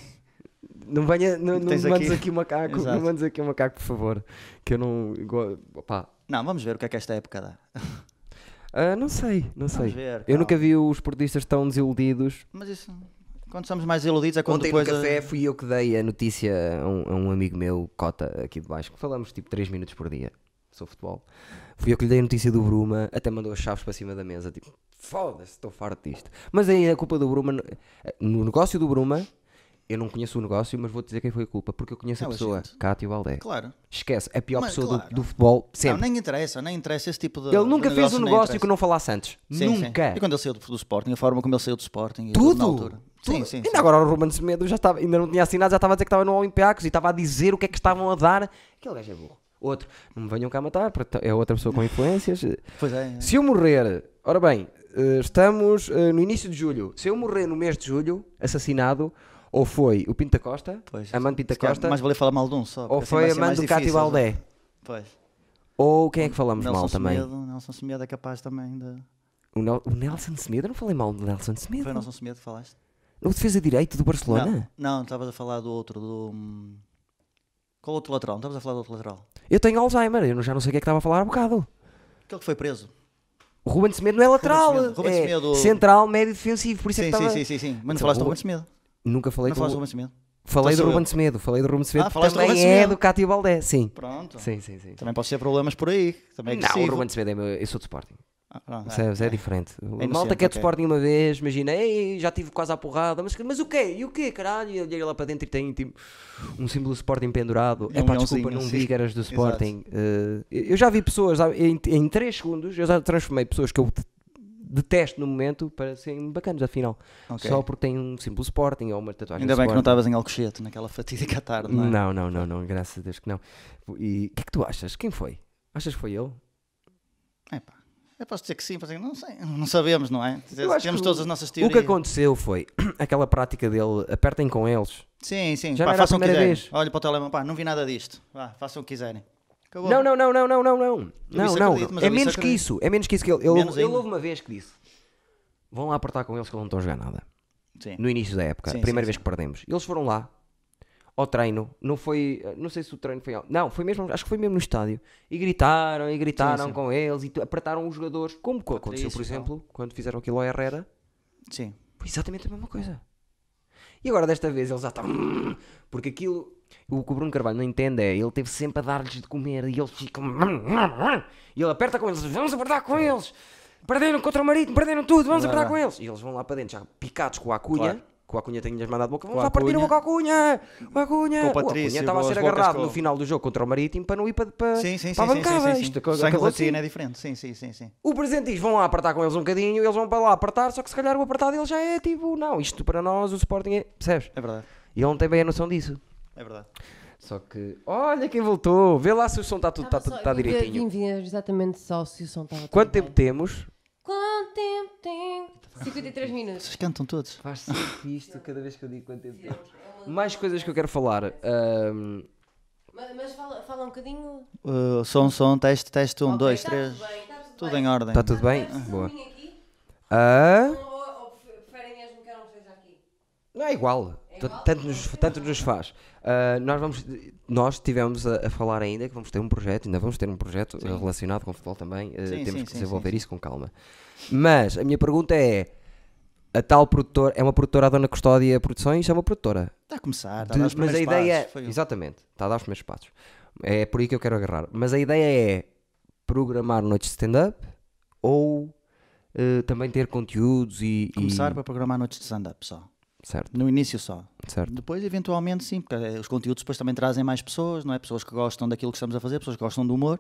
Speaker 1: Não venha, não, não
Speaker 3: Tens
Speaker 1: me mandes
Speaker 3: aqui-
Speaker 1: aqui o macaco, não
Speaker 3: Exato.
Speaker 1: me mandes aqui o macaco, por favor. Que eu não. go- Pá.
Speaker 3: não, vamos ver o que é que esta época dá.
Speaker 1: Ah, não sei, não sei.
Speaker 3: ver,
Speaker 1: eu
Speaker 3: calma.
Speaker 1: nunca vi os portistas tão desiludidos.
Speaker 3: Mas isso, quando somos mais iludidos, é quando
Speaker 1: Ontem
Speaker 3: depois.
Speaker 1: no
Speaker 3: a-
Speaker 1: café fui eu que dei a notícia a um, a um amigo meu, Cota, aqui de baixo, que falamos tipo 3 minutos por dia sobre futebol. Fui eu que lhe dei a notícia do Bruma, até mandou as chaves para cima da mesa, tipo, foda-se, estou farto disto. Mas aí a culpa do Bruma, no- no negócio do Bruma, eu não conheço o negócio, mas vou dizer quem foi a culpa, porque eu conheço a
Speaker 3: Não, a
Speaker 1: pessoa,
Speaker 3: gente.
Speaker 1: Cátio Baldé.
Speaker 3: Claro.
Speaker 1: Esquece, é a pior
Speaker 3: Mas,
Speaker 1: pessoa do-
Speaker 3: claro.
Speaker 1: do, futebol,
Speaker 3: Não,
Speaker 1: sempre.
Speaker 3: nem interessa, nem interessa esse tipo de.
Speaker 1: ele
Speaker 3: de
Speaker 1: nunca fez um
Speaker 3: nem
Speaker 1: negócio que
Speaker 3: interessa.
Speaker 1: não falasse antes.
Speaker 3: Sim, sim.
Speaker 1: nunca.
Speaker 3: E quando ele saiu do, do Sporting, a forma como ele saiu do Sporting. e na
Speaker 1: Tudo!
Speaker 3: altura.
Speaker 1: Tudo.
Speaker 3: Sim, sim.
Speaker 1: Ainda
Speaker 3: sim.
Speaker 1: agora o Ruben Semedo já estava, ainda não tinha assinado, já estava a dizer que estava no Olympiacos e estava a dizer o que é que estavam a dar. Aquele gajo é burro. Outro, não me venham cá matar, porque é outra pessoa com influências.
Speaker 3: Pois é.
Speaker 1: Se eu morrer, ora bem, eh, estamos eh, no início de julho. Se eu morrer no mês de julho, assassinado, ou foi o Pinta Costa,
Speaker 3: Pois,
Speaker 1: a mãe de Pinta
Speaker 3: se calhar
Speaker 1: Costa,
Speaker 3: Mais valia falar mal de um só. porque
Speaker 1: ou
Speaker 3: assim
Speaker 1: foi
Speaker 3: vai
Speaker 1: a
Speaker 3: ser
Speaker 1: mãe
Speaker 3: mais
Speaker 1: do Cátia
Speaker 3: difícil.
Speaker 1: Baldé,
Speaker 3: Pois.
Speaker 1: ou quem é que falamos mal também?
Speaker 3: Semedo, Nelson Semedo é capaz também de.
Speaker 1: O, Nel- o Nelson Semedo? Eu não falei mal do Nelson Semedo.
Speaker 3: Foi o Nelson Semedo que falaste?
Speaker 1: O defesa direito do Barcelona?
Speaker 3: Não, não, estavas a falar do outro, do. hum, Qual outro lateral? Não estavas a falar do outro lateral.
Speaker 1: Eu tenho Alzheimer, eu não- já não sei o que é que estava a falar há bocado.
Speaker 3: Aquele que foi preso.
Speaker 1: O Ruben Semedo não é lateral,
Speaker 3: Semedo, Ruben
Speaker 1: é
Speaker 3: Semedo-
Speaker 1: central, médio defensivo, por isso é
Speaker 3: Sim,
Speaker 1: que estava...
Speaker 3: sim, sim, sim, sim. Mas
Speaker 1: Então,
Speaker 3: não falaste do
Speaker 1: Ruben-
Speaker 3: Ruben Semedo.
Speaker 1: Nunca falei
Speaker 3: Não
Speaker 1: do...
Speaker 3: falaste do Ruben Semedo.
Speaker 1: Falei do
Speaker 3: Então sou
Speaker 1: Ruben
Speaker 3: eu.
Speaker 1: Semedo, falei do Ruben Semedo,
Speaker 3: Ah,
Speaker 1: que também
Speaker 3: falaste do Ruben
Speaker 1: é
Speaker 3: Semedo.
Speaker 1: do Cátia Baldé, sim.
Speaker 3: Pronto.
Speaker 1: Sim, sim, sim.
Speaker 3: Também pode ser problemas por aí. que Também é
Speaker 1: Não, o
Speaker 3: agressivo.
Speaker 1: Ruben Semedo é meu... eu sou de Sporting.
Speaker 3: Ah, pronto,
Speaker 1: Isso é,
Speaker 3: é.
Speaker 1: isso é diferente. O
Speaker 3: inocente,
Speaker 1: malta que é de
Speaker 3: ok.
Speaker 1: Sporting uma vez, imagina, "Ei, já tive quase à porrada, mas, mas o quê? E o quê, caralho? E ele olha lá para dentro e tem tipo, um símbolo do Sporting pendurado.
Speaker 3: E
Speaker 1: É
Speaker 3: um
Speaker 1: pá, desculpa,
Speaker 3: leãozinho,
Speaker 1: não
Speaker 3: sim.
Speaker 1: vi que eras do
Speaker 3: Exato.
Speaker 1: Sporting. Eh, eu já vi pessoas, sabe, em, em 3 segundos, eu já transformei pessoas que eu de- detesto no momento para serem bacanas, afinal.
Speaker 3: Ok.
Speaker 1: Só porque tem um símbolo Sporting ou uma tatuagem
Speaker 3: Ainda bem que
Speaker 1: Sporting.
Speaker 3: não estavas em Alcochete naquela fatídica tarde, não é?
Speaker 1: Não, não, não, não, graças a Deus que não. E o que é que tu achas? Quem foi? Achas que foi ele?
Speaker 3: Epá, eu posso dizer que sim, posso dizer que não sei, não sabemos, não é?
Speaker 1: Eu acho
Speaker 3: Temos
Speaker 1: que
Speaker 3: todas as nossas teorias.
Speaker 1: O que aconteceu foi aquela prática dele, apertem com eles.
Speaker 3: Sim, sim,
Speaker 1: Já
Speaker 3: pá,
Speaker 1: não era a
Speaker 3: façam o que
Speaker 1: primeira
Speaker 3: quiserem.
Speaker 1: vez.
Speaker 3: Olha para o telemóvel, pá, não vi nada disto. Vá, façam o que quiserem. Acabou.
Speaker 1: Não, não, não, não, não, não, não.
Speaker 3: Eu
Speaker 1: Não,
Speaker 3: isso
Speaker 1: não.
Speaker 3: acredito, mas
Speaker 1: É
Speaker 3: eu isso
Speaker 1: menos que
Speaker 3: acredito.
Speaker 1: isso. É menos que isso que ele. Ele,
Speaker 3: Menos
Speaker 1: ele
Speaker 3: ainda.
Speaker 1: houve uma vez que disse: vão lá apertar com eles que eles não estão a jogar nada.
Speaker 3: Sim.
Speaker 1: No início da época,
Speaker 3: Sim,
Speaker 1: primeira
Speaker 3: sim,
Speaker 1: vez que perdemos. Eles foram lá ao treino, não foi, não sei se o treino foi, ao- não, foi mesmo, acho que foi mesmo no estádio. E gritaram, e gritaram
Speaker 3: sim.
Speaker 1: com eles e tu- apertaram os jogadores, como co- aconteceu, por
Speaker 3: Patrício,
Speaker 1: exemplo, quando fizeram aquilo ao Herrera.
Speaker 3: Sim.
Speaker 1: Foi exatamente a mesma coisa. E agora desta vez ele já está. Porque aquilo. O que o Bruno Carvalho não entende é ele teve sempre a dar-lhes de comer e eles ficam. hum, E ele aperta com eles, vamos apertar com eles! Perderam contra o marido, perderam tudo, vamos
Speaker 3: Lá,
Speaker 1: apertar
Speaker 3: lá.
Speaker 1: com eles! E eles vão lá para dentro, já picados com a cunha.
Speaker 3: Claro.
Speaker 1: Com a cunha tem-lhes mandado boca, vamos
Speaker 3: Com a
Speaker 1: lá partir o
Speaker 3: Cunha.
Speaker 1: boca à cunha! O Acunha!
Speaker 3: Com o
Speaker 1: O Acunha
Speaker 3: Patrício,
Speaker 1: estava a
Speaker 3: com
Speaker 1: ser
Speaker 3: as bocas
Speaker 1: agarrado
Speaker 3: com-
Speaker 1: no final do jogo contra o marítimo para não ir para, para,
Speaker 3: Sim, sim, sim,
Speaker 1: para a
Speaker 3: sim, sim,
Speaker 1: bancada.
Speaker 3: sim, sim.
Speaker 1: Isto acabou
Speaker 3: Sangue
Speaker 1: assim.
Speaker 3: latina é diferente, sim, sim, sim, sim.
Speaker 1: O presente diz: vão lá apertar com eles um bocadinho, eles vão para lá apertar, só que se calhar o apertar deles já é tipo, não, isto para nós o Sporting é. Percebes?
Speaker 3: É verdade,
Speaker 1: E ele não tem bem a noção disso.
Speaker 3: é verdade.
Speaker 1: Só que, olha quem voltou, vê lá se o som está tudo, está tudo, está
Speaker 2: Vim
Speaker 1: direitinho.
Speaker 2: ver exatamente só se o som estava tudo
Speaker 1: Quanto
Speaker 2: bem.
Speaker 1: tempo temos?
Speaker 2: Quanto tempo tem? 53 minutos.
Speaker 3: Vocês cantam todos.
Speaker 1: Faz sempre isto cada vez que eu digo quanto tempo temos. Mais coisas que eu quero falar. Ahm,
Speaker 2: Mas, mas fala, fala um bocadinho.
Speaker 3: Uh, som, som, teste, teste, um,
Speaker 2: Ok,
Speaker 3: dois,
Speaker 2: tá
Speaker 3: três.
Speaker 2: tudo bem, tá tudo
Speaker 3: Tudo
Speaker 2: bem.
Speaker 3: em ordem.
Speaker 1: está tudo bem?
Speaker 2: Queres
Speaker 1: Boa.
Speaker 2: filminho aqui?
Speaker 1: Ah,
Speaker 2: Ou- Ou, ou preferem mesmo que eu não esteja aqui?
Speaker 1: não é igual. T- Tanto nos, tanto nos faz. Ah, nós vamos, nós tivemos a, a falar ainda que vamos ter um projeto, ainda vamos ter um projeto eh, relacionado com o futebol também. eh,
Speaker 3: Sim,
Speaker 1: temos
Speaker 3: sim,
Speaker 1: que
Speaker 3: sim,
Speaker 1: desenvolver
Speaker 3: sim,
Speaker 1: isso com calma. Mas a minha pergunta é: a tal produtora é uma produtora a Dona Custódia Produções? É uma produtora?
Speaker 3: Está Tá a começar, está
Speaker 1: De-
Speaker 3: a dar os
Speaker 1: mas a
Speaker 3: primeiros
Speaker 1: ideia
Speaker 3: passos, foi
Speaker 1: é.
Speaker 3: o-
Speaker 1: Exatamente, está a dar os primeiros passos. É por aí que eu quero agarrar. Mas a ideia é programar noites de stand-up ou eh, também ter conteúdos e. e-
Speaker 3: Começar para programar noites de stand-up só.
Speaker 1: Certo,
Speaker 3: No início só.
Speaker 1: certo.
Speaker 3: Depois, eventualmente, sim, porque eh, os conteúdos depois também trazem mais pessoas, não é? Pessoas que gostam daquilo que estamos a fazer, pessoas que gostam do humor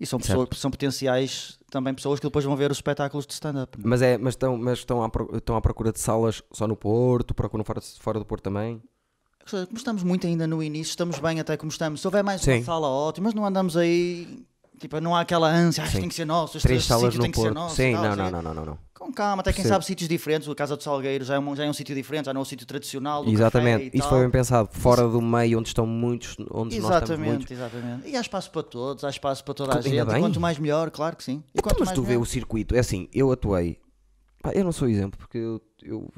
Speaker 3: e são, pessoas, são potenciais também pessoas que depois vão ver os espetáculos de stand-up. não é?
Speaker 1: Mas, é, mas, estão, mas estão, à pro- estão à procura de salas só no Porto, procuram fora, fora do Porto também?
Speaker 3: Ou seja, Como estamos muito ainda no início, estamos bem até como estamos. Se houver mais
Speaker 1: Sim.
Speaker 3: uma sala, ótimo, mas não andamos aí. Tipo, não há aquela ânsia, ah, isto
Speaker 1: Sim.
Speaker 3: tem que ser nosso, este
Speaker 1: Três
Speaker 3: este
Speaker 1: salas
Speaker 3: sítio
Speaker 1: no
Speaker 3: tem que ser
Speaker 1: Porto.
Speaker 3: nosso.
Speaker 1: Sim,
Speaker 3: tal, Um
Speaker 1: não,
Speaker 3: sei
Speaker 1: não, não,
Speaker 3: lá.
Speaker 1: não, não, não.
Speaker 3: Com calma, até quem
Speaker 1: Percebo.
Speaker 3: sabe sítios diferentes. A Casa do Salgueiro já é um, já é um sítio diferente, já não é um sítio tradicional. Do
Speaker 1: Exatamente,
Speaker 3: café
Speaker 1: isso
Speaker 3: e tal.
Speaker 1: foi bem pensado. Fora do meio onde estão muitos, onde nós estamos muitos.
Speaker 3: Exatamente, exatamente. E há espaço para todos, há espaço para toda a
Speaker 1: Ainda
Speaker 3: gente.
Speaker 1: bem.
Speaker 3: E quanto mais melhor, claro que sim. E
Speaker 1: Então,
Speaker 3: quanto
Speaker 1: mas
Speaker 3: mais
Speaker 1: tu vê
Speaker 3: melhor.
Speaker 1: o circuito, é assim, eu atuei. Pá, eu não sou exemplo, porque eu. eu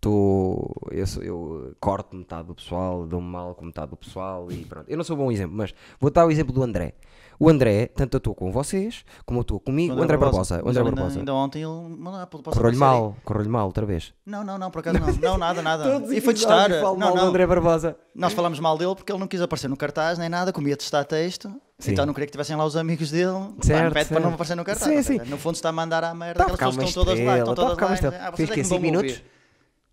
Speaker 1: tô- eu, sou- eu corto metade do pessoal, dou mal com metade do pessoal e pronto. Eu não sou bom exemplo, mas vou dar o exemplo do André. O André, tanto atuou com vocês, como atuou comigo, o André Barbosa. O
Speaker 3: Mas
Speaker 1: André
Speaker 3: ainda-
Speaker 1: Barbosa.
Speaker 3: Ainda ontem ele mandou para para
Speaker 1: Correu-lhe
Speaker 3: a série.
Speaker 1: mal, correu-lhe mal outra vez.
Speaker 3: Não, não, não, por acaso não. Não, nada, nada. e foi testar. Não, não.
Speaker 1: André Barbosa.
Speaker 3: Nós falámos mal dele porque ele não quis aparecer no cartaz nem nada, comia testar texto.
Speaker 1: Sim.
Speaker 3: Então não queria que tivessem lá os amigos dele. Pá,
Speaker 1: Certo,
Speaker 3: pede para
Speaker 1: certo.
Speaker 3: não aparecer no cartaz.
Speaker 1: Sim,
Speaker 3: ou seja,
Speaker 1: sim.
Speaker 3: No fundo está a mandar à merda.
Speaker 1: Estava
Speaker 3: Aquelas
Speaker 1: cá uma
Speaker 3: pessoas que estão todas
Speaker 1: estrela,
Speaker 3: lá, estão
Speaker 1: estava
Speaker 3: todas
Speaker 1: cá
Speaker 3: lá.
Speaker 1: uma
Speaker 3: e dizem,
Speaker 1: estrela.
Speaker 3: "Ah, vocês
Speaker 1: Fez
Speaker 3: é
Speaker 1: que é
Speaker 3: me
Speaker 1: 5
Speaker 3: vão ouvir."
Speaker 1: minutos?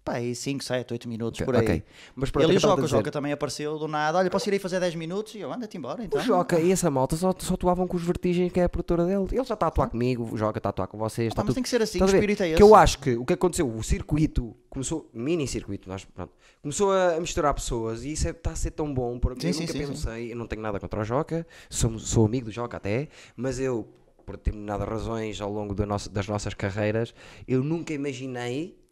Speaker 3: Pá, aí 5, 7, 8 minutos por aí.
Speaker 1: Ok. Mas pronto,
Speaker 3: ele
Speaker 1: é
Speaker 3: e
Speaker 1: que
Speaker 3: o
Speaker 1: eu estava
Speaker 3: Joca,
Speaker 1: a
Speaker 3: o
Speaker 1: dizer.
Speaker 3: Joca também apareceu do nada. Olha, posso ir aí fazer 10 minutos? E eu, anda-te embora então.
Speaker 1: O Joca e essa malta só, só atuavam com os vertigens que é a produtora dele. Ele já está a atuar comigo, o Joca está a atuar com vocês. está
Speaker 3: mas
Speaker 1: tudo-
Speaker 3: tem que ser assim,
Speaker 1: estás a
Speaker 3: que
Speaker 1: ver?
Speaker 3: espírito é
Speaker 1: Que eu
Speaker 3: esse?
Speaker 1: acho que o que aconteceu, o circuito começou, mini circuito, nós, pronto, começou a, a misturar pessoas e isso é- está a ser tão bom porque
Speaker 3: Sim,
Speaker 1: eu
Speaker 3: sim,
Speaker 1: nunca
Speaker 3: sim,
Speaker 1: pensei, eu não tenho nada contra o Joca, sou, sou amigo do Joca até, mas eu, por determinadas razões ao longo da nossa- das nossas carreiras, eu nunca imaginei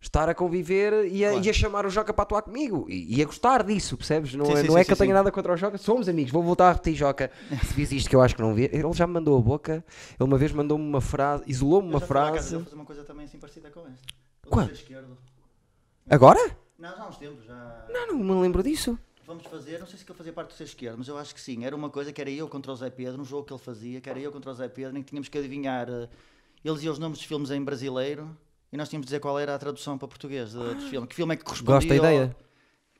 Speaker 1: estar a conviver e a, e a chamar o Joca para atuar comigo e, e a gostar disso, percebes? Não,
Speaker 3: Sim,
Speaker 1: é-
Speaker 3: sim,
Speaker 1: não
Speaker 3: sim,
Speaker 1: é que
Speaker 3: sim,
Speaker 1: eu tenha
Speaker 3: sim.
Speaker 1: nada contra o Joca, somos amigos, vou voltar a repetir Joca, se fiz isto que eu acho que não vi, ele já me mandou a boca, ele uma vez mandou-me uma frase, isolou-me uma
Speaker 3: Eu já fui lá à casa dele
Speaker 1: frase.
Speaker 3: fazer uma coisa também assim parecida com esta. O
Speaker 1: Quando?
Speaker 3: terceiro Esquerdo.
Speaker 1: Agora?
Speaker 3: Não, já há uns tempos, já.
Speaker 1: Ah, não me lembro disso.
Speaker 3: Vamos fazer, não sei se que eu fazia parte do ser esquerdo, mas eu acho que sim. Era uma coisa que era eu contra o Zé Pedro, um jogo que ele fazia, que era eu contra o Zé Pedro, em que tínhamos que adivinhar. eh, Eles iam os nomes dos filmes em brasileiro e nós tínhamos de dizer qual era a tradução para português de- dos filmes. Que filme é que correspondia?
Speaker 1: Gosto da
Speaker 3: ao-
Speaker 1: ideia.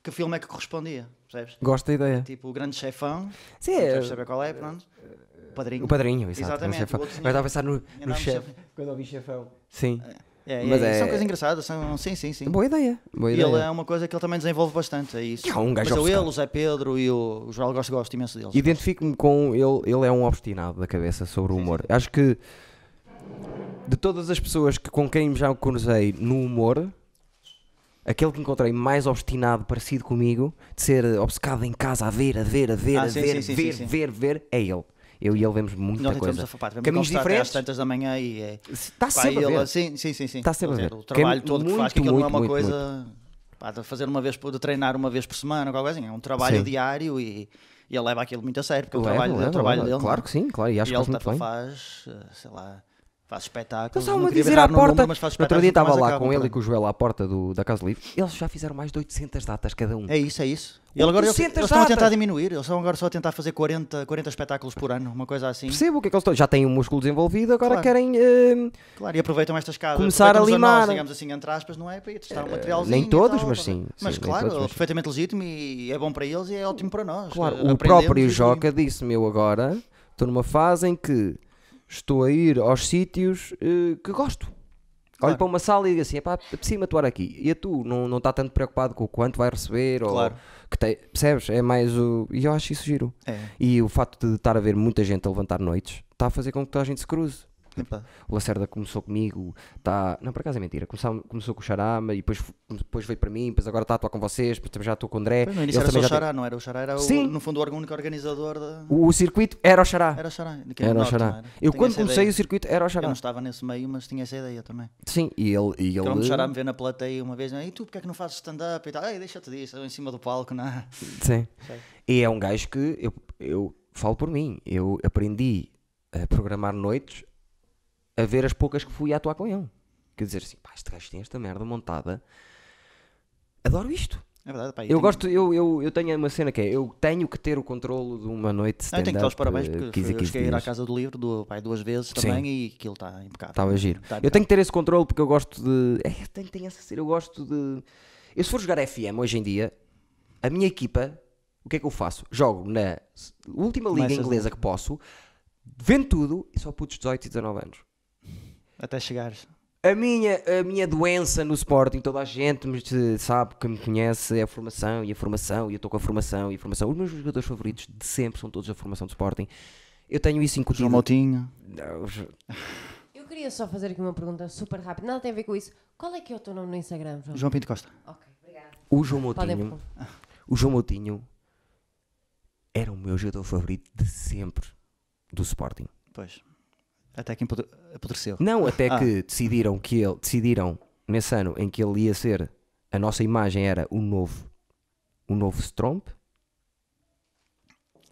Speaker 3: Que filme é que correspondia? Percebes?
Speaker 1: Gosto da ideia.
Speaker 3: Tipo o Grande Chefão.
Speaker 1: Sim,
Speaker 3: não
Speaker 1: é-
Speaker 3: sabes saber qual é, pronto. O Padrinho.
Speaker 1: O padrinho, exato.
Speaker 3: Exatamente,
Speaker 1: Mas eu
Speaker 3: o outro
Speaker 1: estava a pensar no,
Speaker 3: tinha
Speaker 1: no
Speaker 3: nome de
Speaker 1: chefe.
Speaker 3: chefe.
Speaker 1: Quando ouvi chefão. Sim.
Speaker 3: É, é,
Speaker 1: Mas é-
Speaker 3: São coisas engraçadas, são... sim, sim, sim.
Speaker 1: Boa ideia. Boa
Speaker 3: É. E ele
Speaker 1: ideia.
Speaker 3: é uma coisa que ele também desenvolve bastante, é isso.
Speaker 1: E há um gajo
Speaker 3: Mas eu, ele,
Speaker 1: obcecado.
Speaker 3: o Zé Pedro e o, o João gosto, gosto imenso deles.
Speaker 1: Identifico-me com ele, ele é um obstinado da cabeça sobre o humor. Acho que de todas as pessoas que, com quem já cruzei no humor, aquele que encontrei mais obstinado, parecido comigo, de ser obcecado em casa a ver, a ver, a ver,
Speaker 3: Ah,
Speaker 1: a
Speaker 3: sim,
Speaker 1: ver,
Speaker 3: sim, sim,
Speaker 1: ver,
Speaker 3: sim, sim.
Speaker 1: ver, ver, é ele. Eu e ele vemos
Speaker 3: Nós
Speaker 1: muita
Speaker 3: já tivemos
Speaker 1: coisa.
Speaker 3: a fapar, tivemos
Speaker 1: Caminhos
Speaker 3: conversar até às
Speaker 1: diferentes.
Speaker 3: tantas da manhã e é.
Speaker 1: Está
Speaker 3: Pá,
Speaker 1: tá sempre a
Speaker 3: ele,
Speaker 1: ver.
Speaker 3: sim, sim, sim, sim.
Speaker 1: Está sempre a
Speaker 3: Quer dizer,
Speaker 1: ver.
Speaker 3: O
Speaker 1: Quem-
Speaker 3: trabalho todo que faz,
Speaker 1: muito,
Speaker 3: que aquilo não é
Speaker 1: muito,
Speaker 3: uma
Speaker 1: muito,
Speaker 3: coisa pá, de fazer uma vez, por- de treinar uma vez por semana, ou qualquer coisa assim. É um trabalho
Speaker 1: Sim.
Speaker 3: diário e, e ele leva aquilo muito a sério, porque é o
Speaker 1: Leva,
Speaker 3: trabalho, é o
Speaker 1: leva,
Speaker 3: trabalho
Speaker 1: leva.
Speaker 3: dele.
Speaker 1: Claro
Speaker 3: não é?
Speaker 1: que sim, claro, e acho
Speaker 3: e
Speaker 1: que faz
Speaker 3: ele tá-
Speaker 1: muito bem.
Speaker 3: faz, eh, sei lá, faz
Speaker 1: Então
Speaker 3: espetáculos.
Speaker 1: só
Speaker 3: não
Speaker 1: me
Speaker 3: queria
Speaker 1: dizer
Speaker 3: virar
Speaker 1: à
Speaker 3: no mundo,
Speaker 1: porta.
Speaker 3: mas faz
Speaker 1: no outro dia estava
Speaker 3: espetáculos, nunca
Speaker 1: lá
Speaker 3: mais é?
Speaker 1: com
Speaker 3: acabam,
Speaker 1: ele e
Speaker 3: pronto.
Speaker 1: com o Joel à porta do, da Casa Livre. Eles já fizeram mais de 800 datas cada um.
Speaker 3: É isso, é isso. E ele agora eles,
Speaker 1: 800
Speaker 3: eles estão a tentar
Speaker 1: datas.
Speaker 3: diminuir, eles estão agora só a tentar fazer 40, 40 espetáculos por ano, uma coisa assim.
Speaker 1: Percebo o que é que eles estão. Já têm o músculo desenvolvido, agora
Speaker 3: Claro.
Speaker 1: querem. eh,
Speaker 3: Claro, e aproveitam estas casas.
Speaker 1: Começar
Speaker 3: aproveitam-nos
Speaker 1: a
Speaker 3: nós,
Speaker 1: limar. né? Eh,
Speaker 3: digamos assim, entre aspas, não é? Para ir testar o materialzinho.
Speaker 1: nem
Speaker 3: e
Speaker 1: todos,
Speaker 3: tal,
Speaker 1: mas
Speaker 3: para ver.
Speaker 1: sim,
Speaker 3: Mas
Speaker 1: sim, nem
Speaker 3: claro,
Speaker 1: todos, mas sim.
Speaker 3: é perfeitamente legítimo e é bom para eles e é ótimo para nós.
Speaker 1: Claro, o
Speaker 3: Aprendemos
Speaker 1: próprio
Speaker 3: e-
Speaker 1: Joca disse-me: Eu agora estou numa fase em que estou a ir aos sítios eh, que gosto. Olho
Speaker 3: Claro.
Speaker 1: para uma sala e digo assim: pá, apetecia-me atuar aqui. E a tu não, não está tanto preocupado com o quanto vai receber
Speaker 3: Claro.
Speaker 1: ou que tem- percebes? É mais o. E eu acho isso giro.
Speaker 3: É.
Speaker 1: E o facto de estar a ver muita gente a levantar noites está a fazer com que toda a gente se cruze.
Speaker 3: Epá.
Speaker 1: O Lacerda começou comigo, tá... não, por acaso é mentira, começou, começou com o Xarama e depois, depois veio para mim, depois agora está a atuar com vocês, depois também já estou com o André.
Speaker 3: Mas no
Speaker 1: eles
Speaker 3: início era só
Speaker 1: também
Speaker 3: o
Speaker 1: já têm-
Speaker 3: Xará, não era? O Xará era, o-
Speaker 1: Sim.
Speaker 3: no fundo, o único organizador da...
Speaker 1: o, o circuito era o Xará.
Speaker 3: Era o Xará. que
Speaker 1: Era o
Speaker 3: norte,
Speaker 1: Xará.
Speaker 3: não era?
Speaker 1: Eu
Speaker 3: Tinha
Speaker 1: quando
Speaker 3: essa
Speaker 1: comecei
Speaker 3: ideia.
Speaker 1: o circuito era o
Speaker 3: Eu
Speaker 1: Xará.
Speaker 3: não estava nesse meio, mas tinha essa ideia também.
Speaker 1: Sim, e ele. é? E
Speaker 3: Quando o um Xará
Speaker 1: ele...
Speaker 3: me vê na plateia uma vez, e tu, porque é que não fazes stand-up e tal? Ei, deixa-te disso, eu em cima do palco, não. É
Speaker 1: Sim. E é um gajo que eu, eu falo por mim. Eu aprendi a programar noites a ver as poucas que fui a atuar com ele. Quer dizer assim, pá, este gajo tem esta merda montada. Adoro isto.
Speaker 3: É verdade, pá.
Speaker 1: Eu, gosto, eu, eu, eu tenho uma cena que é, eu tenho que ter o controlo de uma noite de
Speaker 3: Ah, eu tenho que dar os
Speaker 1: stand-up,
Speaker 3: parabéns
Speaker 1: eh,
Speaker 3: porque
Speaker 1: 15 a
Speaker 3: eu
Speaker 1: 15
Speaker 3: cheguei a ir à
Speaker 1: dias.
Speaker 3: casa do livro do, pai, duas vezes
Speaker 1: Sim.
Speaker 3: também e aquilo está impecável.
Speaker 1: Estava giro.
Speaker 3: Tá
Speaker 1: eu tenho que ter esse controle porque eu gosto de. É, eu tenho, tenho essa cena, eu gosto de. Eu se for jogar FM hoje em dia, a minha equipa, o que é que eu faço? Jogo na s- última liga
Speaker 3: Começas
Speaker 1: inglesa que posso, vendo tudo e só putos 18 e 19 anos.
Speaker 3: Até chegares.
Speaker 1: A minha, a minha doença no Sporting, toda a gente me, se- sabe que me conhece, é a formação e a formação, e eu estou com a formação e a formação. Os meus jogadores favoritos de sempre são todos a formação do Sporting. Eu tenho isso incutido.
Speaker 3: João Moutinho.
Speaker 1: Não, jo-
Speaker 2: Eu queria só fazer aqui uma pergunta super rápida, nada tem a ver com isso. Qual é que é o teu nome no Instagram, João?
Speaker 3: João Pinto Costa.
Speaker 2: Ok, obrigada.
Speaker 1: O João
Speaker 2: Podem
Speaker 1: Moutinho,
Speaker 2: pôr.
Speaker 1: o João Moutinho era o meu jogador favorito de sempre do Sporting.
Speaker 3: Pois. Até que empotre- apodreceu.
Speaker 1: Não, até
Speaker 3: Ah.
Speaker 1: que decidiram que ele, decidiram nesse ano em que ele ia ser, a nossa imagem era o novo, o novo Stromp.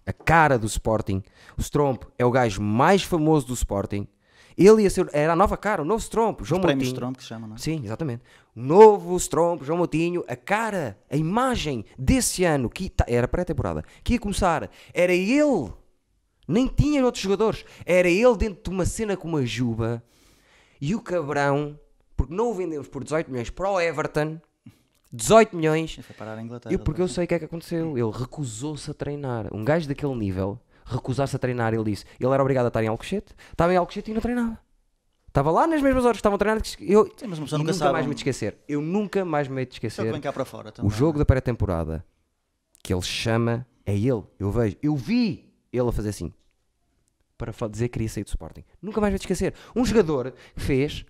Speaker 1: A cara do Sporting. O Stromp é o gajo mais famoso do Sporting. Ele ia ser, era a nova cara, o novo Stromp, João
Speaker 3: Prémios
Speaker 1: Moutinho.
Speaker 3: Trump que se chama, não é?
Speaker 1: Sim, exatamente. O novo Stromp, João Moutinho, a cara, a imagem desse ano, que ta- era pré-temporada, que ia começar, era ele. Nem tinha outros jogadores. Era ele dentro de uma cena com uma juba. E o cabrão, porque não o vendemos por 18 milhões para o Everton, 18 milhões,
Speaker 3: Foi parar à Inglaterra.
Speaker 1: eu, porque eu sei o que é que
Speaker 3: Hum.
Speaker 1: aconteceu. Ele recusou-se a treinar. Um gajo daquele nível, recusar-se a treinar, ele disse. Ele era obrigado a estar em Alcochete, estava em Alcochete e não treinava. Estava lá nas mesmas horas que estavam treinando. Eu
Speaker 3: Sim, mas uma
Speaker 1: e
Speaker 3: pessoa
Speaker 1: nunca
Speaker 3: nunca sabe.
Speaker 1: mais me te esquecer. Eu nunca mais me hei de
Speaker 3: Isso é o que vem
Speaker 1: esquecer.
Speaker 3: cá para fora.
Speaker 1: O
Speaker 3: também,
Speaker 1: jogo
Speaker 3: não é?
Speaker 1: da pré-temporada que ele chama é ele. Eu vejo, eu vi ele a fazer assim para fa- dizer que queria sair do Sporting. Nunca mais me hei de esquecer. Um jogador que fez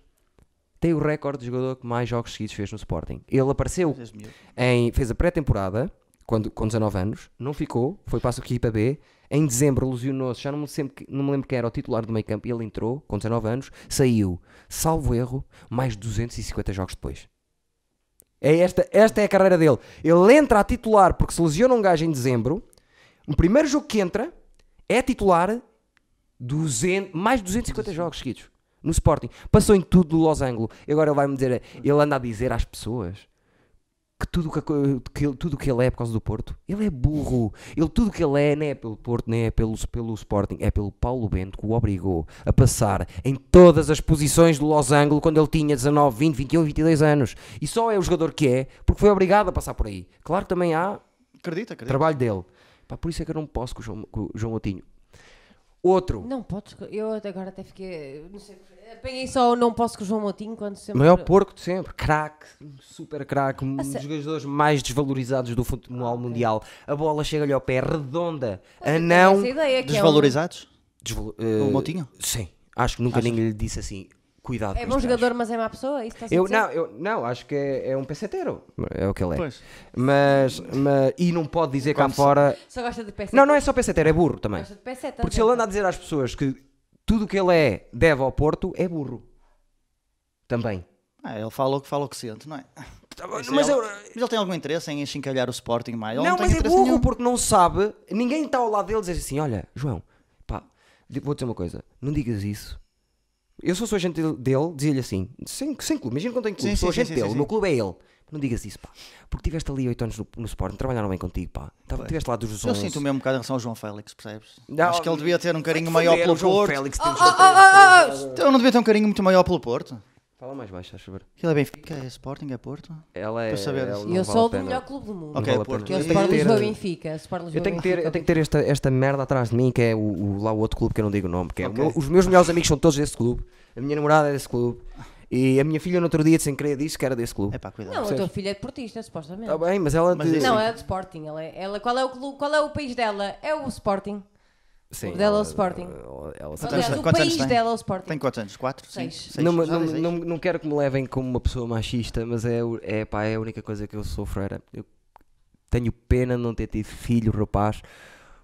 Speaker 1: tem o recorde de jogador que mais jogos seguidos fez no Sporting. Ele apareceu
Speaker 3: é? Desde miúdo.
Speaker 1: em- fez a pré-temporada quando, com 19 anos, não ficou, foi para a sua equipa B. Em dezembro lesionou-se, já não me, sempre, que- não me lembro quem era o titular do meio campo, e ele entrou com 19 anos, saiu, salvo erro, mais 250 jogos depois. É esta, esta é a carreira dele. Ele entra a titular porque se lesiona um gajo em dezembro, o primeiro jogo que entra é titular 200, mais 250 jogos seguidos no Sporting. Passou em tudo do Los Angeles. E agora ele vai-me dizer, ele anda a dizer às pessoas que tudo que a co- que ele- tudo o que ele é por causa do Porto, ele é burro. Ele tudo o que ele é não é pelo Porto, nem é pelo, pelo Sporting, é pelo Paulo Bento que o obrigou a passar em todas as posições do Los Angeles quando ele tinha 19, 20, 21, 22 anos. um, E só é o jogador que é porque foi obrigado a passar por aí. Claro que também há
Speaker 3: Acredita, acredita.
Speaker 1: trabalho dele. Pá, por isso é que eu não posso com o João, com o João Moutinho. Outro.
Speaker 2: Não podes. co- Eu até agora até fiquei. Não sei. Apanhei só o não posso com o João Moutinho quando sempre.
Speaker 1: Maior porco de sempre, craque, super craque, um
Speaker 2: A
Speaker 1: dos
Speaker 2: sé- Ah,
Speaker 1: jogadores mais desvalorizados do futebol mundial. A bola chega-lhe ao pé, é redonda,
Speaker 2: Eu
Speaker 1: a
Speaker 2: tenho
Speaker 1: não.
Speaker 2: essa ideia que é um-
Speaker 3: Desvalorizados?
Speaker 1: Desvalo-
Speaker 3: O
Speaker 1: eh,
Speaker 3: Moutinho?
Speaker 1: Sim, acho que nunca ninguém lhe disse assim. Cuidado.
Speaker 2: É,
Speaker 1: com
Speaker 2: bom
Speaker 1: este
Speaker 2: jogador, mas é má pessoa. Isso está a
Speaker 1: gajo. Eu,
Speaker 2: dizer?
Speaker 1: não, eu, não, acho que é, é um peseteiro. É o que ele é.
Speaker 3: Pois.
Speaker 1: Mas, mas- E não pode dizer cá
Speaker 3: Como se-
Speaker 1: fora.
Speaker 2: Só gosta de peça.
Speaker 1: Não, não é só peseteiro, é burro também.
Speaker 2: Gosta de peça.
Speaker 1: Porque se ele anda a dizer às pessoas que tudo o que ele é deve ao Porto, é burro. Também.
Speaker 3: Ah, ele fala o que fala o que sente, não é? Isso é
Speaker 1: Mas
Speaker 3: ele-
Speaker 1: eu-
Speaker 3: mas ele tem algum interesse em chincalhar o Sporting mais? Ele
Speaker 1: não,
Speaker 3: tem
Speaker 1: mas é
Speaker 3: interesse
Speaker 1: burro
Speaker 3: nenhum.
Speaker 1: porque não sabe. Ninguém está ao lado dele e diz assim: Olha, João, pá, di- vou dizer uma coisa, não digas isso. Eu sou sou agente dele- dele, dizia-lhe assim: sem, sem clube, imagina que não tenho clube,
Speaker 3: Sim,
Speaker 1: sou
Speaker 3: sim,
Speaker 1: agente
Speaker 3: sim, sim,
Speaker 1: dele,
Speaker 3: sim,
Speaker 1: o meu clube é ele. Não digas isso, pá, porque tiveste ali 8 anos no, no Sporting, trabalharam bem contigo, pá. Tava, tiveste lá dos
Speaker 3: Eu
Speaker 1: 11.
Speaker 3: sinto o mesmo um bocado em relação ao João Félix, percebes?
Speaker 1: Não,
Speaker 3: Acho que ele devia ter um carinho
Speaker 1: Vai
Speaker 3: maior
Speaker 1: foder,
Speaker 3: pelo
Speaker 1: o João
Speaker 3: Porto.
Speaker 1: Félix,
Speaker 2: Oh,
Speaker 1: temos
Speaker 2: oh, oh, oh,
Speaker 3: Então não devia ter um carinho muito maior pelo Porto.
Speaker 2: ah.
Speaker 1: Fala mais baixo, estás a ver?
Speaker 3: Aquilo é Benfica, é Sporting, é Porto.
Speaker 1: Ela é.
Speaker 3: Para saber.
Speaker 1: ela
Speaker 3: E
Speaker 2: oh.
Speaker 1: não
Speaker 2: Eu
Speaker 1: vale a
Speaker 2: sou do
Speaker 1: pena.
Speaker 2: melhor clube do mundo.
Speaker 1: Não
Speaker 3: Ok,
Speaker 1: vale a
Speaker 3: Porto.
Speaker 2: Que é o
Speaker 1: pena.
Speaker 2: Sport
Speaker 3: Tem que
Speaker 2: Lisboa
Speaker 3: ter-
Speaker 2: Benfica. Sport Lisboa
Speaker 1: Eu tenho, que ter,
Speaker 2: Benfica.
Speaker 1: eu tenho que ter esta, esta merda atrás de mim, que é o, o- lá o outro clube que eu não digo o nome. Que é o
Speaker 3: Ok.
Speaker 1: meu- os meus melhores amigos são todos desse clube. A minha namorada é desse clube. E a minha filha, no outro dia, sem querer, disse que era desse clube.
Speaker 3: É pá, cuidado.
Speaker 2: Não, a tua
Speaker 1: Percebes?
Speaker 2: filha é deportista, supostamente.
Speaker 1: Está bem, mas ela.
Speaker 3: Mas
Speaker 1: de-
Speaker 3: isso-
Speaker 2: Não, ela é de Sporting. Ela, é- ela, qual, é o clube, qual é o país dela? É o Sporting.
Speaker 1: Sim,
Speaker 2: dela é o Sporting.
Speaker 1: ela- ela-
Speaker 3: Quantos
Speaker 2: Aliás,
Speaker 3: anos-
Speaker 2: o
Speaker 3: quantos
Speaker 2: país
Speaker 3: anos tem?
Speaker 2: dela é o Sporting.
Speaker 3: Tem quantos anos? Quatro?
Speaker 2: Seis.
Speaker 3: Cinco?
Speaker 1: não, mas
Speaker 3: Ah,
Speaker 1: não,
Speaker 3: seis.
Speaker 1: não, não quero que me levem como uma pessoa machista, mas é, o- é, pá, é a única coisa que eu sofro. Era, eu tenho pena de não ter tido filho, rapaz,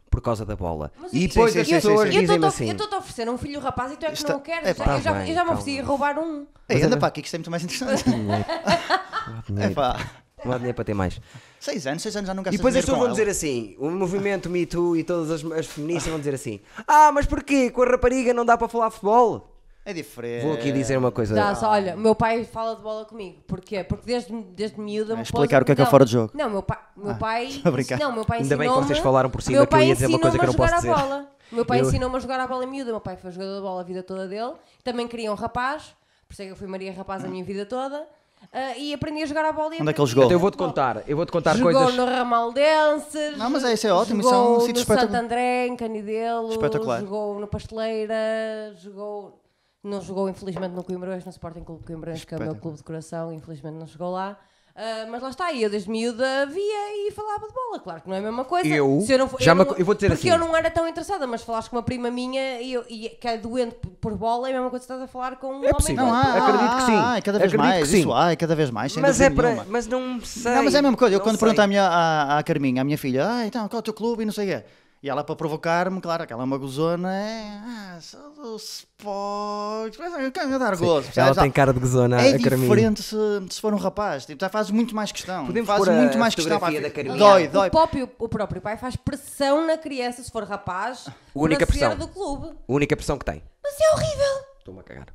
Speaker 1: por causa da bola.
Speaker 2: Mas
Speaker 1: e
Speaker 2: eu-
Speaker 1: depois
Speaker 3: Sim,
Speaker 1: as
Speaker 3: sim, sim,
Speaker 1: pessoas
Speaker 3: sim,
Speaker 2: Eu
Speaker 1: dizem
Speaker 2: estou-te a
Speaker 1: assim.
Speaker 2: of- eu estou-te a oferecer um filho rapaz e tu é que
Speaker 3: Está-
Speaker 2: não o queres.
Speaker 3: é
Speaker 2: Eu já-
Speaker 1: pá,
Speaker 2: eu, já,
Speaker 1: bem,
Speaker 2: eu já me
Speaker 1: calma.
Speaker 2: ofereci a roubar um.
Speaker 3: Ei, anda para aqui que isto é muito mais interessante.
Speaker 1: Não há
Speaker 3: É
Speaker 1: dinheiro,
Speaker 3: pá,
Speaker 1: não há dinheiro para ter mais.
Speaker 3: seis anos, seis anos já nunca
Speaker 1: E depois as pessoas vão dizer assim: o movimento Me Too e todas as, as feministas vão dizer assim: Ah, mas porquê? Com a rapariga não dá para falar futebol?
Speaker 3: É diferente.
Speaker 1: Vou aqui dizer uma coisa.
Speaker 2: Dá, só, olha, o meu pai fala de bola comigo. Porquê? Porque desde, desde miúda. me
Speaker 3: Ah, explicar
Speaker 2: pôs-
Speaker 3: o que é que é
Speaker 2: não,
Speaker 3: fora de jogo.
Speaker 2: Não, meu pai.
Speaker 1: Ah,
Speaker 2: Meu pai
Speaker 3: a brincar.
Speaker 2: não, meu pai
Speaker 1: Ainda bem que
Speaker 2: ensinou-me-
Speaker 1: vocês falaram por cima
Speaker 2: meu
Speaker 1: que eu
Speaker 2: pai
Speaker 1: ia dizer uma coisa que eu não
Speaker 2: ensinou-me a
Speaker 1: posso
Speaker 2: jogar
Speaker 1: dizer.
Speaker 2: à bola. O Meu pai
Speaker 1: Eu-
Speaker 2: ensinou-me a jogar à bola miúda. O Meu pai foi jogador de bola a vida toda dele. Também queria um rapaz. Por isso é que eu fui Maria Rapaz a minha vida toda. Ah, e aprendi a jogar à
Speaker 3: Onde
Speaker 2: bola. e
Speaker 3: é que
Speaker 2: aprendi
Speaker 3: ele
Speaker 2: a
Speaker 3: jogou?
Speaker 1: Então eu
Speaker 2: jogar
Speaker 1: vou-te
Speaker 2: futebol.
Speaker 1: contar, eu vou-te contar
Speaker 2: Jogou
Speaker 1: coisas.
Speaker 2: no Ramaldenses.
Speaker 3: Não, mas é- isso é ótimo, isso é um
Speaker 2: Jogou
Speaker 3: sítio
Speaker 2: no
Speaker 3: espetacular.
Speaker 2: Santo André, em Canidelo.
Speaker 3: Espetacular.
Speaker 2: Jogou no Pasteleira. Jogou... Não jogou, infelizmente, no Coimbrões, no Sporting Clube de Coimbrões, que é o meu clube de coração. Infelizmente não jogou lá. Ah, Ah, mas lá está, aí eu desde miúda via e falava de bola, claro que não é a mesma coisa.
Speaker 1: Eu
Speaker 2: Se eu, não, fo-
Speaker 1: já
Speaker 2: eu,
Speaker 1: me-
Speaker 2: não-
Speaker 1: eu vou dizer
Speaker 2: porque
Speaker 1: assim.
Speaker 2: eu não era tão interessada, mas falaste com uma prima minha e, eu- e que é doente p- por bola, é a mesma coisa que estás a falar com um
Speaker 1: É possível.
Speaker 2: homem.
Speaker 1: Não, há- Acredito que sim.
Speaker 3: há, há, cada vez
Speaker 1: Acredito
Speaker 3: mais.
Speaker 1: que sim.
Speaker 3: Isso há, cada vez mais. Sem
Speaker 1: Mas, é
Speaker 3: dúvida
Speaker 1: para,
Speaker 3: nenhuma.
Speaker 1: mas não sei.
Speaker 3: Não, mas é a mesma coisa. Eu
Speaker 1: não
Speaker 3: quando
Speaker 1: sei.
Speaker 3: pergunto à, minha, à, à Carminha, à minha filha, ah, então qual é o teu clube e não sei o quê. E ela para provocar-me, claro, aquela magozona é. Ah, sou do Sport. Mas eu quero dar gozo.
Speaker 1: Ela
Speaker 3: percebes?
Speaker 1: tem cara de gozona,
Speaker 3: É
Speaker 1: a Carminha.
Speaker 3: diferente se, se for um rapaz. Tipo, já fazes muito mais questão.
Speaker 1: Podemos
Speaker 3: fazes
Speaker 1: pôr a
Speaker 3: muito mais questão.
Speaker 1: fotografia
Speaker 3: pá,
Speaker 1: da Carminha.
Speaker 3: Dói,
Speaker 2: O
Speaker 3: dói.
Speaker 2: próprio, o próprio pai faz pressão na criança, se for rapaz,
Speaker 1: Única
Speaker 2: para ser
Speaker 1: pressão.
Speaker 2: do clube.
Speaker 1: A única pressão que tem.
Speaker 2: Mas é horrível!
Speaker 1: Estou-me a cagar.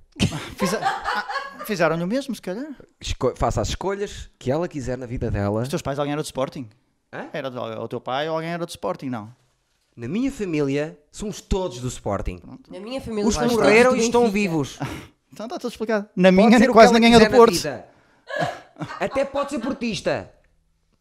Speaker 3: Fize- ah, Fizeram-lhe o mesmo, se calhar.
Speaker 1: Esco- faça as escolhas que ela quiser na vida dela.
Speaker 3: Os teus pais, alguém era do Sporting?
Speaker 1: Hã?
Speaker 3: Era do, ou o teu pai ou alguém era do Sporting, não.
Speaker 1: Na minha família, somos todos do Sporting.
Speaker 2: Na minha família,
Speaker 1: Os que
Speaker 2: somos todos
Speaker 1: morreram
Speaker 2: do
Speaker 1: e estão
Speaker 2: Benfica.
Speaker 1: vivos.
Speaker 3: Então está tudo explicado. Na
Speaker 1: Pode
Speaker 3: minha,
Speaker 1: ser o que
Speaker 3: quase
Speaker 1: ela
Speaker 3: ninguém é do
Speaker 1: quiser na
Speaker 3: Porto.
Speaker 1: vida. Até pode ser portista.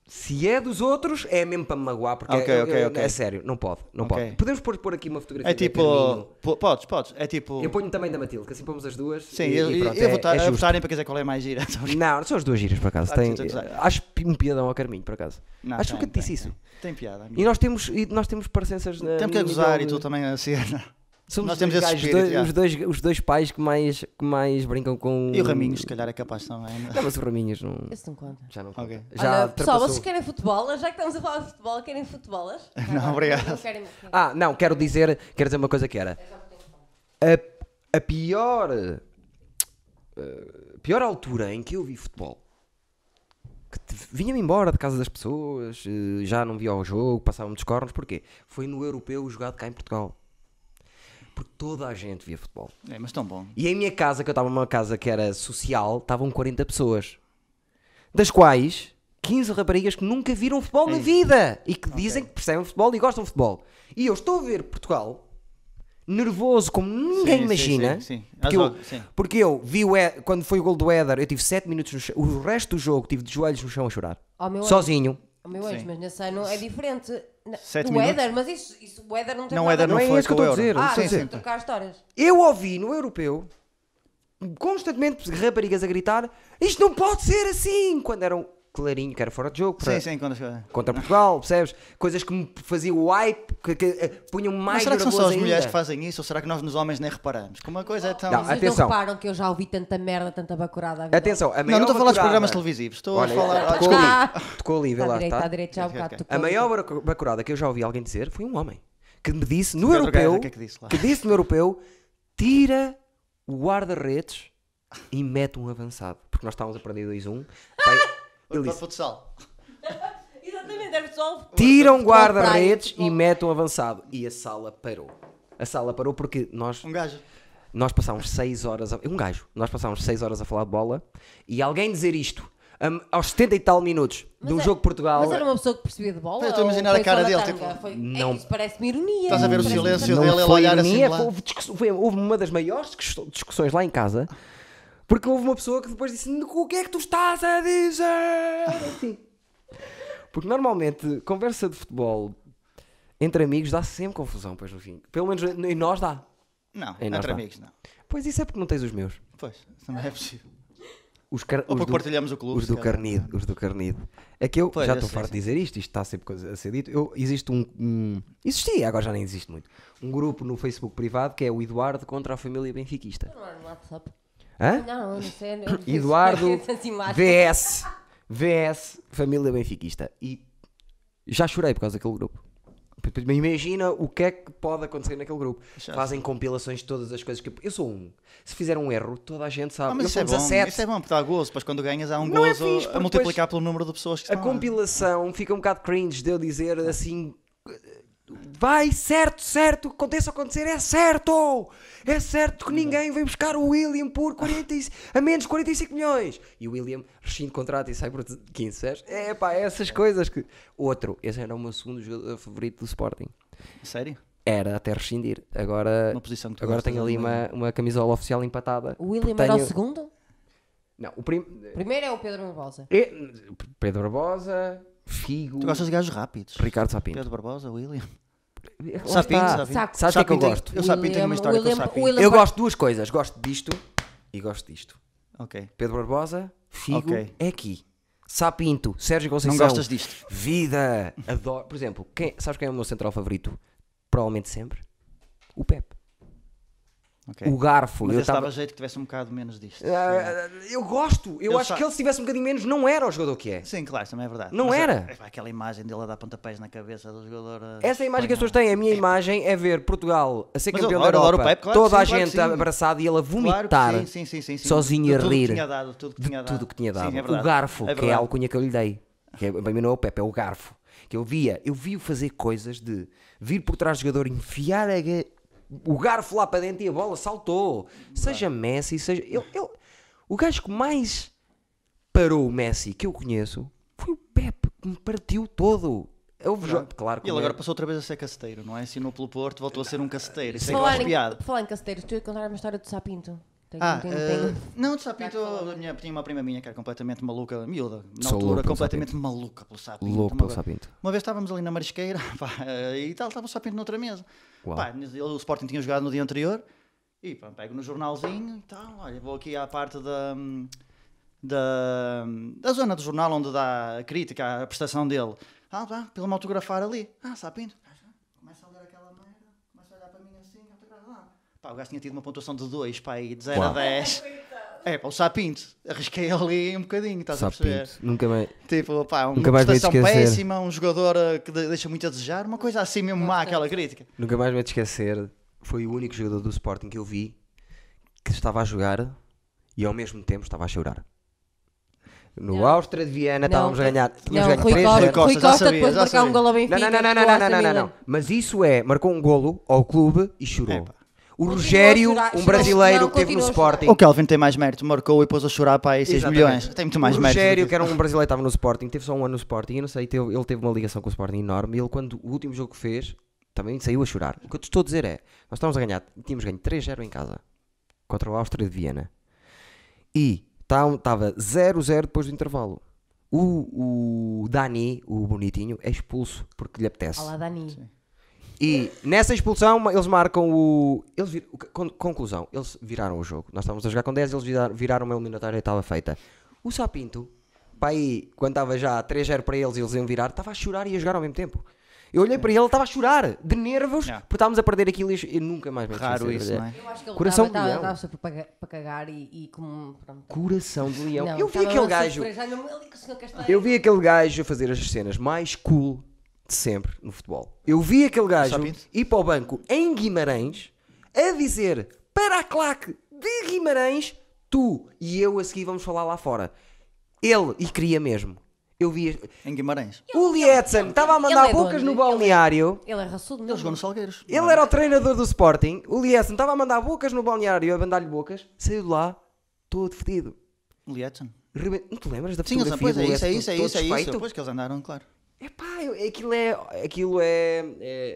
Speaker 1: Se é dos outros, é mesmo para me magoar, porque
Speaker 3: Ok,
Speaker 1: é,
Speaker 3: ok,
Speaker 1: é-
Speaker 3: ok.
Speaker 1: é sério, não pode, não
Speaker 3: Ok.
Speaker 1: pode. Podemos pôr, pôr aqui uma fotografia
Speaker 3: É
Speaker 1: da Carminho.
Speaker 3: tipo. po- Podes, podes. É tipo.
Speaker 1: Eu ponho também da Matilde, que assim pomos as duas.
Speaker 3: Sim,
Speaker 1: e,
Speaker 3: eu,
Speaker 1: e
Speaker 3: eu,
Speaker 1: pronto,
Speaker 3: eu
Speaker 1: é-
Speaker 3: vou estar
Speaker 1: é
Speaker 3: a
Speaker 1: justo.
Speaker 3: votarem para dizer qual é mais gira.
Speaker 1: Não, são as duas giras, por acaso.
Speaker 3: Ah,
Speaker 1: Tem,
Speaker 3: sim, sim, sim.
Speaker 1: acho pi- um piadão ao Carminho, por acaso.
Speaker 3: Não,
Speaker 1: acho que
Speaker 3: tem,
Speaker 1: nunca te disse
Speaker 3: tem,
Speaker 1: isso.
Speaker 3: Tem piada.
Speaker 1: E nós temos, e nós temos parecenças na.
Speaker 3: Temos que
Speaker 1: no nível
Speaker 3: acusar e
Speaker 1: de-
Speaker 3: tu também a Ciana.
Speaker 1: Somos
Speaker 3: nós temos
Speaker 1: os
Speaker 3: esse
Speaker 1: gajos
Speaker 3: espírito,
Speaker 1: dois-
Speaker 3: já.
Speaker 1: os, dois, os dois pais que mais, que mais brincam com.
Speaker 3: E o Raminhos, se calhar, é capaz também. né?
Speaker 1: Não, mas o Raminhos não.
Speaker 2: Esse não conta.
Speaker 1: Já não.
Speaker 3: Ok.
Speaker 1: Já
Speaker 2: Olha, pessoal,
Speaker 1: ultrapassou.
Speaker 2: vocês querem futebol? Já que estamos a falar de futebol, querem futebolas?
Speaker 3: Não, obrigado.
Speaker 2: Não querem...
Speaker 1: Ah, não, quero dizer, quero dizer uma coisa que era. A, a pior a pior altura em que eu vi futebol. Que te- vinha-me embora de casa das pessoas, eh, já não via o jogo, passava-me dos cornos, porquê? Foi no europeu jogado cá em Portugal. Porque toda a gente via futebol.
Speaker 3: É, mas tão bom.
Speaker 1: E em minha casa, que eu estava numa casa que era social, estavam 40 pessoas. Das quais 15 raparigas que nunca viram futebol na vida e que dizem que percebem futebol e gostam de futebol. E eu estou a ver Portugal nervoso como ninguém
Speaker 3: sim,
Speaker 1: imagina.
Speaker 3: sim, sim.
Speaker 1: Porque,
Speaker 3: Mas,
Speaker 1: eu,
Speaker 3: ó, sim.
Speaker 1: porque eu vi o Ed- quando foi o gol do Éder, eu tive 7 minutos no chão, o resto do jogo tive de joelhos no chão a chorar.
Speaker 2: Ao meu
Speaker 1: Sozinho.
Speaker 2: O meu anjo,
Speaker 3: Sim.
Speaker 2: mas nesse ano é diferente. Na-
Speaker 3: Sete
Speaker 2: o
Speaker 3: minutos?
Speaker 2: Éder, mas isso, isso o Éder não tem
Speaker 3: Não, o
Speaker 2: nada
Speaker 3: Éder não
Speaker 1: Não é
Speaker 3: foi
Speaker 1: isso que
Speaker 3: com o
Speaker 1: eu
Speaker 3: euro.
Speaker 1: estou a dizer.
Speaker 2: Ah,
Speaker 1: Sim,
Speaker 2: sim,
Speaker 1: sim.
Speaker 2: trocar histórias.
Speaker 1: Eu ouvi no europeu constantemente raparigas a gritar: Isto não pode ser assim! Quando eram clarinho que era fora de jogo para-
Speaker 3: Sim, sim, quando as coisas.
Speaker 1: contra Portugal, percebes? Coisas que me faziam o hype, que, que, eh, punham
Speaker 3: Mas
Speaker 1: mais
Speaker 3: será que são só
Speaker 1: nervoso
Speaker 3: as
Speaker 1: ainda.
Speaker 3: mulheres que fazem isso ou será que nós nos homens nem reparamos? Que uma coisa é tão.
Speaker 1: Não,
Speaker 2: Vocês
Speaker 1: atenção.
Speaker 2: não reparam que eu já ouvi tanta merda, tanta bacurada. à vida.
Speaker 1: Atenção, a maior
Speaker 3: não estou a falar dos
Speaker 1: bacurada-
Speaker 3: programas televisivos, estou a
Speaker 1: é Olha, é
Speaker 3: falar-
Speaker 1: Tocou
Speaker 2: Ah,
Speaker 1: ali, tocou ali, vê
Speaker 2: Está à
Speaker 1: lá
Speaker 2: direita,
Speaker 1: está.
Speaker 2: está à direita, já há um
Speaker 3: Ok,
Speaker 2: bocado.
Speaker 3: ok.
Speaker 1: A
Speaker 2: tocou ali.
Speaker 1: maior bacu- bacurada que eu já ouvi alguém dizer foi um homem que me disse no
Speaker 3: Pedro Guerra,
Speaker 1: europeu,
Speaker 3: o que é que disse lá?
Speaker 1: no europeu, tira o guarda-redes e mete um avançado, porque nós estávamos a perder 2-1. Pai, Ele
Speaker 3: Para
Speaker 1: disse,
Speaker 3: futsal.
Speaker 2: Exatamente, era pessoal.
Speaker 1: Tiram
Speaker 2: Futebol
Speaker 1: um guarda-redes
Speaker 2: praia,
Speaker 1: e
Speaker 2: futebol-
Speaker 1: metem um avançado. E a sala parou. A sala parou porque nós,
Speaker 3: Um gajo.
Speaker 1: nós passámos 6 horas a. Um gajo, nós passámos 6 horas a falar de bola e alguém dizer isto hum, aos 70 e tal minutos de um
Speaker 2: é-
Speaker 1: jogo de Portugal.
Speaker 2: Mas era uma pessoa que percebia de bola?
Speaker 3: Eu estou a
Speaker 2: ou
Speaker 3: imaginar
Speaker 2: foi
Speaker 3: a cara
Speaker 2: só na
Speaker 3: dele,
Speaker 2: tanga?
Speaker 3: tipo,
Speaker 2: Foi-
Speaker 1: não.
Speaker 2: É, isso parece-me ironia.
Speaker 3: Estás a ver o
Speaker 2: parece-me
Speaker 3: silêncio?
Speaker 2: sarcasmo.
Speaker 1: não
Speaker 3: dele, ele
Speaker 1: foi
Speaker 3: olhar assim
Speaker 1: ironia,
Speaker 3: lá.
Speaker 1: foi- houve, discuss- foi- houve uma das maiores discuss- discussões lá em casa porque houve uma pessoa que depois disse: O que é que tu estás a dizer? Assim. Porque normalmente conversa de futebol entre amigos dá sempre confusão, pois no fim. Pelo menos em nós dá.
Speaker 3: Não,
Speaker 1: Ei, não
Speaker 3: entre
Speaker 1: está.
Speaker 3: amigos, não.
Speaker 1: Pois isso é porque não tens os meus.
Speaker 3: Pois, também é possível.
Speaker 1: Os car-
Speaker 3: Ou
Speaker 1: os
Speaker 3: porque
Speaker 1: do-
Speaker 3: partilhamos o clube.
Speaker 1: Os
Speaker 3: se
Speaker 1: do
Speaker 3: calhar.
Speaker 1: Carnido, os do Carnido. É que eu
Speaker 3: é Pois,
Speaker 1: já
Speaker 3: eu
Speaker 1: estou
Speaker 3: sei,
Speaker 1: farto de
Speaker 3: sei.
Speaker 1: dizer isto, isto está sempre coisa a ser dito. Eu, existe um, um- Existia, agora já nem existe muito. Um grupo no Facebook privado que é o Eduardo contra a família benfiquista.
Speaker 2: Não era no WhatsApp.
Speaker 1: Hã?
Speaker 2: Não, não sei. eu não fiz
Speaker 1: Eduardo
Speaker 2: essas imagens.
Speaker 1: VS. VS, família benfiquista. E já chorei por causa daquele grupo. Imagina o que é que pode acontecer naquele grupo.
Speaker 3: Deixa-
Speaker 1: Fazem compilações de todas as coisas que. Eu sou um. Se fizer um erro, toda a gente sabe.
Speaker 3: Ah, mas
Speaker 1: eu
Speaker 3: isso
Speaker 1: sou
Speaker 3: é, bom,
Speaker 1: 17.
Speaker 3: isso é bom, porque dá gozo. Depois quando ganhas há um
Speaker 1: Não é
Speaker 3: gozo
Speaker 1: fixe, porque
Speaker 3: a multiplicar pelo número de pessoas que
Speaker 1: A
Speaker 3: estão lá.
Speaker 1: compilação fica um bocado cringe de eu dizer assim. Vai, certo, certo, aconteça o que acontecer, é certo! É certo que ninguém vem buscar o William por 40, e- a menos 45 milhões! E o William rescinde contrato e sai por 15, sabes? É pá, essas coisas que. Outro, esse era o meu segundo jogador favorito do Sporting.
Speaker 3: Sério?
Speaker 1: Era até rescindir. Agora,
Speaker 3: Uma posição que tu
Speaker 1: agora
Speaker 3: gostas,
Speaker 1: tenho ali
Speaker 3: não é?
Speaker 1: uma, uma camisola oficial empatada.
Speaker 2: O William
Speaker 1: porque
Speaker 2: era o
Speaker 1: tenho-
Speaker 2: segundo?
Speaker 1: Não, o prim...
Speaker 2: Primeiro é o Pedro Barbosa.
Speaker 1: E- Pedro Barbosa, Figo,
Speaker 3: Tu gostas de gajos rápidos?
Speaker 1: Ricardo Sapinto.
Speaker 3: Pedro Barbosa, William.
Speaker 1: Lá
Speaker 3: Sapinho,
Speaker 1: está.
Speaker 3: sapinho.
Speaker 2: Saco.
Speaker 1: Sabes o que é que eu
Speaker 3: Sapinho tem-
Speaker 1: gosto?
Speaker 3: Eu Sapinho tenho uma
Speaker 2: William-
Speaker 3: história com o
Speaker 2: William-
Speaker 3: Sapinho.
Speaker 2: William-
Speaker 1: Eu gosto de duas coisas. Gosto disto e gosto disto.
Speaker 3: Ok.
Speaker 1: Pedro Barbosa, Figo,
Speaker 3: Ok.
Speaker 1: é aqui. Sapinto, Sérgio Conceição.
Speaker 3: gostas disto?
Speaker 1: Vida. Adoro. Por exemplo, quem, sabes quem é o meu central favorito? Provavelmente sempre. O Pepe.
Speaker 3: Ok.
Speaker 1: O Garfo.
Speaker 3: Mas
Speaker 1: eu
Speaker 3: eu estava
Speaker 1: tava-
Speaker 3: a jeito que tivesse um bocado menos disto.
Speaker 1: Ah, eu gosto. Eu
Speaker 3: Ele
Speaker 1: acho
Speaker 3: sa-
Speaker 1: que ele se tivesse um bocadinho menos, não era o jogador que é.
Speaker 3: Sim, claro, também é verdade.
Speaker 1: Não
Speaker 3: Mas,
Speaker 1: era.
Speaker 3: é, pá, aquela imagem dele a dar pontapés na cabeça do jogador. eh,
Speaker 1: Essa é a imagem que as pessoas
Speaker 3: espanhol.
Speaker 1: têm. A minha imagem é ver Portugal a ser
Speaker 3: Mas eu
Speaker 1: campeão da
Speaker 3: adoro, adoro
Speaker 1: Europa.
Speaker 3: o Pepe, claro que
Speaker 1: toda
Speaker 3: sim,
Speaker 1: a
Speaker 3: claro que
Speaker 1: gente
Speaker 3: sim.
Speaker 1: abraçada e ele a vomitar.
Speaker 3: Claro que sim, sim, sim, sim, sim.
Speaker 1: Sozinho
Speaker 3: De
Speaker 1: a
Speaker 3: tudo
Speaker 1: rir.
Speaker 3: Que tinha dado, tudo que
Speaker 1: de
Speaker 3: tinha dado.
Speaker 1: tudo que tinha
Speaker 3: Sim,
Speaker 1: dado.
Speaker 3: é
Speaker 1: o
Speaker 3: verdade.
Speaker 1: garfo, que é a
Speaker 3: verdade.
Speaker 1: alcunha que eu lhe dei. Que é, para mim não é o Pepe, é o garfo. Que eu via, eu vi-o fazer coisas de vir por trás do jogador, enfiar a ga- o garfo lá para dentro e a bola saltou. Seja Messi, seja. Ele, ele- o gajo que mais parou o Messi que eu conheço foi o Pepe, que me partiu todo. Eu, claro que
Speaker 3: E ele
Speaker 1: não é-
Speaker 3: agora passou outra vez a ser caceteiro, não é? Assinou pelo Porto, voltou a ser um caceteiro. Isso é
Speaker 2: Falar
Speaker 3: que
Speaker 2: em,
Speaker 3: piada.
Speaker 2: falar em caceteiros, tu ia contar uma história do Sapinto. Tenho,
Speaker 3: Ah,
Speaker 2: tenho-
Speaker 3: eh,
Speaker 2: tenho-
Speaker 3: não, de Sapinto, a minha, tinha uma prima minha que era completamente maluca, miúda, na
Speaker 1: Sou louco
Speaker 3: altura,
Speaker 1: pelo
Speaker 3: completamente maluca pelo Sapinto. então,
Speaker 1: Louco
Speaker 3: Uma
Speaker 1: pelo
Speaker 3: vez-
Speaker 1: Sapinto.
Speaker 3: Uma vez estávamos ali na marisqueira pá, eh, e tal, estava o Sapinto noutra mesa.
Speaker 1: Uau.
Speaker 3: Pá, ele- o Sporting tinha jogado no dia anterior e pá, pego no jornalzinho e tal, olha, vou aqui à parte da, hum, da, da zona do jornal onde dá a crítica à prestação dele. Ah, pá, pelo me autografar ali. Ah, Sapinto. Começa a ler aquela merda, começa a olhar para mim assim, autografa lá. Pá, o gajo tinha tido uma pontuação de 2, pá, aí de 0 a
Speaker 1: Uau.
Speaker 3: 10. É, pá, o Sapinto. Arrisquei ali um bocadinho, estás a perceber?
Speaker 1: Sapinto, nunca mais.
Speaker 3: Tipo, pá, uma
Speaker 1: Nunca mais me hei de
Speaker 3: prestação
Speaker 1: esquecer.
Speaker 3: péssima, um jogador eh, que de- deixa muito a desejar, uma coisa assim mesmo má, aquela crítica.
Speaker 1: Nunca mais me hei de esquecer, foi o único jogador do Sporting que eu vi que estava a jogar e ao mesmo tempo estava a chorar. No
Speaker 2: Não.
Speaker 1: Áustria de Viena
Speaker 2: Não.
Speaker 1: estávamos a ganhar. Tínhamos
Speaker 2: Não,
Speaker 1: ganho
Speaker 2: Rui
Speaker 1: 3-0.
Speaker 2: Costa,
Speaker 3: Costa,
Speaker 2: Rui
Speaker 3: já
Speaker 2: Costa
Speaker 3: sabia,
Speaker 2: depois de
Speaker 3: já
Speaker 2: marcar um
Speaker 3: sabia.
Speaker 2: gol ao
Speaker 1: Não,
Speaker 2: Benfica.
Speaker 1: não, não, não,
Speaker 2: depois
Speaker 1: não,
Speaker 2: do
Speaker 1: não,
Speaker 2: Aston
Speaker 1: não, não,
Speaker 2: Villa.
Speaker 1: não. Mas isso é, marcou um golo ao clube e chorou.
Speaker 3: Epa.
Speaker 1: O
Speaker 2: Continua
Speaker 1: Rogério,
Speaker 2: a chorar,
Speaker 1: um
Speaker 2: chorou,
Speaker 1: brasileiro
Speaker 2: não,
Speaker 1: que teve no
Speaker 2: continua a chorar.
Speaker 1: Sporting.
Speaker 3: O Kelvin tem mais mérito, marcou e pôs a chorar para aí 6
Speaker 1: Exatamente.
Speaker 3: milhões. Tem muito mais
Speaker 1: o
Speaker 3: mérito.
Speaker 1: Rogério,
Speaker 3: do
Speaker 1: que era um brasileiro, estava no Sporting, teve só um ano no Sporting, eu não sei, teve- ele teve uma ligação com o Sporting enorme. e Ele, quando o último jogo que fez, também saiu a chorar. O que eu te estou a dizer é: nós estávamos a ganhar, tínhamos ganho 3-0 em casa contra o Áustria de Viena e tá- estava 0-0 depois do intervalo. O, o Dani, o bonitinho, é expulso porque lhe apetece.
Speaker 2: Olá, Dani.
Speaker 1: E nessa expulsão ma- eles marcam o. Eles vir- o que- con- Conclusão, eles viraram o jogo. Nós estávamos a jogar com 10, eles vira- viraram uma eliminatória e estava feita. O Sapinto, para aí, quando estava já 3-0 para eles e eles iam virar, estava a chorar e a jogar ao mesmo tempo. Eu olhei para ele, ele estava a chorar, de nervos,
Speaker 3: Yeah.
Speaker 1: porque estávamos a perder aquilo e eu nunca mais me
Speaker 3: Raro
Speaker 1: esqueci,
Speaker 3: isso,
Speaker 1: é?
Speaker 3: não é?
Speaker 2: Eu acho que ele
Speaker 1: Coração de
Speaker 2: estava-
Speaker 1: leão.
Speaker 2: estava estava super para para cagar e, e como. Pronto.
Speaker 1: Coração de leão.
Speaker 2: Não,
Speaker 1: eu vi
Speaker 2: estava
Speaker 1: aquele
Speaker 2: a ser
Speaker 1: gajo.
Speaker 2: surpresa, olha-me ali com o senhor Castanho.
Speaker 1: Eu vi aquele gajo a fazer as cenas mais cool de sempre no futebol. Eu vi aquele gajo
Speaker 3: Sapinto?
Speaker 1: ir para o banco em Guimarães a dizer para a claque de Guimarães, tu e eu a seguir vamos falar lá fora. Ele, e queria mesmo. Eu vi.
Speaker 3: Em Guimarães.
Speaker 1: O Lietzen estava a mandar
Speaker 2: é ele é
Speaker 1: bocas
Speaker 2: dono,
Speaker 1: no
Speaker 2: ele é-
Speaker 1: balneário.
Speaker 2: Ele é raçudo,
Speaker 3: Ele jogou
Speaker 2: não.
Speaker 3: no Salgueiros.
Speaker 1: Ele era o treinador do Sporting. O Lietzen estava a mandar bocas no balneário, a mandar-lhe bocas. Saiu de lá todo fedido.
Speaker 3: Lietzen.
Speaker 1: Rebe- Não te lembras é da
Speaker 3: Sim, eles
Speaker 1: fotografia
Speaker 3: pois,
Speaker 1: do
Speaker 3: é isso, é
Speaker 1: Lietzen
Speaker 3: isso, é
Speaker 1: todo
Speaker 3: isso, é isso.
Speaker 1: desfeito?
Speaker 3: Depois que eles andaram, claro.
Speaker 1: Epá, eu- aquilo é. Aquilo é.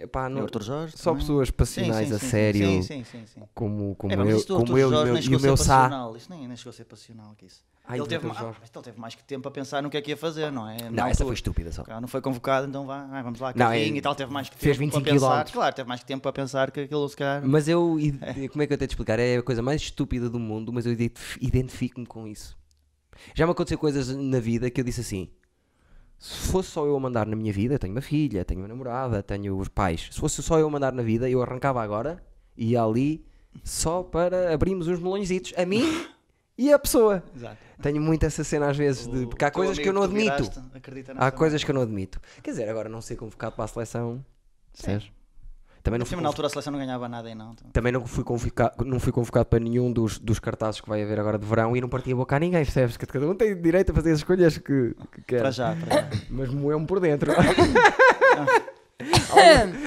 Speaker 1: é pá,
Speaker 3: E
Speaker 1: não,
Speaker 3: o Arthur Jorge.
Speaker 1: só
Speaker 3: também.
Speaker 1: pessoas passionais
Speaker 3: Sim, sim,
Speaker 1: a
Speaker 3: sim, sim,
Speaker 1: sério.
Speaker 3: Sim, sim, sim. sim.
Speaker 1: Como, como
Speaker 3: É, pá, mas
Speaker 1: eu,
Speaker 3: isto do
Speaker 1: como
Speaker 3: Arthur
Speaker 1: eu e o
Speaker 3: Jorge
Speaker 1: meu-
Speaker 3: nem
Speaker 1: e
Speaker 3: chegou
Speaker 1: o
Speaker 3: a ser
Speaker 1: meu Sá.
Speaker 3: passional. Isto nem, nem chegou a ser passional que isso.
Speaker 1: Ai,
Speaker 3: ele,
Speaker 1: do
Speaker 3: teve,
Speaker 1: Arthur
Speaker 3: ah,
Speaker 1: Jorge.
Speaker 3: mas ele teve mais que tempo a pensar no que é que ia fazer, não é?
Speaker 1: Não, essa foi estúpida só.
Speaker 3: Claro, não foi convocado, então vá, ai, vamos lá,
Speaker 1: Não,
Speaker 3: carrinho
Speaker 1: é-
Speaker 3: e tal, teve mais que tempo
Speaker 1: fez
Speaker 3: para
Speaker 1: 25
Speaker 3: pensar.
Speaker 1: quilómetros.
Speaker 3: Claro, teve mais que tempo para pensar que aquilo se calhar.
Speaker 1: Mas eu. e- Como é que eu tenho de explicar? É a coisa mais estúpida do mundo, mas eu identif- identifico-me com isso. Já me aconteceu coisas na vida que eu disse assim. Se fosse só eu a mandar na minha vida, eu tenho uma filha, tenho uma namorada, tenho os pais. Se fosse só eu a mandar na vida, eu arrancava agora e ia ali só para abrirmos uns melõezitos. A mim e a pessoa.
Speaker 3: Exato.
Speaker 1: Tenho muito essa cena às vezes de. Porque há
Speaker 3: O teu
Speaker 1: coisas que eu
Speaker 3: amigo
Speaker 1: não
Speaker 3: tu
Speaker 1: admito.
Speaker 3: viraste, acredita
Speaker 1: Há
Speaker 3: nessa
Speaker 1: coisas que eu não admito. Quer dizer, agora não ser convocado para a seleção. Percebes? Também não,
Speaker 3: Sim,
Speaker 1: fui,
Speaker 3: mas na altura a seleção não ganhava nada e não. então.
Speaker 1: também não fui convocado, não fui convocado para nenhum dos, dos cartazes que vai haver agora de verão e não partia a boca a ninguém, percebes? Que cada um tem direito a fazer as escolhas que, que quer.
Speaker 3: Para já, para já.
Speaker 1: Mas moeu-me por dentro.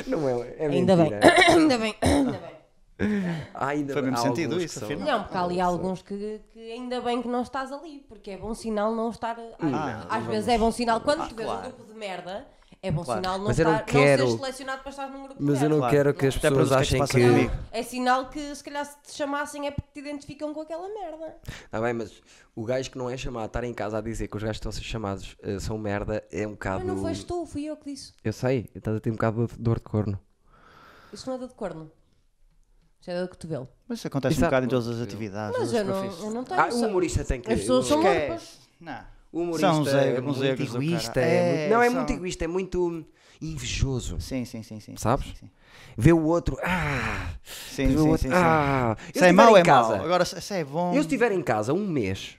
Speaker 1: não é, é
Speaker 2: Ainda bem.
Speaker 1: mentira.
Speaker 2: Ainda bem. Ainda bem.
Speaker 1: Ah, ainda
Speaker 3: Foi
Speaker 1: bem.
Speaker 3: mesmo
Speaker 1: Há
Speaker 3: sentido
Speaker 1: alguns que
Speaker 3: isso,
Speaker 1: são-
Speaker 3: afinal.
Speaker 2: Não, porque há ali alguns que, que ainda bem que não estás ali, porque é bom sinal não estar. às às vezes é bom sinal quando tu vês um
Speaker 3: claro.
Speaker 2: grupo de merda, é bom
Speaker 3: Claro.
Speaker 2: sinal não,
Speaker 1: Ah, Mas eu
Speaker 2: estar,
Speaker 1: não quero-
Speaker 2: seres selecionado para estar num grupo
Speaker 1: Mas
Speaker 2: de
Speaker 1: eu não
Speaker 2: merda.
Speaker 3: Claro.
Speaker 1: quero que as
Speaker 3: Até para
Speaker 1: pessoas
Speaker 3: ver o que é que se
Speaker 1: achem
Speaker 3: passa
Speaker 1: que.
Speaker 3: comigo.
Speaker 2: É sinal que se calhar se te chamassem é porque te identificam com aquela merda.
Speaker 1: Está Tá bem, mas o gajo que não é chamado, estar em casa a dizer que os gajos que estão a ser chamados eh, são merda, é um bocado.
Speaker 2: Mas não foste tu, fui eu que disse.
Speaker 1: Eu sei, estás a ter um bocado de dor de corno.
Speaker 2: Isso não é dor de corno. Isso é dor de cotovelo.
Speaker 3: Mas isso acontece
Speaker 1: Exato.
Speaker 3: um bocado em todas as atividades.
Speaker 2: Mas
Speaker 3: todas
Speaker 2: eu
Speaker 3: as
Speaker 2: Então não,
Speaker 3: profissões.
Speaker 2: eu não tenho.
Speaker 1: Ah, o
Speaker 2: só-
Speaker 1: humorista tem que.
Speaker 2: As pessoas são
Speaker 3: Esquece.
Speaker 2: loucas.
Speaker 3: Não.
Speaker 1: humorista, é
Speaker 3: São uns egos- uns
Speaker 1: muito
Speaker 3: egos do
Speaker 1: egoísta.
Speaker 3: caralho.
Speaker 1: é
Speaker 3: É,
Speaker 1: muito- não, é
Speaker 3: são-
Speaker 1: muito egoísta, é muito invejoso.
Speaker 3: Sim, sim, sim, sim.
Speaker 1: Sabes?
Speaker 3: Sim, sim,
Speaker 1: Vê o outro, ah,
Speaker 3: sim.
Speaker 1: vê
Speaker 3: sim,
Speaker 1: o outro,
Speaker 3: sim, sim.
Speaker 1: ah. Eu
Speaker 3: Se é
Speaker 1: estiver
Speaker 3: mau,
Speaker 1: em
Speaker 3: é
Speaker 1: casa,
Speaker 3: mau. Agora, se se é bom.
Speaker 1: Eu se estiver em casa um mês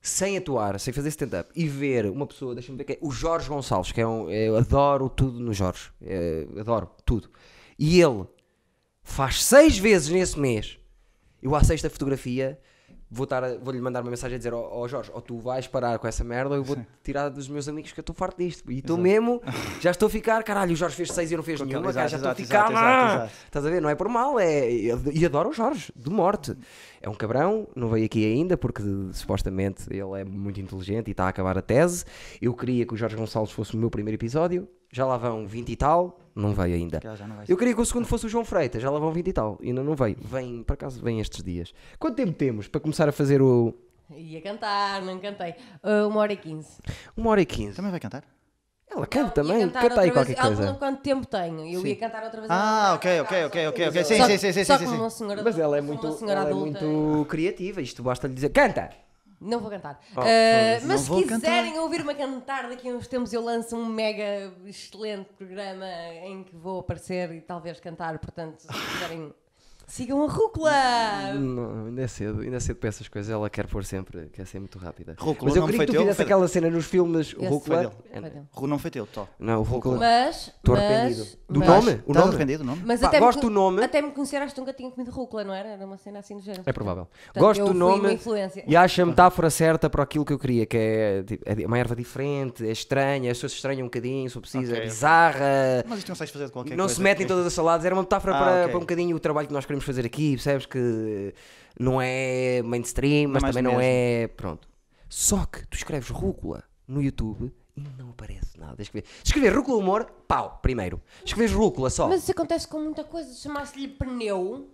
Speaker 1: sem atuar, sem fazer stand-up e ver uma pessoa, deixa-me ver quem, o Jorge Gonçalves, que é um. Eu adoro tudo no Jorge, eh, adoro tudo. E ele faz seis vezes nesse mês. Eu à sexta fotografia vou estar a- vou-lhe mandar uma mensagem a dizer: Ó ó Jorge, ou tu vais parar com essa merda ou eu vou tirar dos meus amigos que eu estou farto disto. E estou mesmo, já estou a ficar, caralho, o Jorge fez seis e eu não fez
Speaker 3: Com aquele-
Speaker 1: nenhuma, cara,
Speaker 3: exato,
Speaker 1: já estou a
Speaker 3: exato,
Speaker 1: ficar.
Speaker 3: exato, exato,
Speaker 1: ah!
Speaker 3: exato.
Speaker 1: Estás a ver? Não é por mal, é. E adoro o Jorge, de morte. É um cabrão, não veio aqui ainda porque supostamente ele é muito inteligente e está a acabar a tese. Eu queria que o Jorge Gonçalves fosse o meu primeiro episódio, já lá vão 20 e tal, não veio ainda.
Speaker 3: Já- já não vai ser.
Speaker 1: Eu queria que o segundo fosse o João Freitas, já lá vão 20 e tal, ainda não veio. Vem, por acaso, vem estes dias. Quanto tempo temos para começar a fazer o.
Speaker 2: Ia cantar, não cantei. Ah, uma hora e quinze.
Speaker 1: Uma hora e 15?
Speaker 3: Também vai cantar?
Speaker 1: Ela canta
Speaker 2: Não, ia
Speaker 1: também,
Speaker 2: cantar
Speaker 1: canta aí
Speaker 2: outra
Speaker 1: qualquer
Speaker 2: vez.
Speaker 1: coisa.
Speaker 2: Algum quanto tempo tenho? Eu ia cantar outra vez.
Speaker 3: Ah, ok, ok, ok, ok, ok. Sim,
Speaker 2: Só-
Speaker 3: sim, sim, sim,
Speaker 2: só
Speaker 3: sim,
Speaker 2: como
Speaker 3: sim.
Speaker 2: uma senhora
Speaker 1: Mas ela é
Speaker 2: como uma
Speaker 1: muito,
Speaker 2: senhora
Speaker 1: ela é
Speaker 2: adulta.
Speaker 1: muito criativa, isto basta lhe dizer. Canta!
Speaker 2: Não vou cantar.
Speaker 1: Oh,
Speaker 2: Ah,
Speaker 1: foda-se,
Speaker 3: não
Speaker 2: mas se
Speaker 3: vou
Speaker 2: quiserem ouvir-me a cantar daqui a uns tempos, eu lanço um mega excelente programa em que vou aparecer e talvez cantar. Portanto, se quiserem, sigam a Rúcula!
Speaker 1: Não, ainda é cedo, ainda é cedo para essas coisas. Ela quer pôr sempre, quer ser muito rápida.
Speaker 3: Rúcula,
Speaker 1: Mas eu
Speaker 3: não
Speaker 1: queria
Speaker 3: foi
Speaker 1: que tu
Speaker 3: teu,
Speaker 1: fizesse
Speaker 3: foi
Speaker 1: aquela cena nos filmes
Speaker 2: Esse
Speaker 1: Rúcula.
Speaker 3: foi
Speaker 2: Vai dele.
Speaker 3: Ru não foi teu, Tó.
Speaker 1: Não, o Rúcula.
Speaker 2: Mas.
Speaker 1: Estou
Speaker 2: mas-
Speaker 1: arrependido. Do
Speaker 2: mas-
Speaker 1: nome? O
Speaker 3: Estás
Speaker 1: nome?
Speaker 3: arrependido do nome?
Speaker 2: Mas
Speaker 1: Pá,
Speaker 2: até me
Speaker 1: gosto
Speaker 2: co-
Speaker 1: do nome.
Speaker 2: Até me conhecer, acho que nunca tinha comido rúcula, não era? Era uma cena assim do género.
Speaker 1: É provável.
Speaker 2: Portanto,
Speaker 1: Gosto
Speaker 2: eu
Speaker 1: do
Speaker 2: fui uma
Speaker 1: nome
Speaker 2: influência.
Speaker 1: e acho a metáfora certa para aquilo que eu queria, que é, tipo, é uma erva diferente, é estranha, as pessoas estranham um bocadinho, se for preciso, é
Speaker 3: Ok.
Speaker 1: bizarra.
Speaker 3: Mas isto não sais fazer de qualquer
Speaker 1: não
Speaker 3: é coisa.
Speaker 1: se metem em todas as saladas, era uma metáfora
Speaker 3: Ah,
Speaker 1: para,
Speaker 3: ok.
Speaker 1: para um bocadinho o trabalho que nós queremos fazer aqui, percebes? Que não é mainstream, mas
Speaker 3: mais
Speaker 1: também
Speaker 3: do
Speaker 1: não
Speaker 3: mesmo.
Speaker 1: é. Pronto. Só que tu escreves rúcula no YouTube e não aparece nada. Escrever, escrever rúcula humor, pau, primeiro. Escreves rúcula só.
Speaker 2: Mas isso acontece com muita coisa. Se Chamasse-lhe pneu.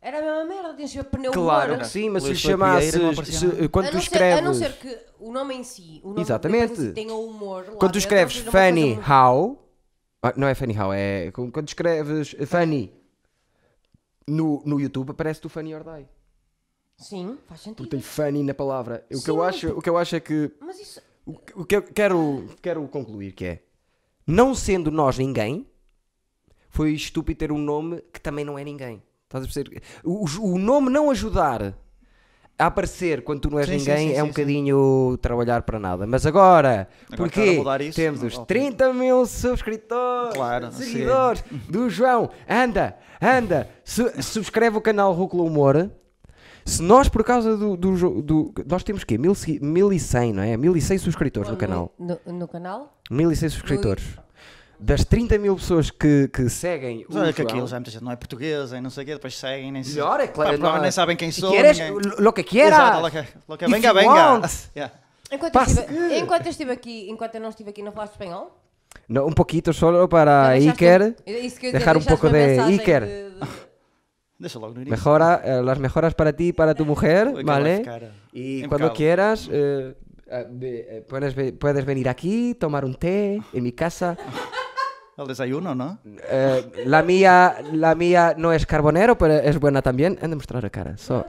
Speaker 2: Era a mesma merda de encher pneu
Speaker 1: claro
Speaker 2: é humor.
Speaker 1: que sim, mas se lhe
Speaker 3: Luís Filipe Vieira
Speaker 1: chamasses.
Speaker 3: não aparecia
Speaker 1: se-
Speaker 3: nada.
Speaker 1: quando
Speaker 2: a
Speaker 1: tu
Speaker 2: não Ser, a não
Speaker 1: escreves.
Speaker 2: ser que o nome em si, o nome
Speaker 1: Exatamente.
Speaker 2: da empresa tenha o humor. lá
Speaker 1: Quando tu
Speaker 2: dentro,
Speaker 1: escreves
Speaker 2: seja uma coisa
Speaker 1: Funny
Speaker 2: muito-
Speaker 1: How. Ah, não é Funny How, é. com- Quando escreves Funny no, no YouTube, aparece-te o Funny or Die.
Speaker 2: um- Sim, faz sentido.
Speaker 1: Porque tem Funny na palavra. O, que
Speaker 2: Sim,
Speaker 1: eu acho, o que eu acho é que.
Speaker 2: Mas isso.
Speaker 1: O que- O que eu quero, quero concluir que é não sendo nós ninguém, foi estúpido ter um nome que também não é ninguém. Estás a perceber? O, o- o nome não ajudar a aparecer quando tu não és
Speaker 3: Sim, sim,
Speaker 1: ninguém
Speaker 3: sim,
Speaker 1: é um
Speaker 3: sim, sim.
Speaker 1: bocadinho trabalhar para nada. Mas agora,
Speaker 3: Agora estar
Speaker 1: porque
Speaker 3: a mudar isso,
Speaker 1: temos
Speaker 3: não
Speaker 1: os
Speaker 3: vale a
Speaker 1: 30 mil subscritores,
Speaker 3: Claro, sim.
Speaker 1: seguidores do João, anda, anda, su- subscreve o canal Rúcula Humor. Se nós, por causa do. do, jo- do- nós temos o quê? Mil segui- 1100, não é? 1100 subscritores no canal.
Speaker 2: No, no canal?
Speaker 1: 1100 subscritores. Das 30 mil pessoas que, que seguem
Speaker 3: Mas
Speaker 1: o
Speaker 3: olha que
Speaker 1: João-
Speaker 3: aquilo já muita gente não é portuguesa e não sei o quê, depois seguem, nem sei.
Speaker 1: Melhor, é claro.
Speaker 3: Pá, provavelmente
Speaker 1: não-
Speaker 3: nem sabem quem
Speaker 1: Se
Speaker 3: sou.
Speaker 1: Quieres,
Speaker 3: ninguém-
Speaker 1: lo- lo que quieras.
Speaker 3: Exato, lo que- lo que
Speaker 1: If
Speaker 3: venga,
Speaker 1: you
Speaker 3: venga.
Speaker 1: want.
Speaker 3: Yeah.
Speaker 2: Enquanto eu,
Speaker 1: Passa
Speaker 2: estive, enquanto eu estive aqui, enquanto eu não estive aqui, não falaste espanhol?
Speaker 1: No, um pouquinho só para
Speaker 2: Já
Speaker 1: Ah, Iker.
Speaker 2: deixaste- isso que eu ia
Speaker 1: Deixar
Speaker 2: dizer,
Speaker 1: um pouco
Speaker 2: deixaste
Speaker 1: de
Speaker 2: uma mensagem
Speaker 1: Iker.
Speaker 2: de- de-
Speaker 3: Deixa logo no início.
Speaker 1: Mejora, eh, las mejoras para ti y para
Speaker 2: É.
Speaker 1: tu mujer,
Speaker 3: Aquela
Speaker 1: ¿vale?
Speaker 3: cara
Speaker 1: Y
Speaker 3: impecable.
Speaker 1: cuando quieras, eh, eh, ve- eh, puedes, ve- puedes venir aquí, tomar un té en mi casa.
Speaker 3: El desayuno, ¿no?
Speaker 1: Eh, la, mía, la mía no es carbonero, pero es buena también. Han de mostrar la cara. So,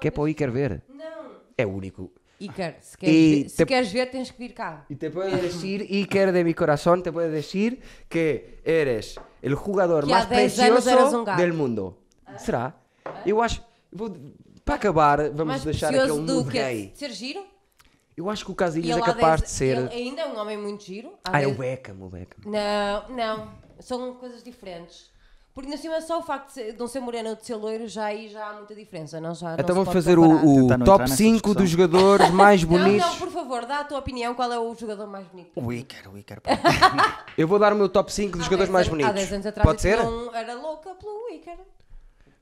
Speaker 1: ¿Qué puedo Iker ver?
Speaker 2: Não.
Speaker 1: Es único.
Speaker 2: Iker, se queres,
Speaker 1: E
Speaker 2: ver, se
Speaker 1: te-
Speaker 2: queres ver, tens que vir cá.
Speaker 1: Y te puedo decir, Iker de mi corazón, te puedo decir que eres el jugador
Speaker 2: Que há
Speaker 1: más
Speaker 2: 10 anos eras um
Speaker 1: precioso
Speaker 2: gato.
Speaker 1: del mundo. Será? Eu acho. vou- para acabar, vamos
Speaker 2: Mais
Speaker 1: deixar um aquele
Speaker 2: precioso
Speaker 1: mundo
Speaker 2: do que
Speaker 1: gay.
Speaker 2: de ser giro.
Speaker 1: Eu acho que o
Speaker 2: E
Speaker 1: Casilhas é
Speaker 2: ele há
Speaker 1: capaz de
Speaker 2: 10
Speaker 1: ser.
Speaker 2: Ele ainda é um homem muito giro. há
Speaker 1: Ah, é o
Speaker 2: 10
Speaker 1: Beckham, o Beckham.
Speaker 2: Não, não. São coisas diferentes. Porque na cima só o facto de, ser- de não ser moreno ou de ser loiro, já aí já há muita diferença. Não, já, não
Speaker 1: Então
Speaker 2: se
Speaker 1: vamos
Speaker 2: pode
Speaker 1: fazer o,
Speaker 2: comparar.
Speaker 1: o
Speaker 3: Tentar não
Speaker 1: top
Speaker 3: entrar nessa
Speaker 1: 5 dos
Speaker 3: discussão.
Speaker 1: jogadores mais
Speaker 2: Não,
Speaker 1: bonitos.
Speaker 2: não, por favor, dá a tua opinião. Qual é o jogador mais bonito?
Speaker 3: O Iker, o Iker. pá.
Speaker 1: Eu vou dar o meu top 5 dos
Speaker 2: Há
Speaker 1: jogadores mais
Speaker 2: 10 anos- Há 10 anos
Speaker 1: bonitos.
Speaker 2: atrás
Speaker 1: Pode
Speaker 2: eu um
Speaker 1: ser?
Speaker 2: não era louca pelo Iker.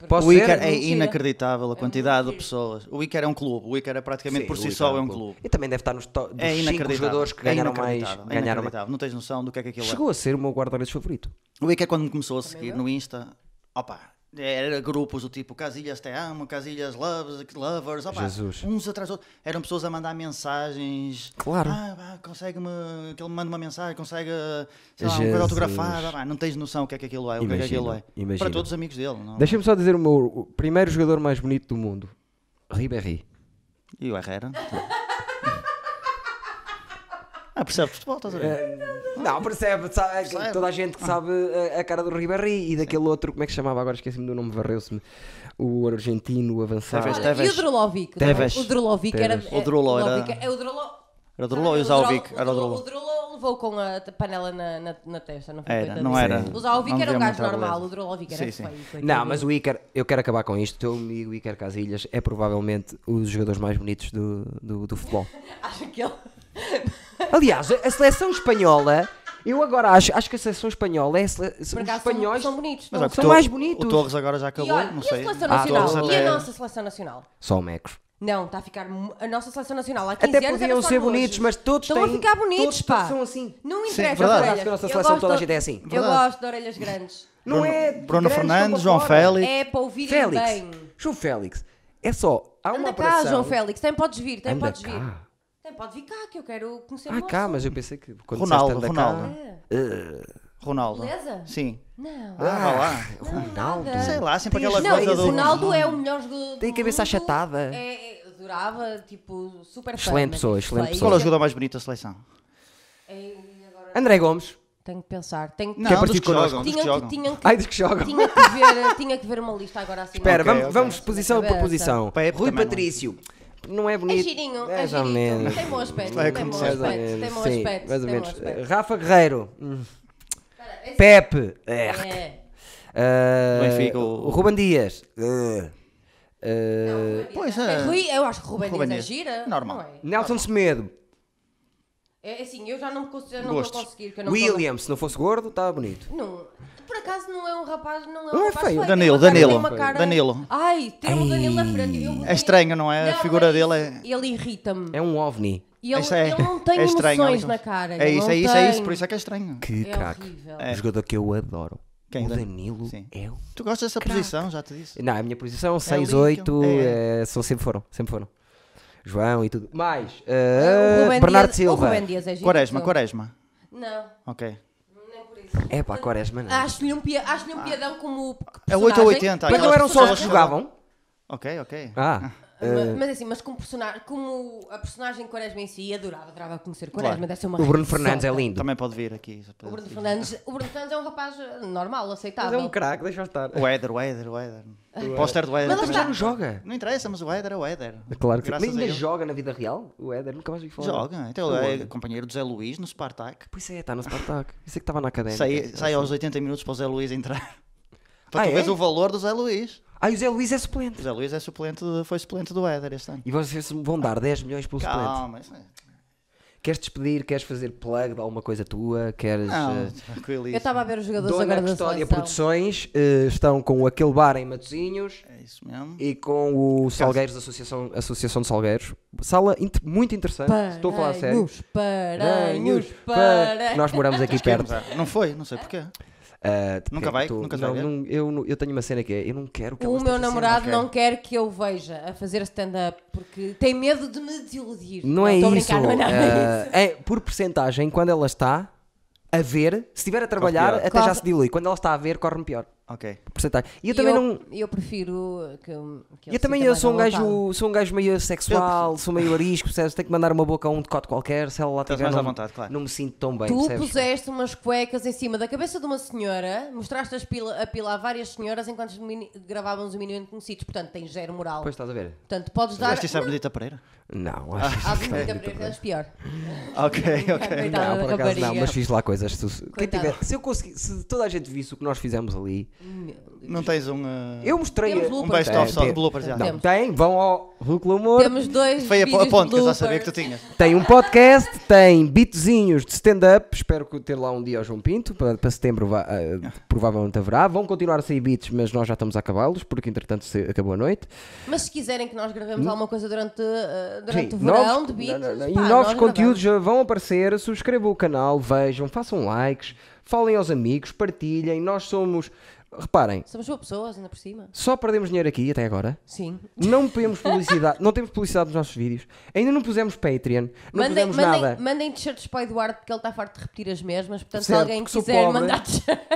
Speaker 1: Pode
Speaker 3: O Iker
Speaker 1: ser?
Speaker 3: é
Speaker 2: Mentira.
Speaker 3: inacreditável a quantidade de
Speaker 2: mentira.
Speaker 3: pessoas. O Iker é um clube. O Iker é
Speaker 1: É
Speaker 3: praticamente
Speaker 1: Sim,
Speaker 3: por
Speaker 1: o
Speaker 3: si
Speaker 1: Iker
Speaker 3: só é um
Speaker 1: bom.
Speaker 3: clube.
Speaker 1: E também deve estar nos to- dos
Speaker 3: É
Speaker 1: 5
Speaker 3: inacreditável.
Speaker 1: jogadores que
Speaker 3: É
Speaker 1: ganharam mais.
Speaker 3: inacreditável, é
Speaker 1: Ganharam mais.
Speaker 3: inacreditável. Não tens noção do que é que aquilo é.
Speaker 1: Chegou a ser o meu guarda-redes favorito.
Speaker 3: O Iker quando me começou a seguir no Insta, opa, era grupos do tipo Casilhas te amo, Casilhas loves, lovers, opa,
Speaker 1: Jesus.
Speaker 3: uns atrás dos outros. Eram pessoas a mandar mensagens.
Speaker 1: Claro.
Speaker 3: Ah, pá, consegue-me, que ele manda uma mensagem, consegue, sei lá, uma
Speaker 1: Jesus.
Speaker 3: coisa autografada, opá, não tens noção o que é que aquilo é, o que é que
Speaker 1: Imagino,
Speaker 3: aquilo é.
Speaker 1: imagino.
Speaker 3: Para todos os amigos dele, não?
Speaker 1: Deixa-me só dizer o meu o primeiro jogador mais bonito do mundo. Ribéry.
Speaker 3: E o Herrera? Ah, percebe futebol, estás a
Speaker 1: É.
Speaker 3: ver?
Speaker 1: Não, percebe, sabe,
Speaker 3: Percebe. Ah.
Speaker 1: toda a gente que sabe eh, a, a cara do Ribéry e daquele outro, como é que se chamava? Agora esqueci-me do nome, varreu-se-me. O argentino, o avançado.
Speaker 3: Tevez,
Speaker 2: Olha, E o Drolovic? O Drolovic-
Speaker 3: Tevez.
Speaker 2: O Drolovic era.
Speaker 1: Tevez.
Speaker 2: é,
Speaker 3: O Drolo era-
Speaker 2: Drolovic É o Drolo.
Speaker 3: Era o Drolo e o Zaovic. Era o
Speaker 2: O
Speaker 3: Drolo.
Speaker 2: Drolo levou com a t- panela na, na, na testa, não foi?
Speaker 3: Era,
Speaker 2: coitado?
Speaker 3: não era.
Speaker 2: O Zaovic
Speaker 3: Não
Speaker 2: era um
Speaker 3: deu
Speaker 2: gajo
Speaker 3: muita
Speaker 2: normal,
Speaker 3: beleza.
Speaker 2: o Drolovic era
Speaker 3: Sim, sim.
Speaker 2: feio. coitado.
Speaker 1: Não, mas o Iker, eu quero acabar com isto. O teu amigo Iker Casilhas é provavelmente um dos jogadores mais bonitos do, do, do futebol.
Speaker 2: Acho que ele.
Speaker 1: Aliás, a seleção espanhola, eu agora acho, acho que a seleção espanhola é a sele-
Speaker 2: Por
Speaker 1: são os
Speaker 2: acaso são-
Speaker 1: espanhóis.
Speaker 2: são bonitos.
Speaker 3: Mas
Speaker 2: não
Speaker 3: olha que
Speaker 1: são
Speaker 3: o Tor-
Speaker 1: mais bonitos.
Speaker 3: O Torres agora já acabou,
Speaker 2: E olha,
Speaker 3: não
Speaker 2: e a
Speaker 3: sei.
Speaker 2: seleção
Speaker 1: Ah,
Speaker 2: nacional?
Speaker 1: todos
Speaker 2: e
Speaker 1: até-
Speaker 2: a nossa seleção nacional?
Speaker 1: Só mecos.
Speaker 2: Não, está a ficar. mu- A nossa seleção nacional há 15
Speaker 1: Até
Speaker 2: anos
Speaker 1: podiam
Speaker 2: era só
Speaker 1: ser
Speaker 2: nojos.
Speaker 1: bonitos, mas todos
Speaker 2: Estão
Speaker 1: têm-
Speaker 2: a ficar bonitos,
Speaker 1: todos-
Speaker 2: pá.
Speaker 1: todos são assim.
Speaker 2: Não
Speaker 3: Sim,
Speaker 2: interessa,
Speaker 3: É verdade.
Speaker 2: orelhas.
Speaker 1: Acho que a nossa
Speaker 2: Eu
Speaker 1: seleção toda a
Speaker 2: gosto-
Speaker 1: gente é assim.
Speaker 2: Eu
Speaker 3: Verdade.
Speaker 2: gosto de orelhas grandes.
Speaker 1: Não
Speaker 3: Bruno-
Speaker 1: é?
Speaker 3: Bruno
Speaker 1: grandes
Speaker 3: Fernandes,
Speaker 1: como
Speaker 3: João
Speaker 1: fora.
Speaker 3: Félix.
Speaker 2: É para ouvirem
Speaker 1: Félix.
Speaker 2: bem.
Speaker 1: João Félix. É só. Há uma
Speaker 2: Anda cá,
Speaker 1: operação.
Speaker 2: João Félix. Tem, podes vir, tem,
Speaker 1: Anda
Speaker 2: podes vir.
Speaker 1: cá.
Speaker 2: Tem, pode vir cá, que eu quero conhecer
Speaker 1: Ah,
Speaker 2: o
Speaker 1: cá,
Speaker 2: moço.
Speaker 1: mas eu pensei que. Quando
Speaker 3: Ronaldo,
Speaker 1: disseste anda cá-
Speaker 3: Ronaldo.
Speaker 2: É.
Speaker 3: Ronaldo.
Speaker 2: Beleza?
Speaker 3: Sim.
Speaker 2: Não.
Speaker 3: Ah, vá lá.
Speaker 1: Ronaldo.
Speaker 2: nada.
Speaker 3: Sei lá, sempre
Speaker 1: Tens
Speaker 3: aquela
Speaker 1: não,
Speaker 3: coisa
Speaker 2: Não,
Speaker 1: isso
Speaker 3: do.
Speaker 2: o Ronaldo é o melhor jogador.
Speaker 1: Tem
Speaker 2: do
Speaker 1: cabeça
Speaker 2: mundo.
Speaker 1: achatada.
Speaker 2: É, é, durava, tipo, super fã,
Speaker 1: Excelente
Speaker 2: mas
Speaker 1: pessoa, excelente
Speaker 2: feio.
Speaker 1: pessoa.
Speaker 3: Qual é o jogador mais bonito da seleção?
Speaker 2: É, e agora
Speaker 1: André Gomes.
Speaker 2: Tenho que pensar. Tenho que
Speaker 3: Não, um
Speaker 1: é
Speaker 3: dos
Speaker 1: parecido
Speaker 3: que
Speaker 1: connosco.
Speaker 3: jogam, dos que
Speaker 2: Tinha um que,
Speaker 3: jogam.
Speaker 2: tinha que,
Speaker 1: Ai, dos que jogam.
Speaker 2: tinha que ver, tinha que ver uma lista agora assim.
Speaker 1: Espera,
Speaker 3: Ok,
Speaker 1: vamos,
Speaker 3: ok.
Speaker 1: vamos posição por
Speaker 2: Cabeça.
Speaker 1: posição.
Speaker 3: Pepe
Speaker 1: Rui
Speaker 3: também é não.
Speaker 1: Patrício. Não é
Speaker 2: É
Speaker 1: bonito.
Speaker 2: girinho, é
Speaker 1: Mais ou
Speaker 2: girinho.
Speaker 1: menos.
Speaker 2: Tem bom aspecto,
Speaker 3: Vai
Speaker 2: tem bom
Speaker 3: acontecer.
Speaker 2: aspecto,
Speaker 1: Mais ou
Speaker 2: tem
Speaker 1: menos,
Speaker 2: bom
Speaker 1: sim,
Speaker 2: aspecto.
Speaker 1: mais ou
Speaker 2: tem bom
Speaker 1: menos.
Speaker 2: aspecto.
Speaker 1: Rafa Guerreiro. Hum.
Speaker 2: Espera, esse-
Speaker 1: Pepe. É.
Speaker 2: É.
Speaker 1: Ah,
Speaker 3: Benfica, o-
Speaker 1: o Ruben Dias. Ah. Ah,
Speaker 3: Pois
Speaker 2: É
Speaker 3: é.
Speaker 2: Rui, eu acho que o Ruben
Speaker 3: Ruben
Speaker 2: Dias é
Speaker 3: Dias.
Speaker 2: gira.
Speaker 3: Normal.
Speaker 2: não é?
Speaker 1: Nelson Semedo.
Speaker 2: É assim, eu já não me consigo, já não estou a
Speaker 3: Gostos.
Speaker 2: conseguir. Que eu não estou-
Speaker 1: William, se não fosse gordo, estava bonito.
Speaker 2: Não. Por acaso não é um rapaz, não é um
Speaker 1: Não é
Speaker 2: rapaz
Speaker 1: feio.
Speaker 2: feio.
Speaker 3: Danilo,
Speaker 2: Tem uma cara-
Speaker 3: Danilo.
Speaker 2: tem uma cara-
Speaker 3: Danilo.
Speaker 2: Ai, ter um Danilo na frente. eu-
Speaker 3: É estranho, não é? A figura
Speaker 2: é isso.
Speaker 3: dele é-
Speaker 2: Ele irrita-me.
Speaker 1: É um ovni.
Speaker 2: E Ele,
Speaker 3: Isso é-
Speaker 2: ele não tem
Speaker 3: é estranho,
Speaker 2: emoções
Speaker 3: Alisson.
Speaker 2: na cara.
Speaker 3: É
Speaker 2: ele
Speaker 3: isso,
Speaker 2: não
Speaker 3: é isso, é isso.
Speaker 2: tem.
Speaker 3: Por isso é que é estranho.
Speaker 1: Que
Speaker 2: É
Speaker 1: craque.
Speaker 2: horrível.
Speaker 1: Um jogador que eu adoro.
Speaker 3: Quem,
Speaker 1: o
Speaker 3: Dan-
Speaker 1: Danilo
Speaker 3: Sim.
Speaker 1: é o...
Speaker 3: Tu gostas dessa
Speaker 1: Crack.
Speaker 3: posição, já te disse.
Speaker 1: Não, a minha posição, um
Speaker 3: ali
Speaker 1: 6,
Speaker 3: que-
Speaker 1: 8,
Speaker 3: é.
Speaker 1: eh, são, sempre foram, sempre foram. João e tudo. Mais,
Speaker 2: É O
Speaker 1: eh,
Speaker 2: Ruben
Speaker 1: Bernardo
Speaker 2: Dias- O
Speaker 1: Silva.
Speaker 2: Ruben Dias é giro,
Speaker 3: Quaresma,
Speaker 2: eu-
Speaker 3: Quaresma.
Speaker 2: Não,
Speaker 3: Ok.
Speaker 2: nem por isso.
Speaker 1: É pá, Quaresma não.
Speaker 2: Acho-lhe um, pi... Acho um piadão como
Speaker 3: Ah. É
Speaker 2: personagem.
Speaker 3: 8 ou 80.
Speaker 1: Mas não
Speaker 3: aquelas
Speaker 1: eram
Speaker 2: um
Speaker 1: só os
Speaker 3: pessoas
Speaker 1: que
Speaker 3: que
Speaker 1: jogavam?
Speaker 3: Ok, ok.
Speaker 1: Ah,
Speaker 2: Mas, mas assim, mas como, personagem, como a personagem de Quaresma em si, adorava, adorava conhecer Quaresma.
Speaker 3: Claro.
Speaker 2: Deve ser uma
Speaker 1: o Bruno
Speaker 2: risota.
Speaker 1: Fernandes é lindo.
Speaker 3: Também pode vir aqui. só para-
Speaker 2: O Bruno Fernandes, o Bruno Fernandes é um rapaz eh, normal,
Speaker 1: Mas
Speaker 2: aceitável.
Speaker 1: é um craque, deixa eu estar.
Speaker 3: O Éder, o Éder, o Éder. O póster do Éder.
Speaker 2: Mas
Speaker 1: Mas
Speaker 3: também.
Speaker 1: já não joga.
Speaker 3: Não interessa, mas o Éder é o Éder.
Speaker 1: Claro que
Speaker 3: Graças
Speaker 1: nem
Speaker 3: a
Speaker 1: ainda
Speaker 3: Deus.
Speaker 1: joga na vida real. O Éder nunca mais vi falar.
Speaker 3: Joga. Então,
Speaker 1: Aonde?
Speaker 3: é companheiro do Zé Luís no Spartak.
Speaker 1: Pois é, está no Spartak. Isso é que estava na academia.
Speaker 3: Sai, sai aos 80 minutos para o Zé Luís entrar. Para
Speaker 1: Ah,
Speaker 3: tu
Speaker 1: é?
Speaker 3: veres o valor do Zé Luís.
Speaker 1: Ah, e o Zé Luís é
Speaker 3: O
Speaker 1: suplente.
Speaker 3: Zé Luís é suplente, de- foi suplente do Éder este ano.
Speaker 1: E vocês vão dar 10 milhões pelo suplente.
Speaker 3: Calma. isso é-
Speaker 1: Queres despedir? Queres fazer plug de alguma coisa tua? Queres. eh,
Speaker 3: Não, tranquilo.
Speaker 2: Eu
Speaker 3: isso.
Speaker 2: estava a ver os jogadores
Speaker 1: Dona
Speaker 2: agora da
Speaker 1: Custódia
Speaker 2: seleção.
Speaker 3: então.
Speaker 1: Produções eh, estão com aquele bar em Matozinhos
Speaker 3: É isso mesmo.
Speaker 1: e com o Salgueiros Associação, Associação de Salgueiros. Sala int- muito interessante, estou a falar a sério.
Speaker 2: Paranhos, paranhos,
Speaker 1: pa-
Speaker 2: paranhos.
Speaker 1: Nós moramos aqui perto.
Speaker 3: Não foi, não sei porquê.
Speaker 1: Ah, de
Speaker 3: Nunca
Speaker 1: quem
Speaker 3: vai?
Speaker 1: tu-
Speaker 3: Nunca se
Speaker 1: não,
Speaker 3: vai ver?
Speaker 1: não, eu, não- eu tenho uma cena que é: eu não quero que
Speaker 2: O
Speaker 1: elas
Speaker 2: meu
Speaker 1: estejam
Speaker 2: namorado
Speaker 3: ok.
Speaker 2: não quer que eu veja a fazer stand-up porque tem medo de me desiludir.
Speaker 1: Não é
Speaker 2: tô a
Speaker 1: isso.
Speaker 2: brincar, não é nada
Speaker 1: eh, é, por porcentagem, quando ela está a ver, se estiver a trabalhar,
Speaker 3: pior.
Speaker 1: até já
Speaker 2: Claro.
Speaker 1: se dilui. Quando ela está a ver, corre-me pior.
Speaker 3: Ok.
Speaker 1: Porcentagem. E eu
Speaker 2: E
Speaker 1: também não.
Speaker 2: Eu prefiro que. que ele
Speaker 1: E eu também
Speaker 2: sinta
Speaker 1: eu
Speaker 2: mais
Speaker 1: sou um
Speaker 2: à vontade.
Speaker 1: gajo, sou um gajo meio sexual, sou meio arisco, percebes? Tenho que mandar uma boca a um decote qualquer, se ela lá
Speaker 3: Estás
Speaker 1: tiver,
Speaker 3: mais
Speaker 1: não,
Speaker 3: à vontade, claro.
Speaker 1: não me sinto tão bem,
Speaker 2: Tu
Speaker 1: percebes?
Speaker 2: puseste umas cuecas em cima da cabeça de uma senhora, mostraste as pila- a pila a várias senhoras enquanto os meni- gravávamos o Menino Conhecidos. Portanto, tens zero moral.
Speaker 1: Pois estás a ver?
Speaker 2: Portanto, podes dar.
Speaker 3: Acho isso é Benedita Pereira.
Speaker 1: Não, acho
Speaker 2: Ah, Há
Speaker 1: que
Speaker 2: de muita preferência, é pior.
Speaker 3: Ok,
Speaker 1: não,
Speaker 3: ok.
Speaker 2: Coitada da
Speaker 1: por acaso não,
Speaker 2: rapariga.
Speaker 1: mas fiz lá coisas. Se, se- quem
Speaker 2: Coitada.
Speaker 1: tiver- se eu conseguir, se toda a gente visse o que nós fizemos ali,
Speaker 3: Não tens um. uh,
Speaker 1: eu mostrei
Speaker 2: Temos
Speaker 3: Um
Speaker 2: bloopers.
Speaker 3: best-of
Speaker 1: É,
Speaker 3: só de
Speaker 1: tem-
Speaker 3: bloopers já.
Speaker 1: Não,
Speaker 2: Temos.
Speaker 1: tem, vão ao Rúculo Humor.
Speaker 2: Temos dois.
Speaker 3: eh, Foi a,
Speaker 2: vídeos
Speaker 3: a ponte
Speaker 2: de
Speaker 3: que eu já
Speaker 2: bloopers.
Speaker 3: sabia que tu tinhas.
Speaker 1: Tem um podcast, tem beatzinhos de stand-up. Espero que ter lá um dia ao João Pinto. Para, para setembro vá- ah, provavelmente haverá. Vão continuar a sair beats, mas nós já estamos a acabá-los, porque entretanto se- acabou a noite.
Speaker 2: Mas se quiserem que nós gravemos alguma coisa durante, uh, durante
Speaker 1: Hum? Sim,
Speaker 2: o verão,
Speaker 1: novos-
Speaker 2: de
Speaker 1: não,
Speaker 2: beats,
Speaker 1: não, não.
Speaker 2: pá,
Speaker 1: e
Speaker 2: nós
Speaker 1: novos conteúdos já vão aparecer. Subscrevam o canal, vejam, façam likes, falem aos amigos, partilhem. Nós somos. Reparem,
Speaker 2: gravamos. Somos boas pessoas, ainda por cima.
Speaker 1: só perdemos dinheiro aqui até agora.
Speaker 2: Sim.
Speaker 1: Não temos publicidade, não temos publicidade nos nossos vídeos. Ainda não pusemos Patreon, não
Speaker 2: Mandem,
Speaker 1: pusemos
Speaker 2: mandem,
Speaker 1: nada.
Speaker 2: mandem t-shirts para o Eduardo porque ele está farto de repetir as mesmas. Portanto,
Speaker 1: Certo,
Speaker 2: se alguém
Speaker 1: porque sou
Speaker 2: quiser
Speaker 1: pobre.
Speaker 2: mandar t-shirts.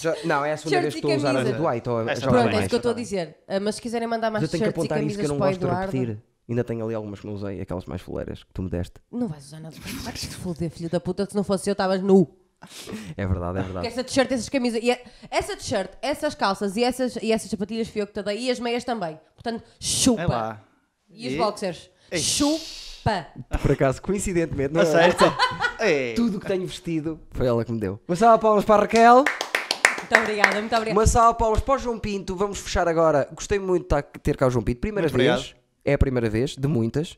Speaker 1: Já- não, é a segunda vez
Speaker 2: Shirts
Speaker 1: que
Speaker 2: e
Speaker 1: estou a usar a
Speaker 2: camisas.
Speaker 1: do Dwight. Ou a,
Speaker 3: Essa é
Speaker 1: já
Speaker 3: Pronto,
Speaker 1: vai
Speaker 2: Pronto,
Speaker 1: mais.
Speaker 2: é isso que eu estou a dizer. Ah, mas se quiserem mandar
Speaker 1: Mas
Speaker 2: mais
Speaker 1: eu tenho que
Speaker 2: shirts e
Speaker 1: apontar
Speaker 2: camisas
Speaker 1: isso que eu não
Speaker 2: para o
Speaker 1: gosto de
Speaker 2: Eduardo.
Speaker 1: repetir. Ainda tenho ali algumas que não usei, aquelas mais fuleiras que tu me deste.
Speaker 2: Não vais usar nada de Vais te foder, filho da puta, que se não fosse eu estavas nu.
Speaker 1: É verdade, é
Speaker 2: Porque
Speaker 1: verdade.
Speaker 2: essa t-shirt, essas camisas, e a- essa t-shirt, essas calças e essas, e essas sapatilhas fui eu que te dei e as meias também. Portanto, chupa.
Speaker 3: É lá.
Speaker 2: E os boxers?
Speaker 3: Ei.
Speaker 2: Chupa.
Speaker 1: Por acaso, coincidentemente, não
Speaker 3: Não
Speaker 1: é?
Speaker 3: sei. Ei.
Speaker 1: Tudo o que tenho vestido foi ela que me deu. Uma salva de palmas para a Raquel.
Speaker 2: Muito obrigada, muito obrigada.
Speaker 1: Uma salva de palmas para o João Pinto. Vamos fechar agora. Gostei muito de tá- ter cá o João Pinto. Primeira
Speaker 3: Muito
Speaker 1: vez.
Speaker 3: obrigado.
Speaker 1: É a primeira vez, de muitas.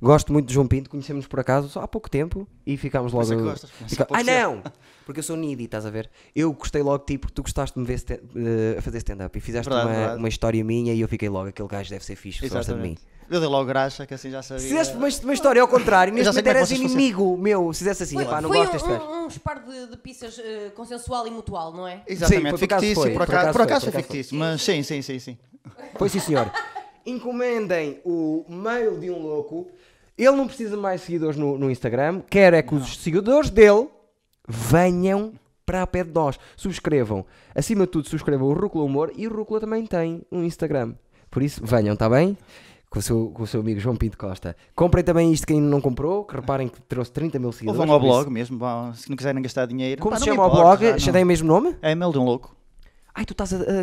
Speaker 1: Gosto muito de João Pinto. Conhecemos por acaso só há pouco tempo e ficámos logo.
Speaker 3: isso é que gostas, conheces
Speaker 1: Fica-
Speaker 3: há pouco
Speaker 1: Ai não! Porque eu sou needy, estás a ver? Eu gostei logo de ti porque tu gostaste de me ver sta- eh, a fazer stand-up e fizeste
Speaker 3: Verdade,
Speaker 1: uma,
Speaker 3: verdade.
Speaker 1: uma história minha e eu fiquei logo. Aquele gajo deve ser fixe, se gosta de mim.
Speaker 3: Exatamente. Eu dei logo graxa, que assim já sabia.
Speaker 1: Se fizesse uma, uma história ao contrário, neste
Speaker 3: já sei
Speaker 1: momento
Speaker 3: como é que
Speaker 1: eras
Speaker 3: vocês
Speaker 1: inimigo meu. Se fizesse assim, pá, não
Speaker 2: foi
Speaker 1: gosto
Speaker 2: um,
Speaker 1: deste gajo.
Speaker 2: um, um par de, de pizzas eh, consensual e mutual, não é?
Speaker 1: Sim,
Speaker 3: Exatamente,
Speaker 1: por acaso
Speaker 3: fictício,
Speaker 1: foi,
Speaker 3: por acaso, por acaso
Speaker 1: foi,
Speaker 3: foi
Speaker 1: por acaso
Speaker 3: fictício, mas sim, sim, sim, sim.
Speaker 1: Pois sim, senhor. Encomendem o mail de um louco. Ele não precisa mais seguidores no, no Instagram. Quer é que os seguidores dele venham para a pé de nós. Subscrevam. Acima de tudo, subscrevam o Rúcula Humor e o Rúcula também tem um Instagram. Por isso, venham, está bem? Com o, seu, com o seu amigo João Pinto Costa. Comprem também isto que ainda não comprou, que reparem que trouxe 30 mil
Speaker 3: Ou
Speaker 1: seguidores.
Speaker 3: vão ao
Speaker 1: por isso-
Speaker 3: blog mesmo, vão- se não quiserem gastar dinheiro.
Speaker 1: Como
Speaker 3: pá,
Speaker 1: se
Speaker 3: não me
Speaker 1: chama o
Speaker 3: importo, já
Speaker 1: blog? Já
Speaker 3: não-
Speaker 1: tem o mesmo nome?
Speaker 3: É e-mail de um louco.
Speaker 1: Ai, tu estás a, a- a- estás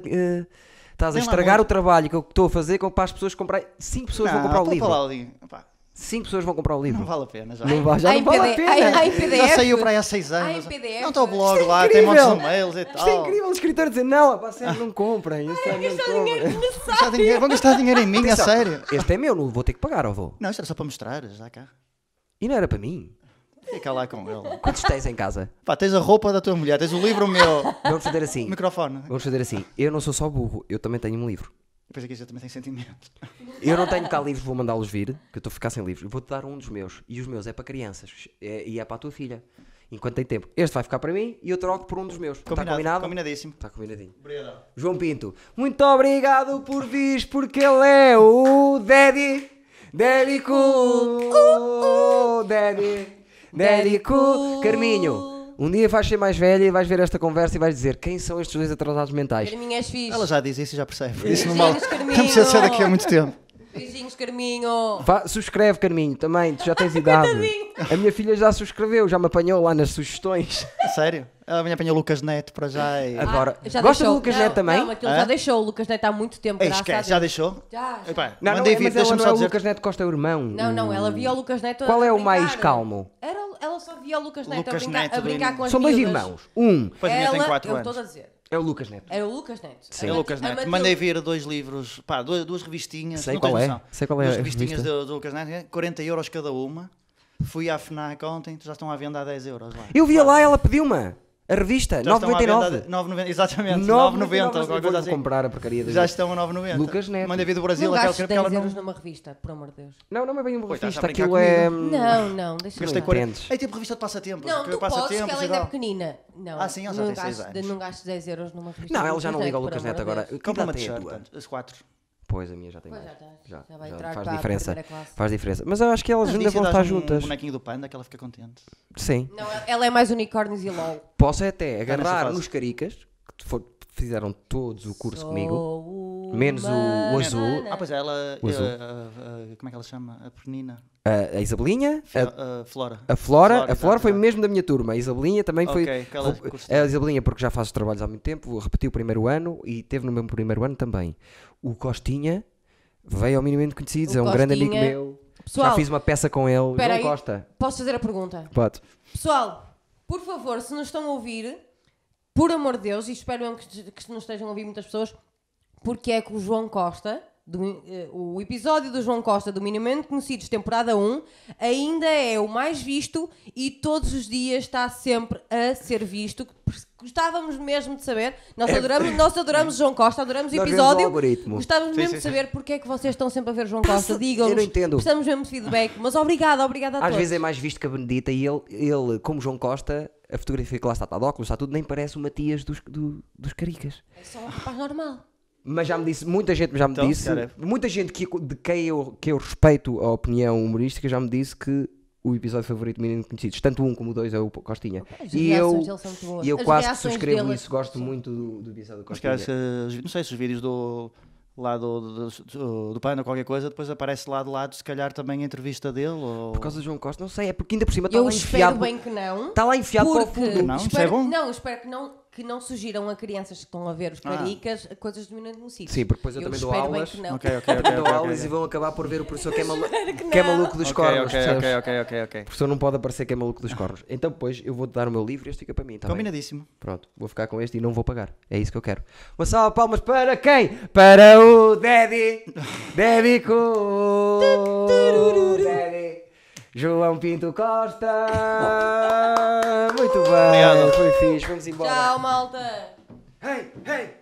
Speaker 1: a
Speaker 3: Tem lá
Speaker 1: estragar o
Speaker 3: muito.
Speaker 1: trabalho que eu estou a fazer com- para as pessoas comprarem. 5 pessoas vão
Speaker 3: Não,
Speaker 1: Então comprar o
Speaker 3: poupa
Speaker 1: livro.
Speaker 3: lá o livro. Pá,
Speaker 1: 5 pessoas vão comprar o
Speaker 3: Não
Speaker 1: livro.
Speaker 3: vale a pena já.
Speaker 1: Não vai, já
Speaker 2: Ai,
Speaker 1: não vale a
Speaker 2: PD, ai,
Speaker 1: pena.
Speaker 2: ai,
Speaker 3: Já
Speaker 2: PDF.
Speaker 3: saiu para aí há 6
Speaker 2: Ah, em
Speaker 3: anos.
Speaker 2: PDF.
Speaker 3: Não está o blog
Speaker 1: Isto é
Speaker 3: lá, tem montes de
Speaker 1: incrível.
Speaker 3: e-mails e
Speaker 1: Isto é
Speaker 3: tal.
Speaker 1: incrível, o escritor dizer não, pá, vocês não comprem. é Ai,
Speaker 2: Gastar dinheiro desnecessário.
Speaker 3: Gastar dinheiro- Vão gastar dinheiro em mim, a sério.
Speaker 1: Este é meu, não vou ter que pagar, ou vou?
Speaker 3: Não, isto era só para mostrar, já cá.
Speaker 1: E não era para mim.
Speaker 3: Fica lá com ele.
Speaker 1: Quantos tens em casa?
Speaker 3: Pá, tens a roupa da tua mulher, tens o livro meu.
Speaker 1: Vamos fazer assim.
Speaker 3: O microfone.
Speaker 1: Vamos fazer assim. Eu não sou só burro, eu também tenho um livro.
Speaker 3: Depois aqui já também tem sentimento.
Speaker 1: Eu não tenho cá livros, vou mandá-los vir, que eu estou a ficar sem livros. Eu Vou-te dar um dos meus. E os meus é para crianças. É- e é para a tua filha. Enquanto tem tempo. Este vai ficar para mim e eu troco por um dos meus. Está combinado?
Speaker 3: Combinadíssimo.
Speaker 1: Está combinadinho. João Pinto, muito obrigado por vir, porque ele é o Daddy. Daddy Cool. Daddy. Daddy Cool. Carminho, um dia vais ser mais velha e vais ver esta conversa e vais dizer quem são estes dois atrasados mentais.
Speaker 2: Carminho, és fixe.
Speaker 3: Ela já diz isso e já percebe. Isso não vale.
Speaker 2: Beijinhos, Carminho.
Speaker 3: Não precisa ser daqui a muito tempo.
Speaker 2: Beijinhos, Carminho.
Speaker 1: Vá, subscreve, Carminho, também, tu já tens idade.
Speaker 2: Coitadinho.
Speaker 1: A minha filha já subscreveu, já me apanhou lá nas sugestões.
Speaker 3: A sério. Ela vem apanhar o Lucas Neto para já e.
Speaker 1: Ah, Agora,
Speaker 2: já
Speaker 1: gosta do
Speaker 2: deixou.
Speaker 1: Lucas
Speaker 2: Não,
Speaker 1: Neto também?
Speaker 2: Não, aquilo
Speaker 3: Hã?
Speaker 2: já deixou o Lucas Neto há muito tempo,
Speaker 3: Ei,
Speaker 2: graças a Deus.
Speaker 3: esquece, já deixou?
Speaker 2: Já, já.
Speaker 3: Epá,
Speaker 1: Não, não,
Speaker 3: mandei
Speaker 1: é,
Speaker 3: vir,
Speaker 1: mas ela
Speaker 3: deixa-me
Speaker 1: não é
Speaker 3: só
Speaker 1: o
Speaker 3: dizer.
Speaker 1: Lucas Neto Costa, é o irmão.
Speaker 2: Não, não, ela via o Lucas Neto a
Speaker 1: Qual é o
Speaker 2: brincar.
Speaker 1: mais calmo?
Speaker 2: Era, ela só via o Lucas Neto
Speaker 3: Lucas
Speaker 2: a brincar,
Speaker 3: Neto
Speaker 2: a
Speaker 3: do
Speaker 2: brincar
Speaker 3: início.
Speaker 2: com as
Speaker 1: São dois
Speaker 2: miúdas.
Speaker 1: irmãos. Um
Speaker 3: Pois a minha tem
Speaker 2: Ela-
Speaker 3: 4
Speaker 2: eu
Speaker 3: anos.
Speaker 2: estou a dizer.
Speaker 1: é o Lucas Neto.
Speaker 2: Era o Lucas Neto.
Speaker 1: Sim.
Speaker 3: É
Speaker 2: A
Speaker 1: É
Speaker 2: Mat-
Speaker 3: Lucas
Speaker 2: a
Speaker 3: Neto.
Speaker 2: Matilde-
Speaker 3: Mandei vir dois livros, pá, duas, duas revistinhas.
Speaker 1: Sei
Speaker 3: não
Speaker 1: qual
Speaker 3: tens
Speaker 1: é,
Speaker 3: noção.
Speaker 1: sei qual é
Speaker 3: Duas
Speaker 1: a
Speaker 3: revistinhas
Speaker 1: revista.
Speaker 3: do, do Lucas Neto, 40 euros cada uma. Fui à FNAC ontem, já estão à venda a 10 euros lá.
Speaker 1: Eu via lá, ela pediu-me. A revista,
Speaker 3: Tá. Já estão à venda a
Speaker 1: 9,99.
Speaker 3: 9,90. Exatamente,
Speaker 1: 9,90.
Speaker 3: 9,90 ou
Speaker 1: Vou
Speaker 3: qualquer coisa assim.
Speaker 1: comprar a porcaria da
Speaker 3: Já estão a 9,90.
Speaker 1: Lucas Neto.
Speaker 3: Mandei vir do Brasil
Speaker 2: Não
Speaker 3: aquela
Speaker 2: gastes
Speaker 3: que
Speaker 2: 10
Speaker 3: ela não.
Speaker 2: euros numa revista, por amor de Deus.
Speaker 1: Não, não é bem uma
Speaker 3: Oi, estás
Speaker 1: revista.
Speaker 3: a brincar
Speaker 1: Aquilo é.
Speaker 2: Não, não, deixa-me
Speaker 1: Gastei
Speaker 2: lá.
Speaker 1: 40.
Speaker 3: Ei, tipo revista de passatempos.
Speaker 2: Não,
Speaker 3: que
Speaker 2: tu
Speaker 3: passa
Speaker 2: podes, que ela
Speaker 3: tempos e
Speaker 2: ainda é
Speaker 3: tal.
Speaker 2: pequenina. Não,
Speaker 3: Ah, sim, ela já
Speaker 2: não
Speaker 3: tem seis
Speaker 2: gastes-
Speaker 3: anos.
Speaker 2: Não gastes 10 euros numa revista.
Speaker 1: Não,
Speaker 2: do
Speaker 1: ela
Speaker 2: Lucas
Speaker 1: já não liga ao
Speaker 2: por
Speaker 1: Lucas
Speaker 2: amor
Speaker 1: Neto
Speaker 2: de
Speaker 1: agora.
Speaker 2: Deus.
Speaker 1: Que
Speaker 3: Compra uma
Speaker 1: idade tem a
Speaker 3: t-shirt,
Speaker 1: tua?
Speaker 3: portanto, as 4.
Speaker 1: Pois, a minha já tem
Speaker 2: Pois
Speaker 1: mais.
Speaker 2: já está.
Speaker 1: Já,
Speaker 2: Já vai
Speaker 1: já
Speaker 2: entrar
Speaker 1: faz
Speaker 2: para a
Speaker 1: diferença.
Speaker 2: primeira classe.
Speaker 1: Faz diferença. Mas eu acho que elas ainda vão estar juntas.
Speaker 3: um bonequinho do panda que ela fica contente.
Speaker 1: Sim.
Speaker 2: Não, ela é mais unicórnios e LOL.
Speaker 1: Posso é até
Speaker 3: nessa
Speaker 1: agarrar
Speaker 3: fase.
Speaker 1: nos caricas, que te for- fizeram todos o curso
Speaker 2: Sou
Speaker 1: comigo.
Speaker 2: uma
Speaker 1: menos o- o azul.
Speaker 2: banana.
Speaker 3: Ah, pois é, ela.
Speaker 1: O azul.
Speaker 3: eh, eh, eh, como é que ela se chama? A Pernina.
Speaker 1: A, a Isabelinha, a
Speaker 3: a, Flora.
Speaker 1: A Flora, a
Speaker 3: exato,
Speaker 1: Flora foi
Speaker 3: exato.
Speaker 1: mesmo da minha turma. A Isabelinha também
Speaker 3: Ok,
Speaker 1: foi.
Speaker 3: que ela
Speaker 1: vou-
Speaker 3: cursou.
Speaker 1: A Isabelinha, porque já faz os trabalhos há muito tempo, repetiu o primeiro ano e teve no mesmo primeiro ano também. O Costinha veio ao Minimamente Conhecidos,
Speaker 2: O
Speaker 1: é um grande amigo
Speaker 2: Costinha-
Speaker 1: meu.
Speaker 2: Pessoal,
Speaker 1: já fiz uma peça com ele.
Speaker 2: espera
Speaker 1: João
Speaker 2: aí.
Speaker 1: Costa.
Speaker 2: Posso fazer a pergunta?
Speaker 1: Pode.
Speaker 2: Pessoal, por favor, se nos estão a ouvir, por amor de Deus, e espero mesmo que, que nos estejam a ouvir muitas pessoas, porque é que o João Costa, do- eh, o episódio do João Costa do Minimamente Conhecidos, temporada 1, ainda é o mais visto e todos os dias está sempre a ser visto. Gostávamos mesmo de saber. Nós adoramos, nós adoramos João Costa, adoramos o
Speaker 1: É. Nós vemos o
Speaker 2: episódio.
Speaker 1: algoritmo.
Speaker 2: Gostávamos
Speaker 3: Sim,
Speaker 2: mesmo
Speaker 3: sim,
Speaker 2: de
Speaker 3: sim.
Speaker 2: saber porque é que vocês estão sempre a ver João Costa. Digam-nos.
Speaker 1: eu não entendo.
Speaker 2: Precisamos mesmo de feedback. Mas obrigada, obrigada a
Speaker 1: Às
Speaker 2: todos.
Speaker 1: vezes é mais visto que a Benedita e ele, ele, como João Costa, a fotografia que lá está, está de óculos, está tudo, nem parece o Matias dos, do- dos Caricas.
Speaker 2: É só um rapaz normal.
Speaker 1: Mas já me disse, muita gente já me
Speaker 3: Então,
Speaker 1: disse,
Speaker 3: cara.
Speaker 1: muita gente que, de quem eu, que eu respeito a opinião humorística já me disse que o episódio favorito de Menino Conhecidos, tanto o um como o dois é o Costinha.
Speaker 2: As
Speaker 1: E eu,
Speaker 2: reações dele são muito boas.
Speaker 1: e eu
Speaker 2: As
Speaker 1: quase que
Speaker 2: reações
Speaker 1: subscrevo
Speaker 2: dele-
Speaker 1: isso, gosto muito do, do episódio do
Speaker 3: Mas
Speaker 1: Costinha.
Speaker 3: que, não sei se os vídeos do lá do, do, do, do Panda, qualquer coisa, depois aparece lá de lado, se calhar também a entrevista dele. Ou...
Speaker 1: Por causa do João Costa, não sei, é porque ainda por cima está
Speaker 2: Eu
Speaker 1: lá
Speaker 2: espero
Speaker 1: enfiado.
Speaker 2: bem que não.
Speaker 1: Está Tá lá enfiado para o
Speaker 2: porque
Speaker 1: fundo.
Speaker 3: Não, isso é
Speaker 2: espero,
Speaker 3: bom?
Speaker 2: não, espero que não, que não sugiram a crianças que estão a ver os
Speaker 3: Ah.
Speaker 2: caricas coisas do Minuto no Sítio.
Speaker 1: Sim, porque depois eu também dou
Speaker 2: espero bem
Speaker 1: aulas.
Speaker 2: que não.
Speaker 3: Ok, ok, ok.
Speaker 1: Dão
Speaker 3: ok, ok,
Speaker 1: aulas
Speaker 3: ok.
Speaker 1: e vão acabar por ver o professor que é, malu-
Speaker 2: que
Speaker 1: que é
Speaker 2: não.
Speaker 1: maluco dos
Speaker 3: Ok,
Speaker 1: cornos.
Speaker 3: ok,
Speaker 1: percebes?
Speaker 3: ok, ok, ok, ok.
Speaker 1: O professor não pode aparecer que é maluco dos cornos. Então, depois, eu vou-te dar o meu livro e este fica para mim, tá bem?
Speaker 3: Combinadíssimo.
Speaker 1: Pronto, vou ficar com este e não vou pagar. É isso que eu quero. Uma salva de palmas para quem? Para o Daddy! Daddy Cool! Daddy! João Pinto Costa! Muito bem!
Speaker 3: Obrigado.
Speaker 1: Foi fixe, vamos embora!
Speaker 2: Tchau, malta.
Speaker 1: Hey, hey!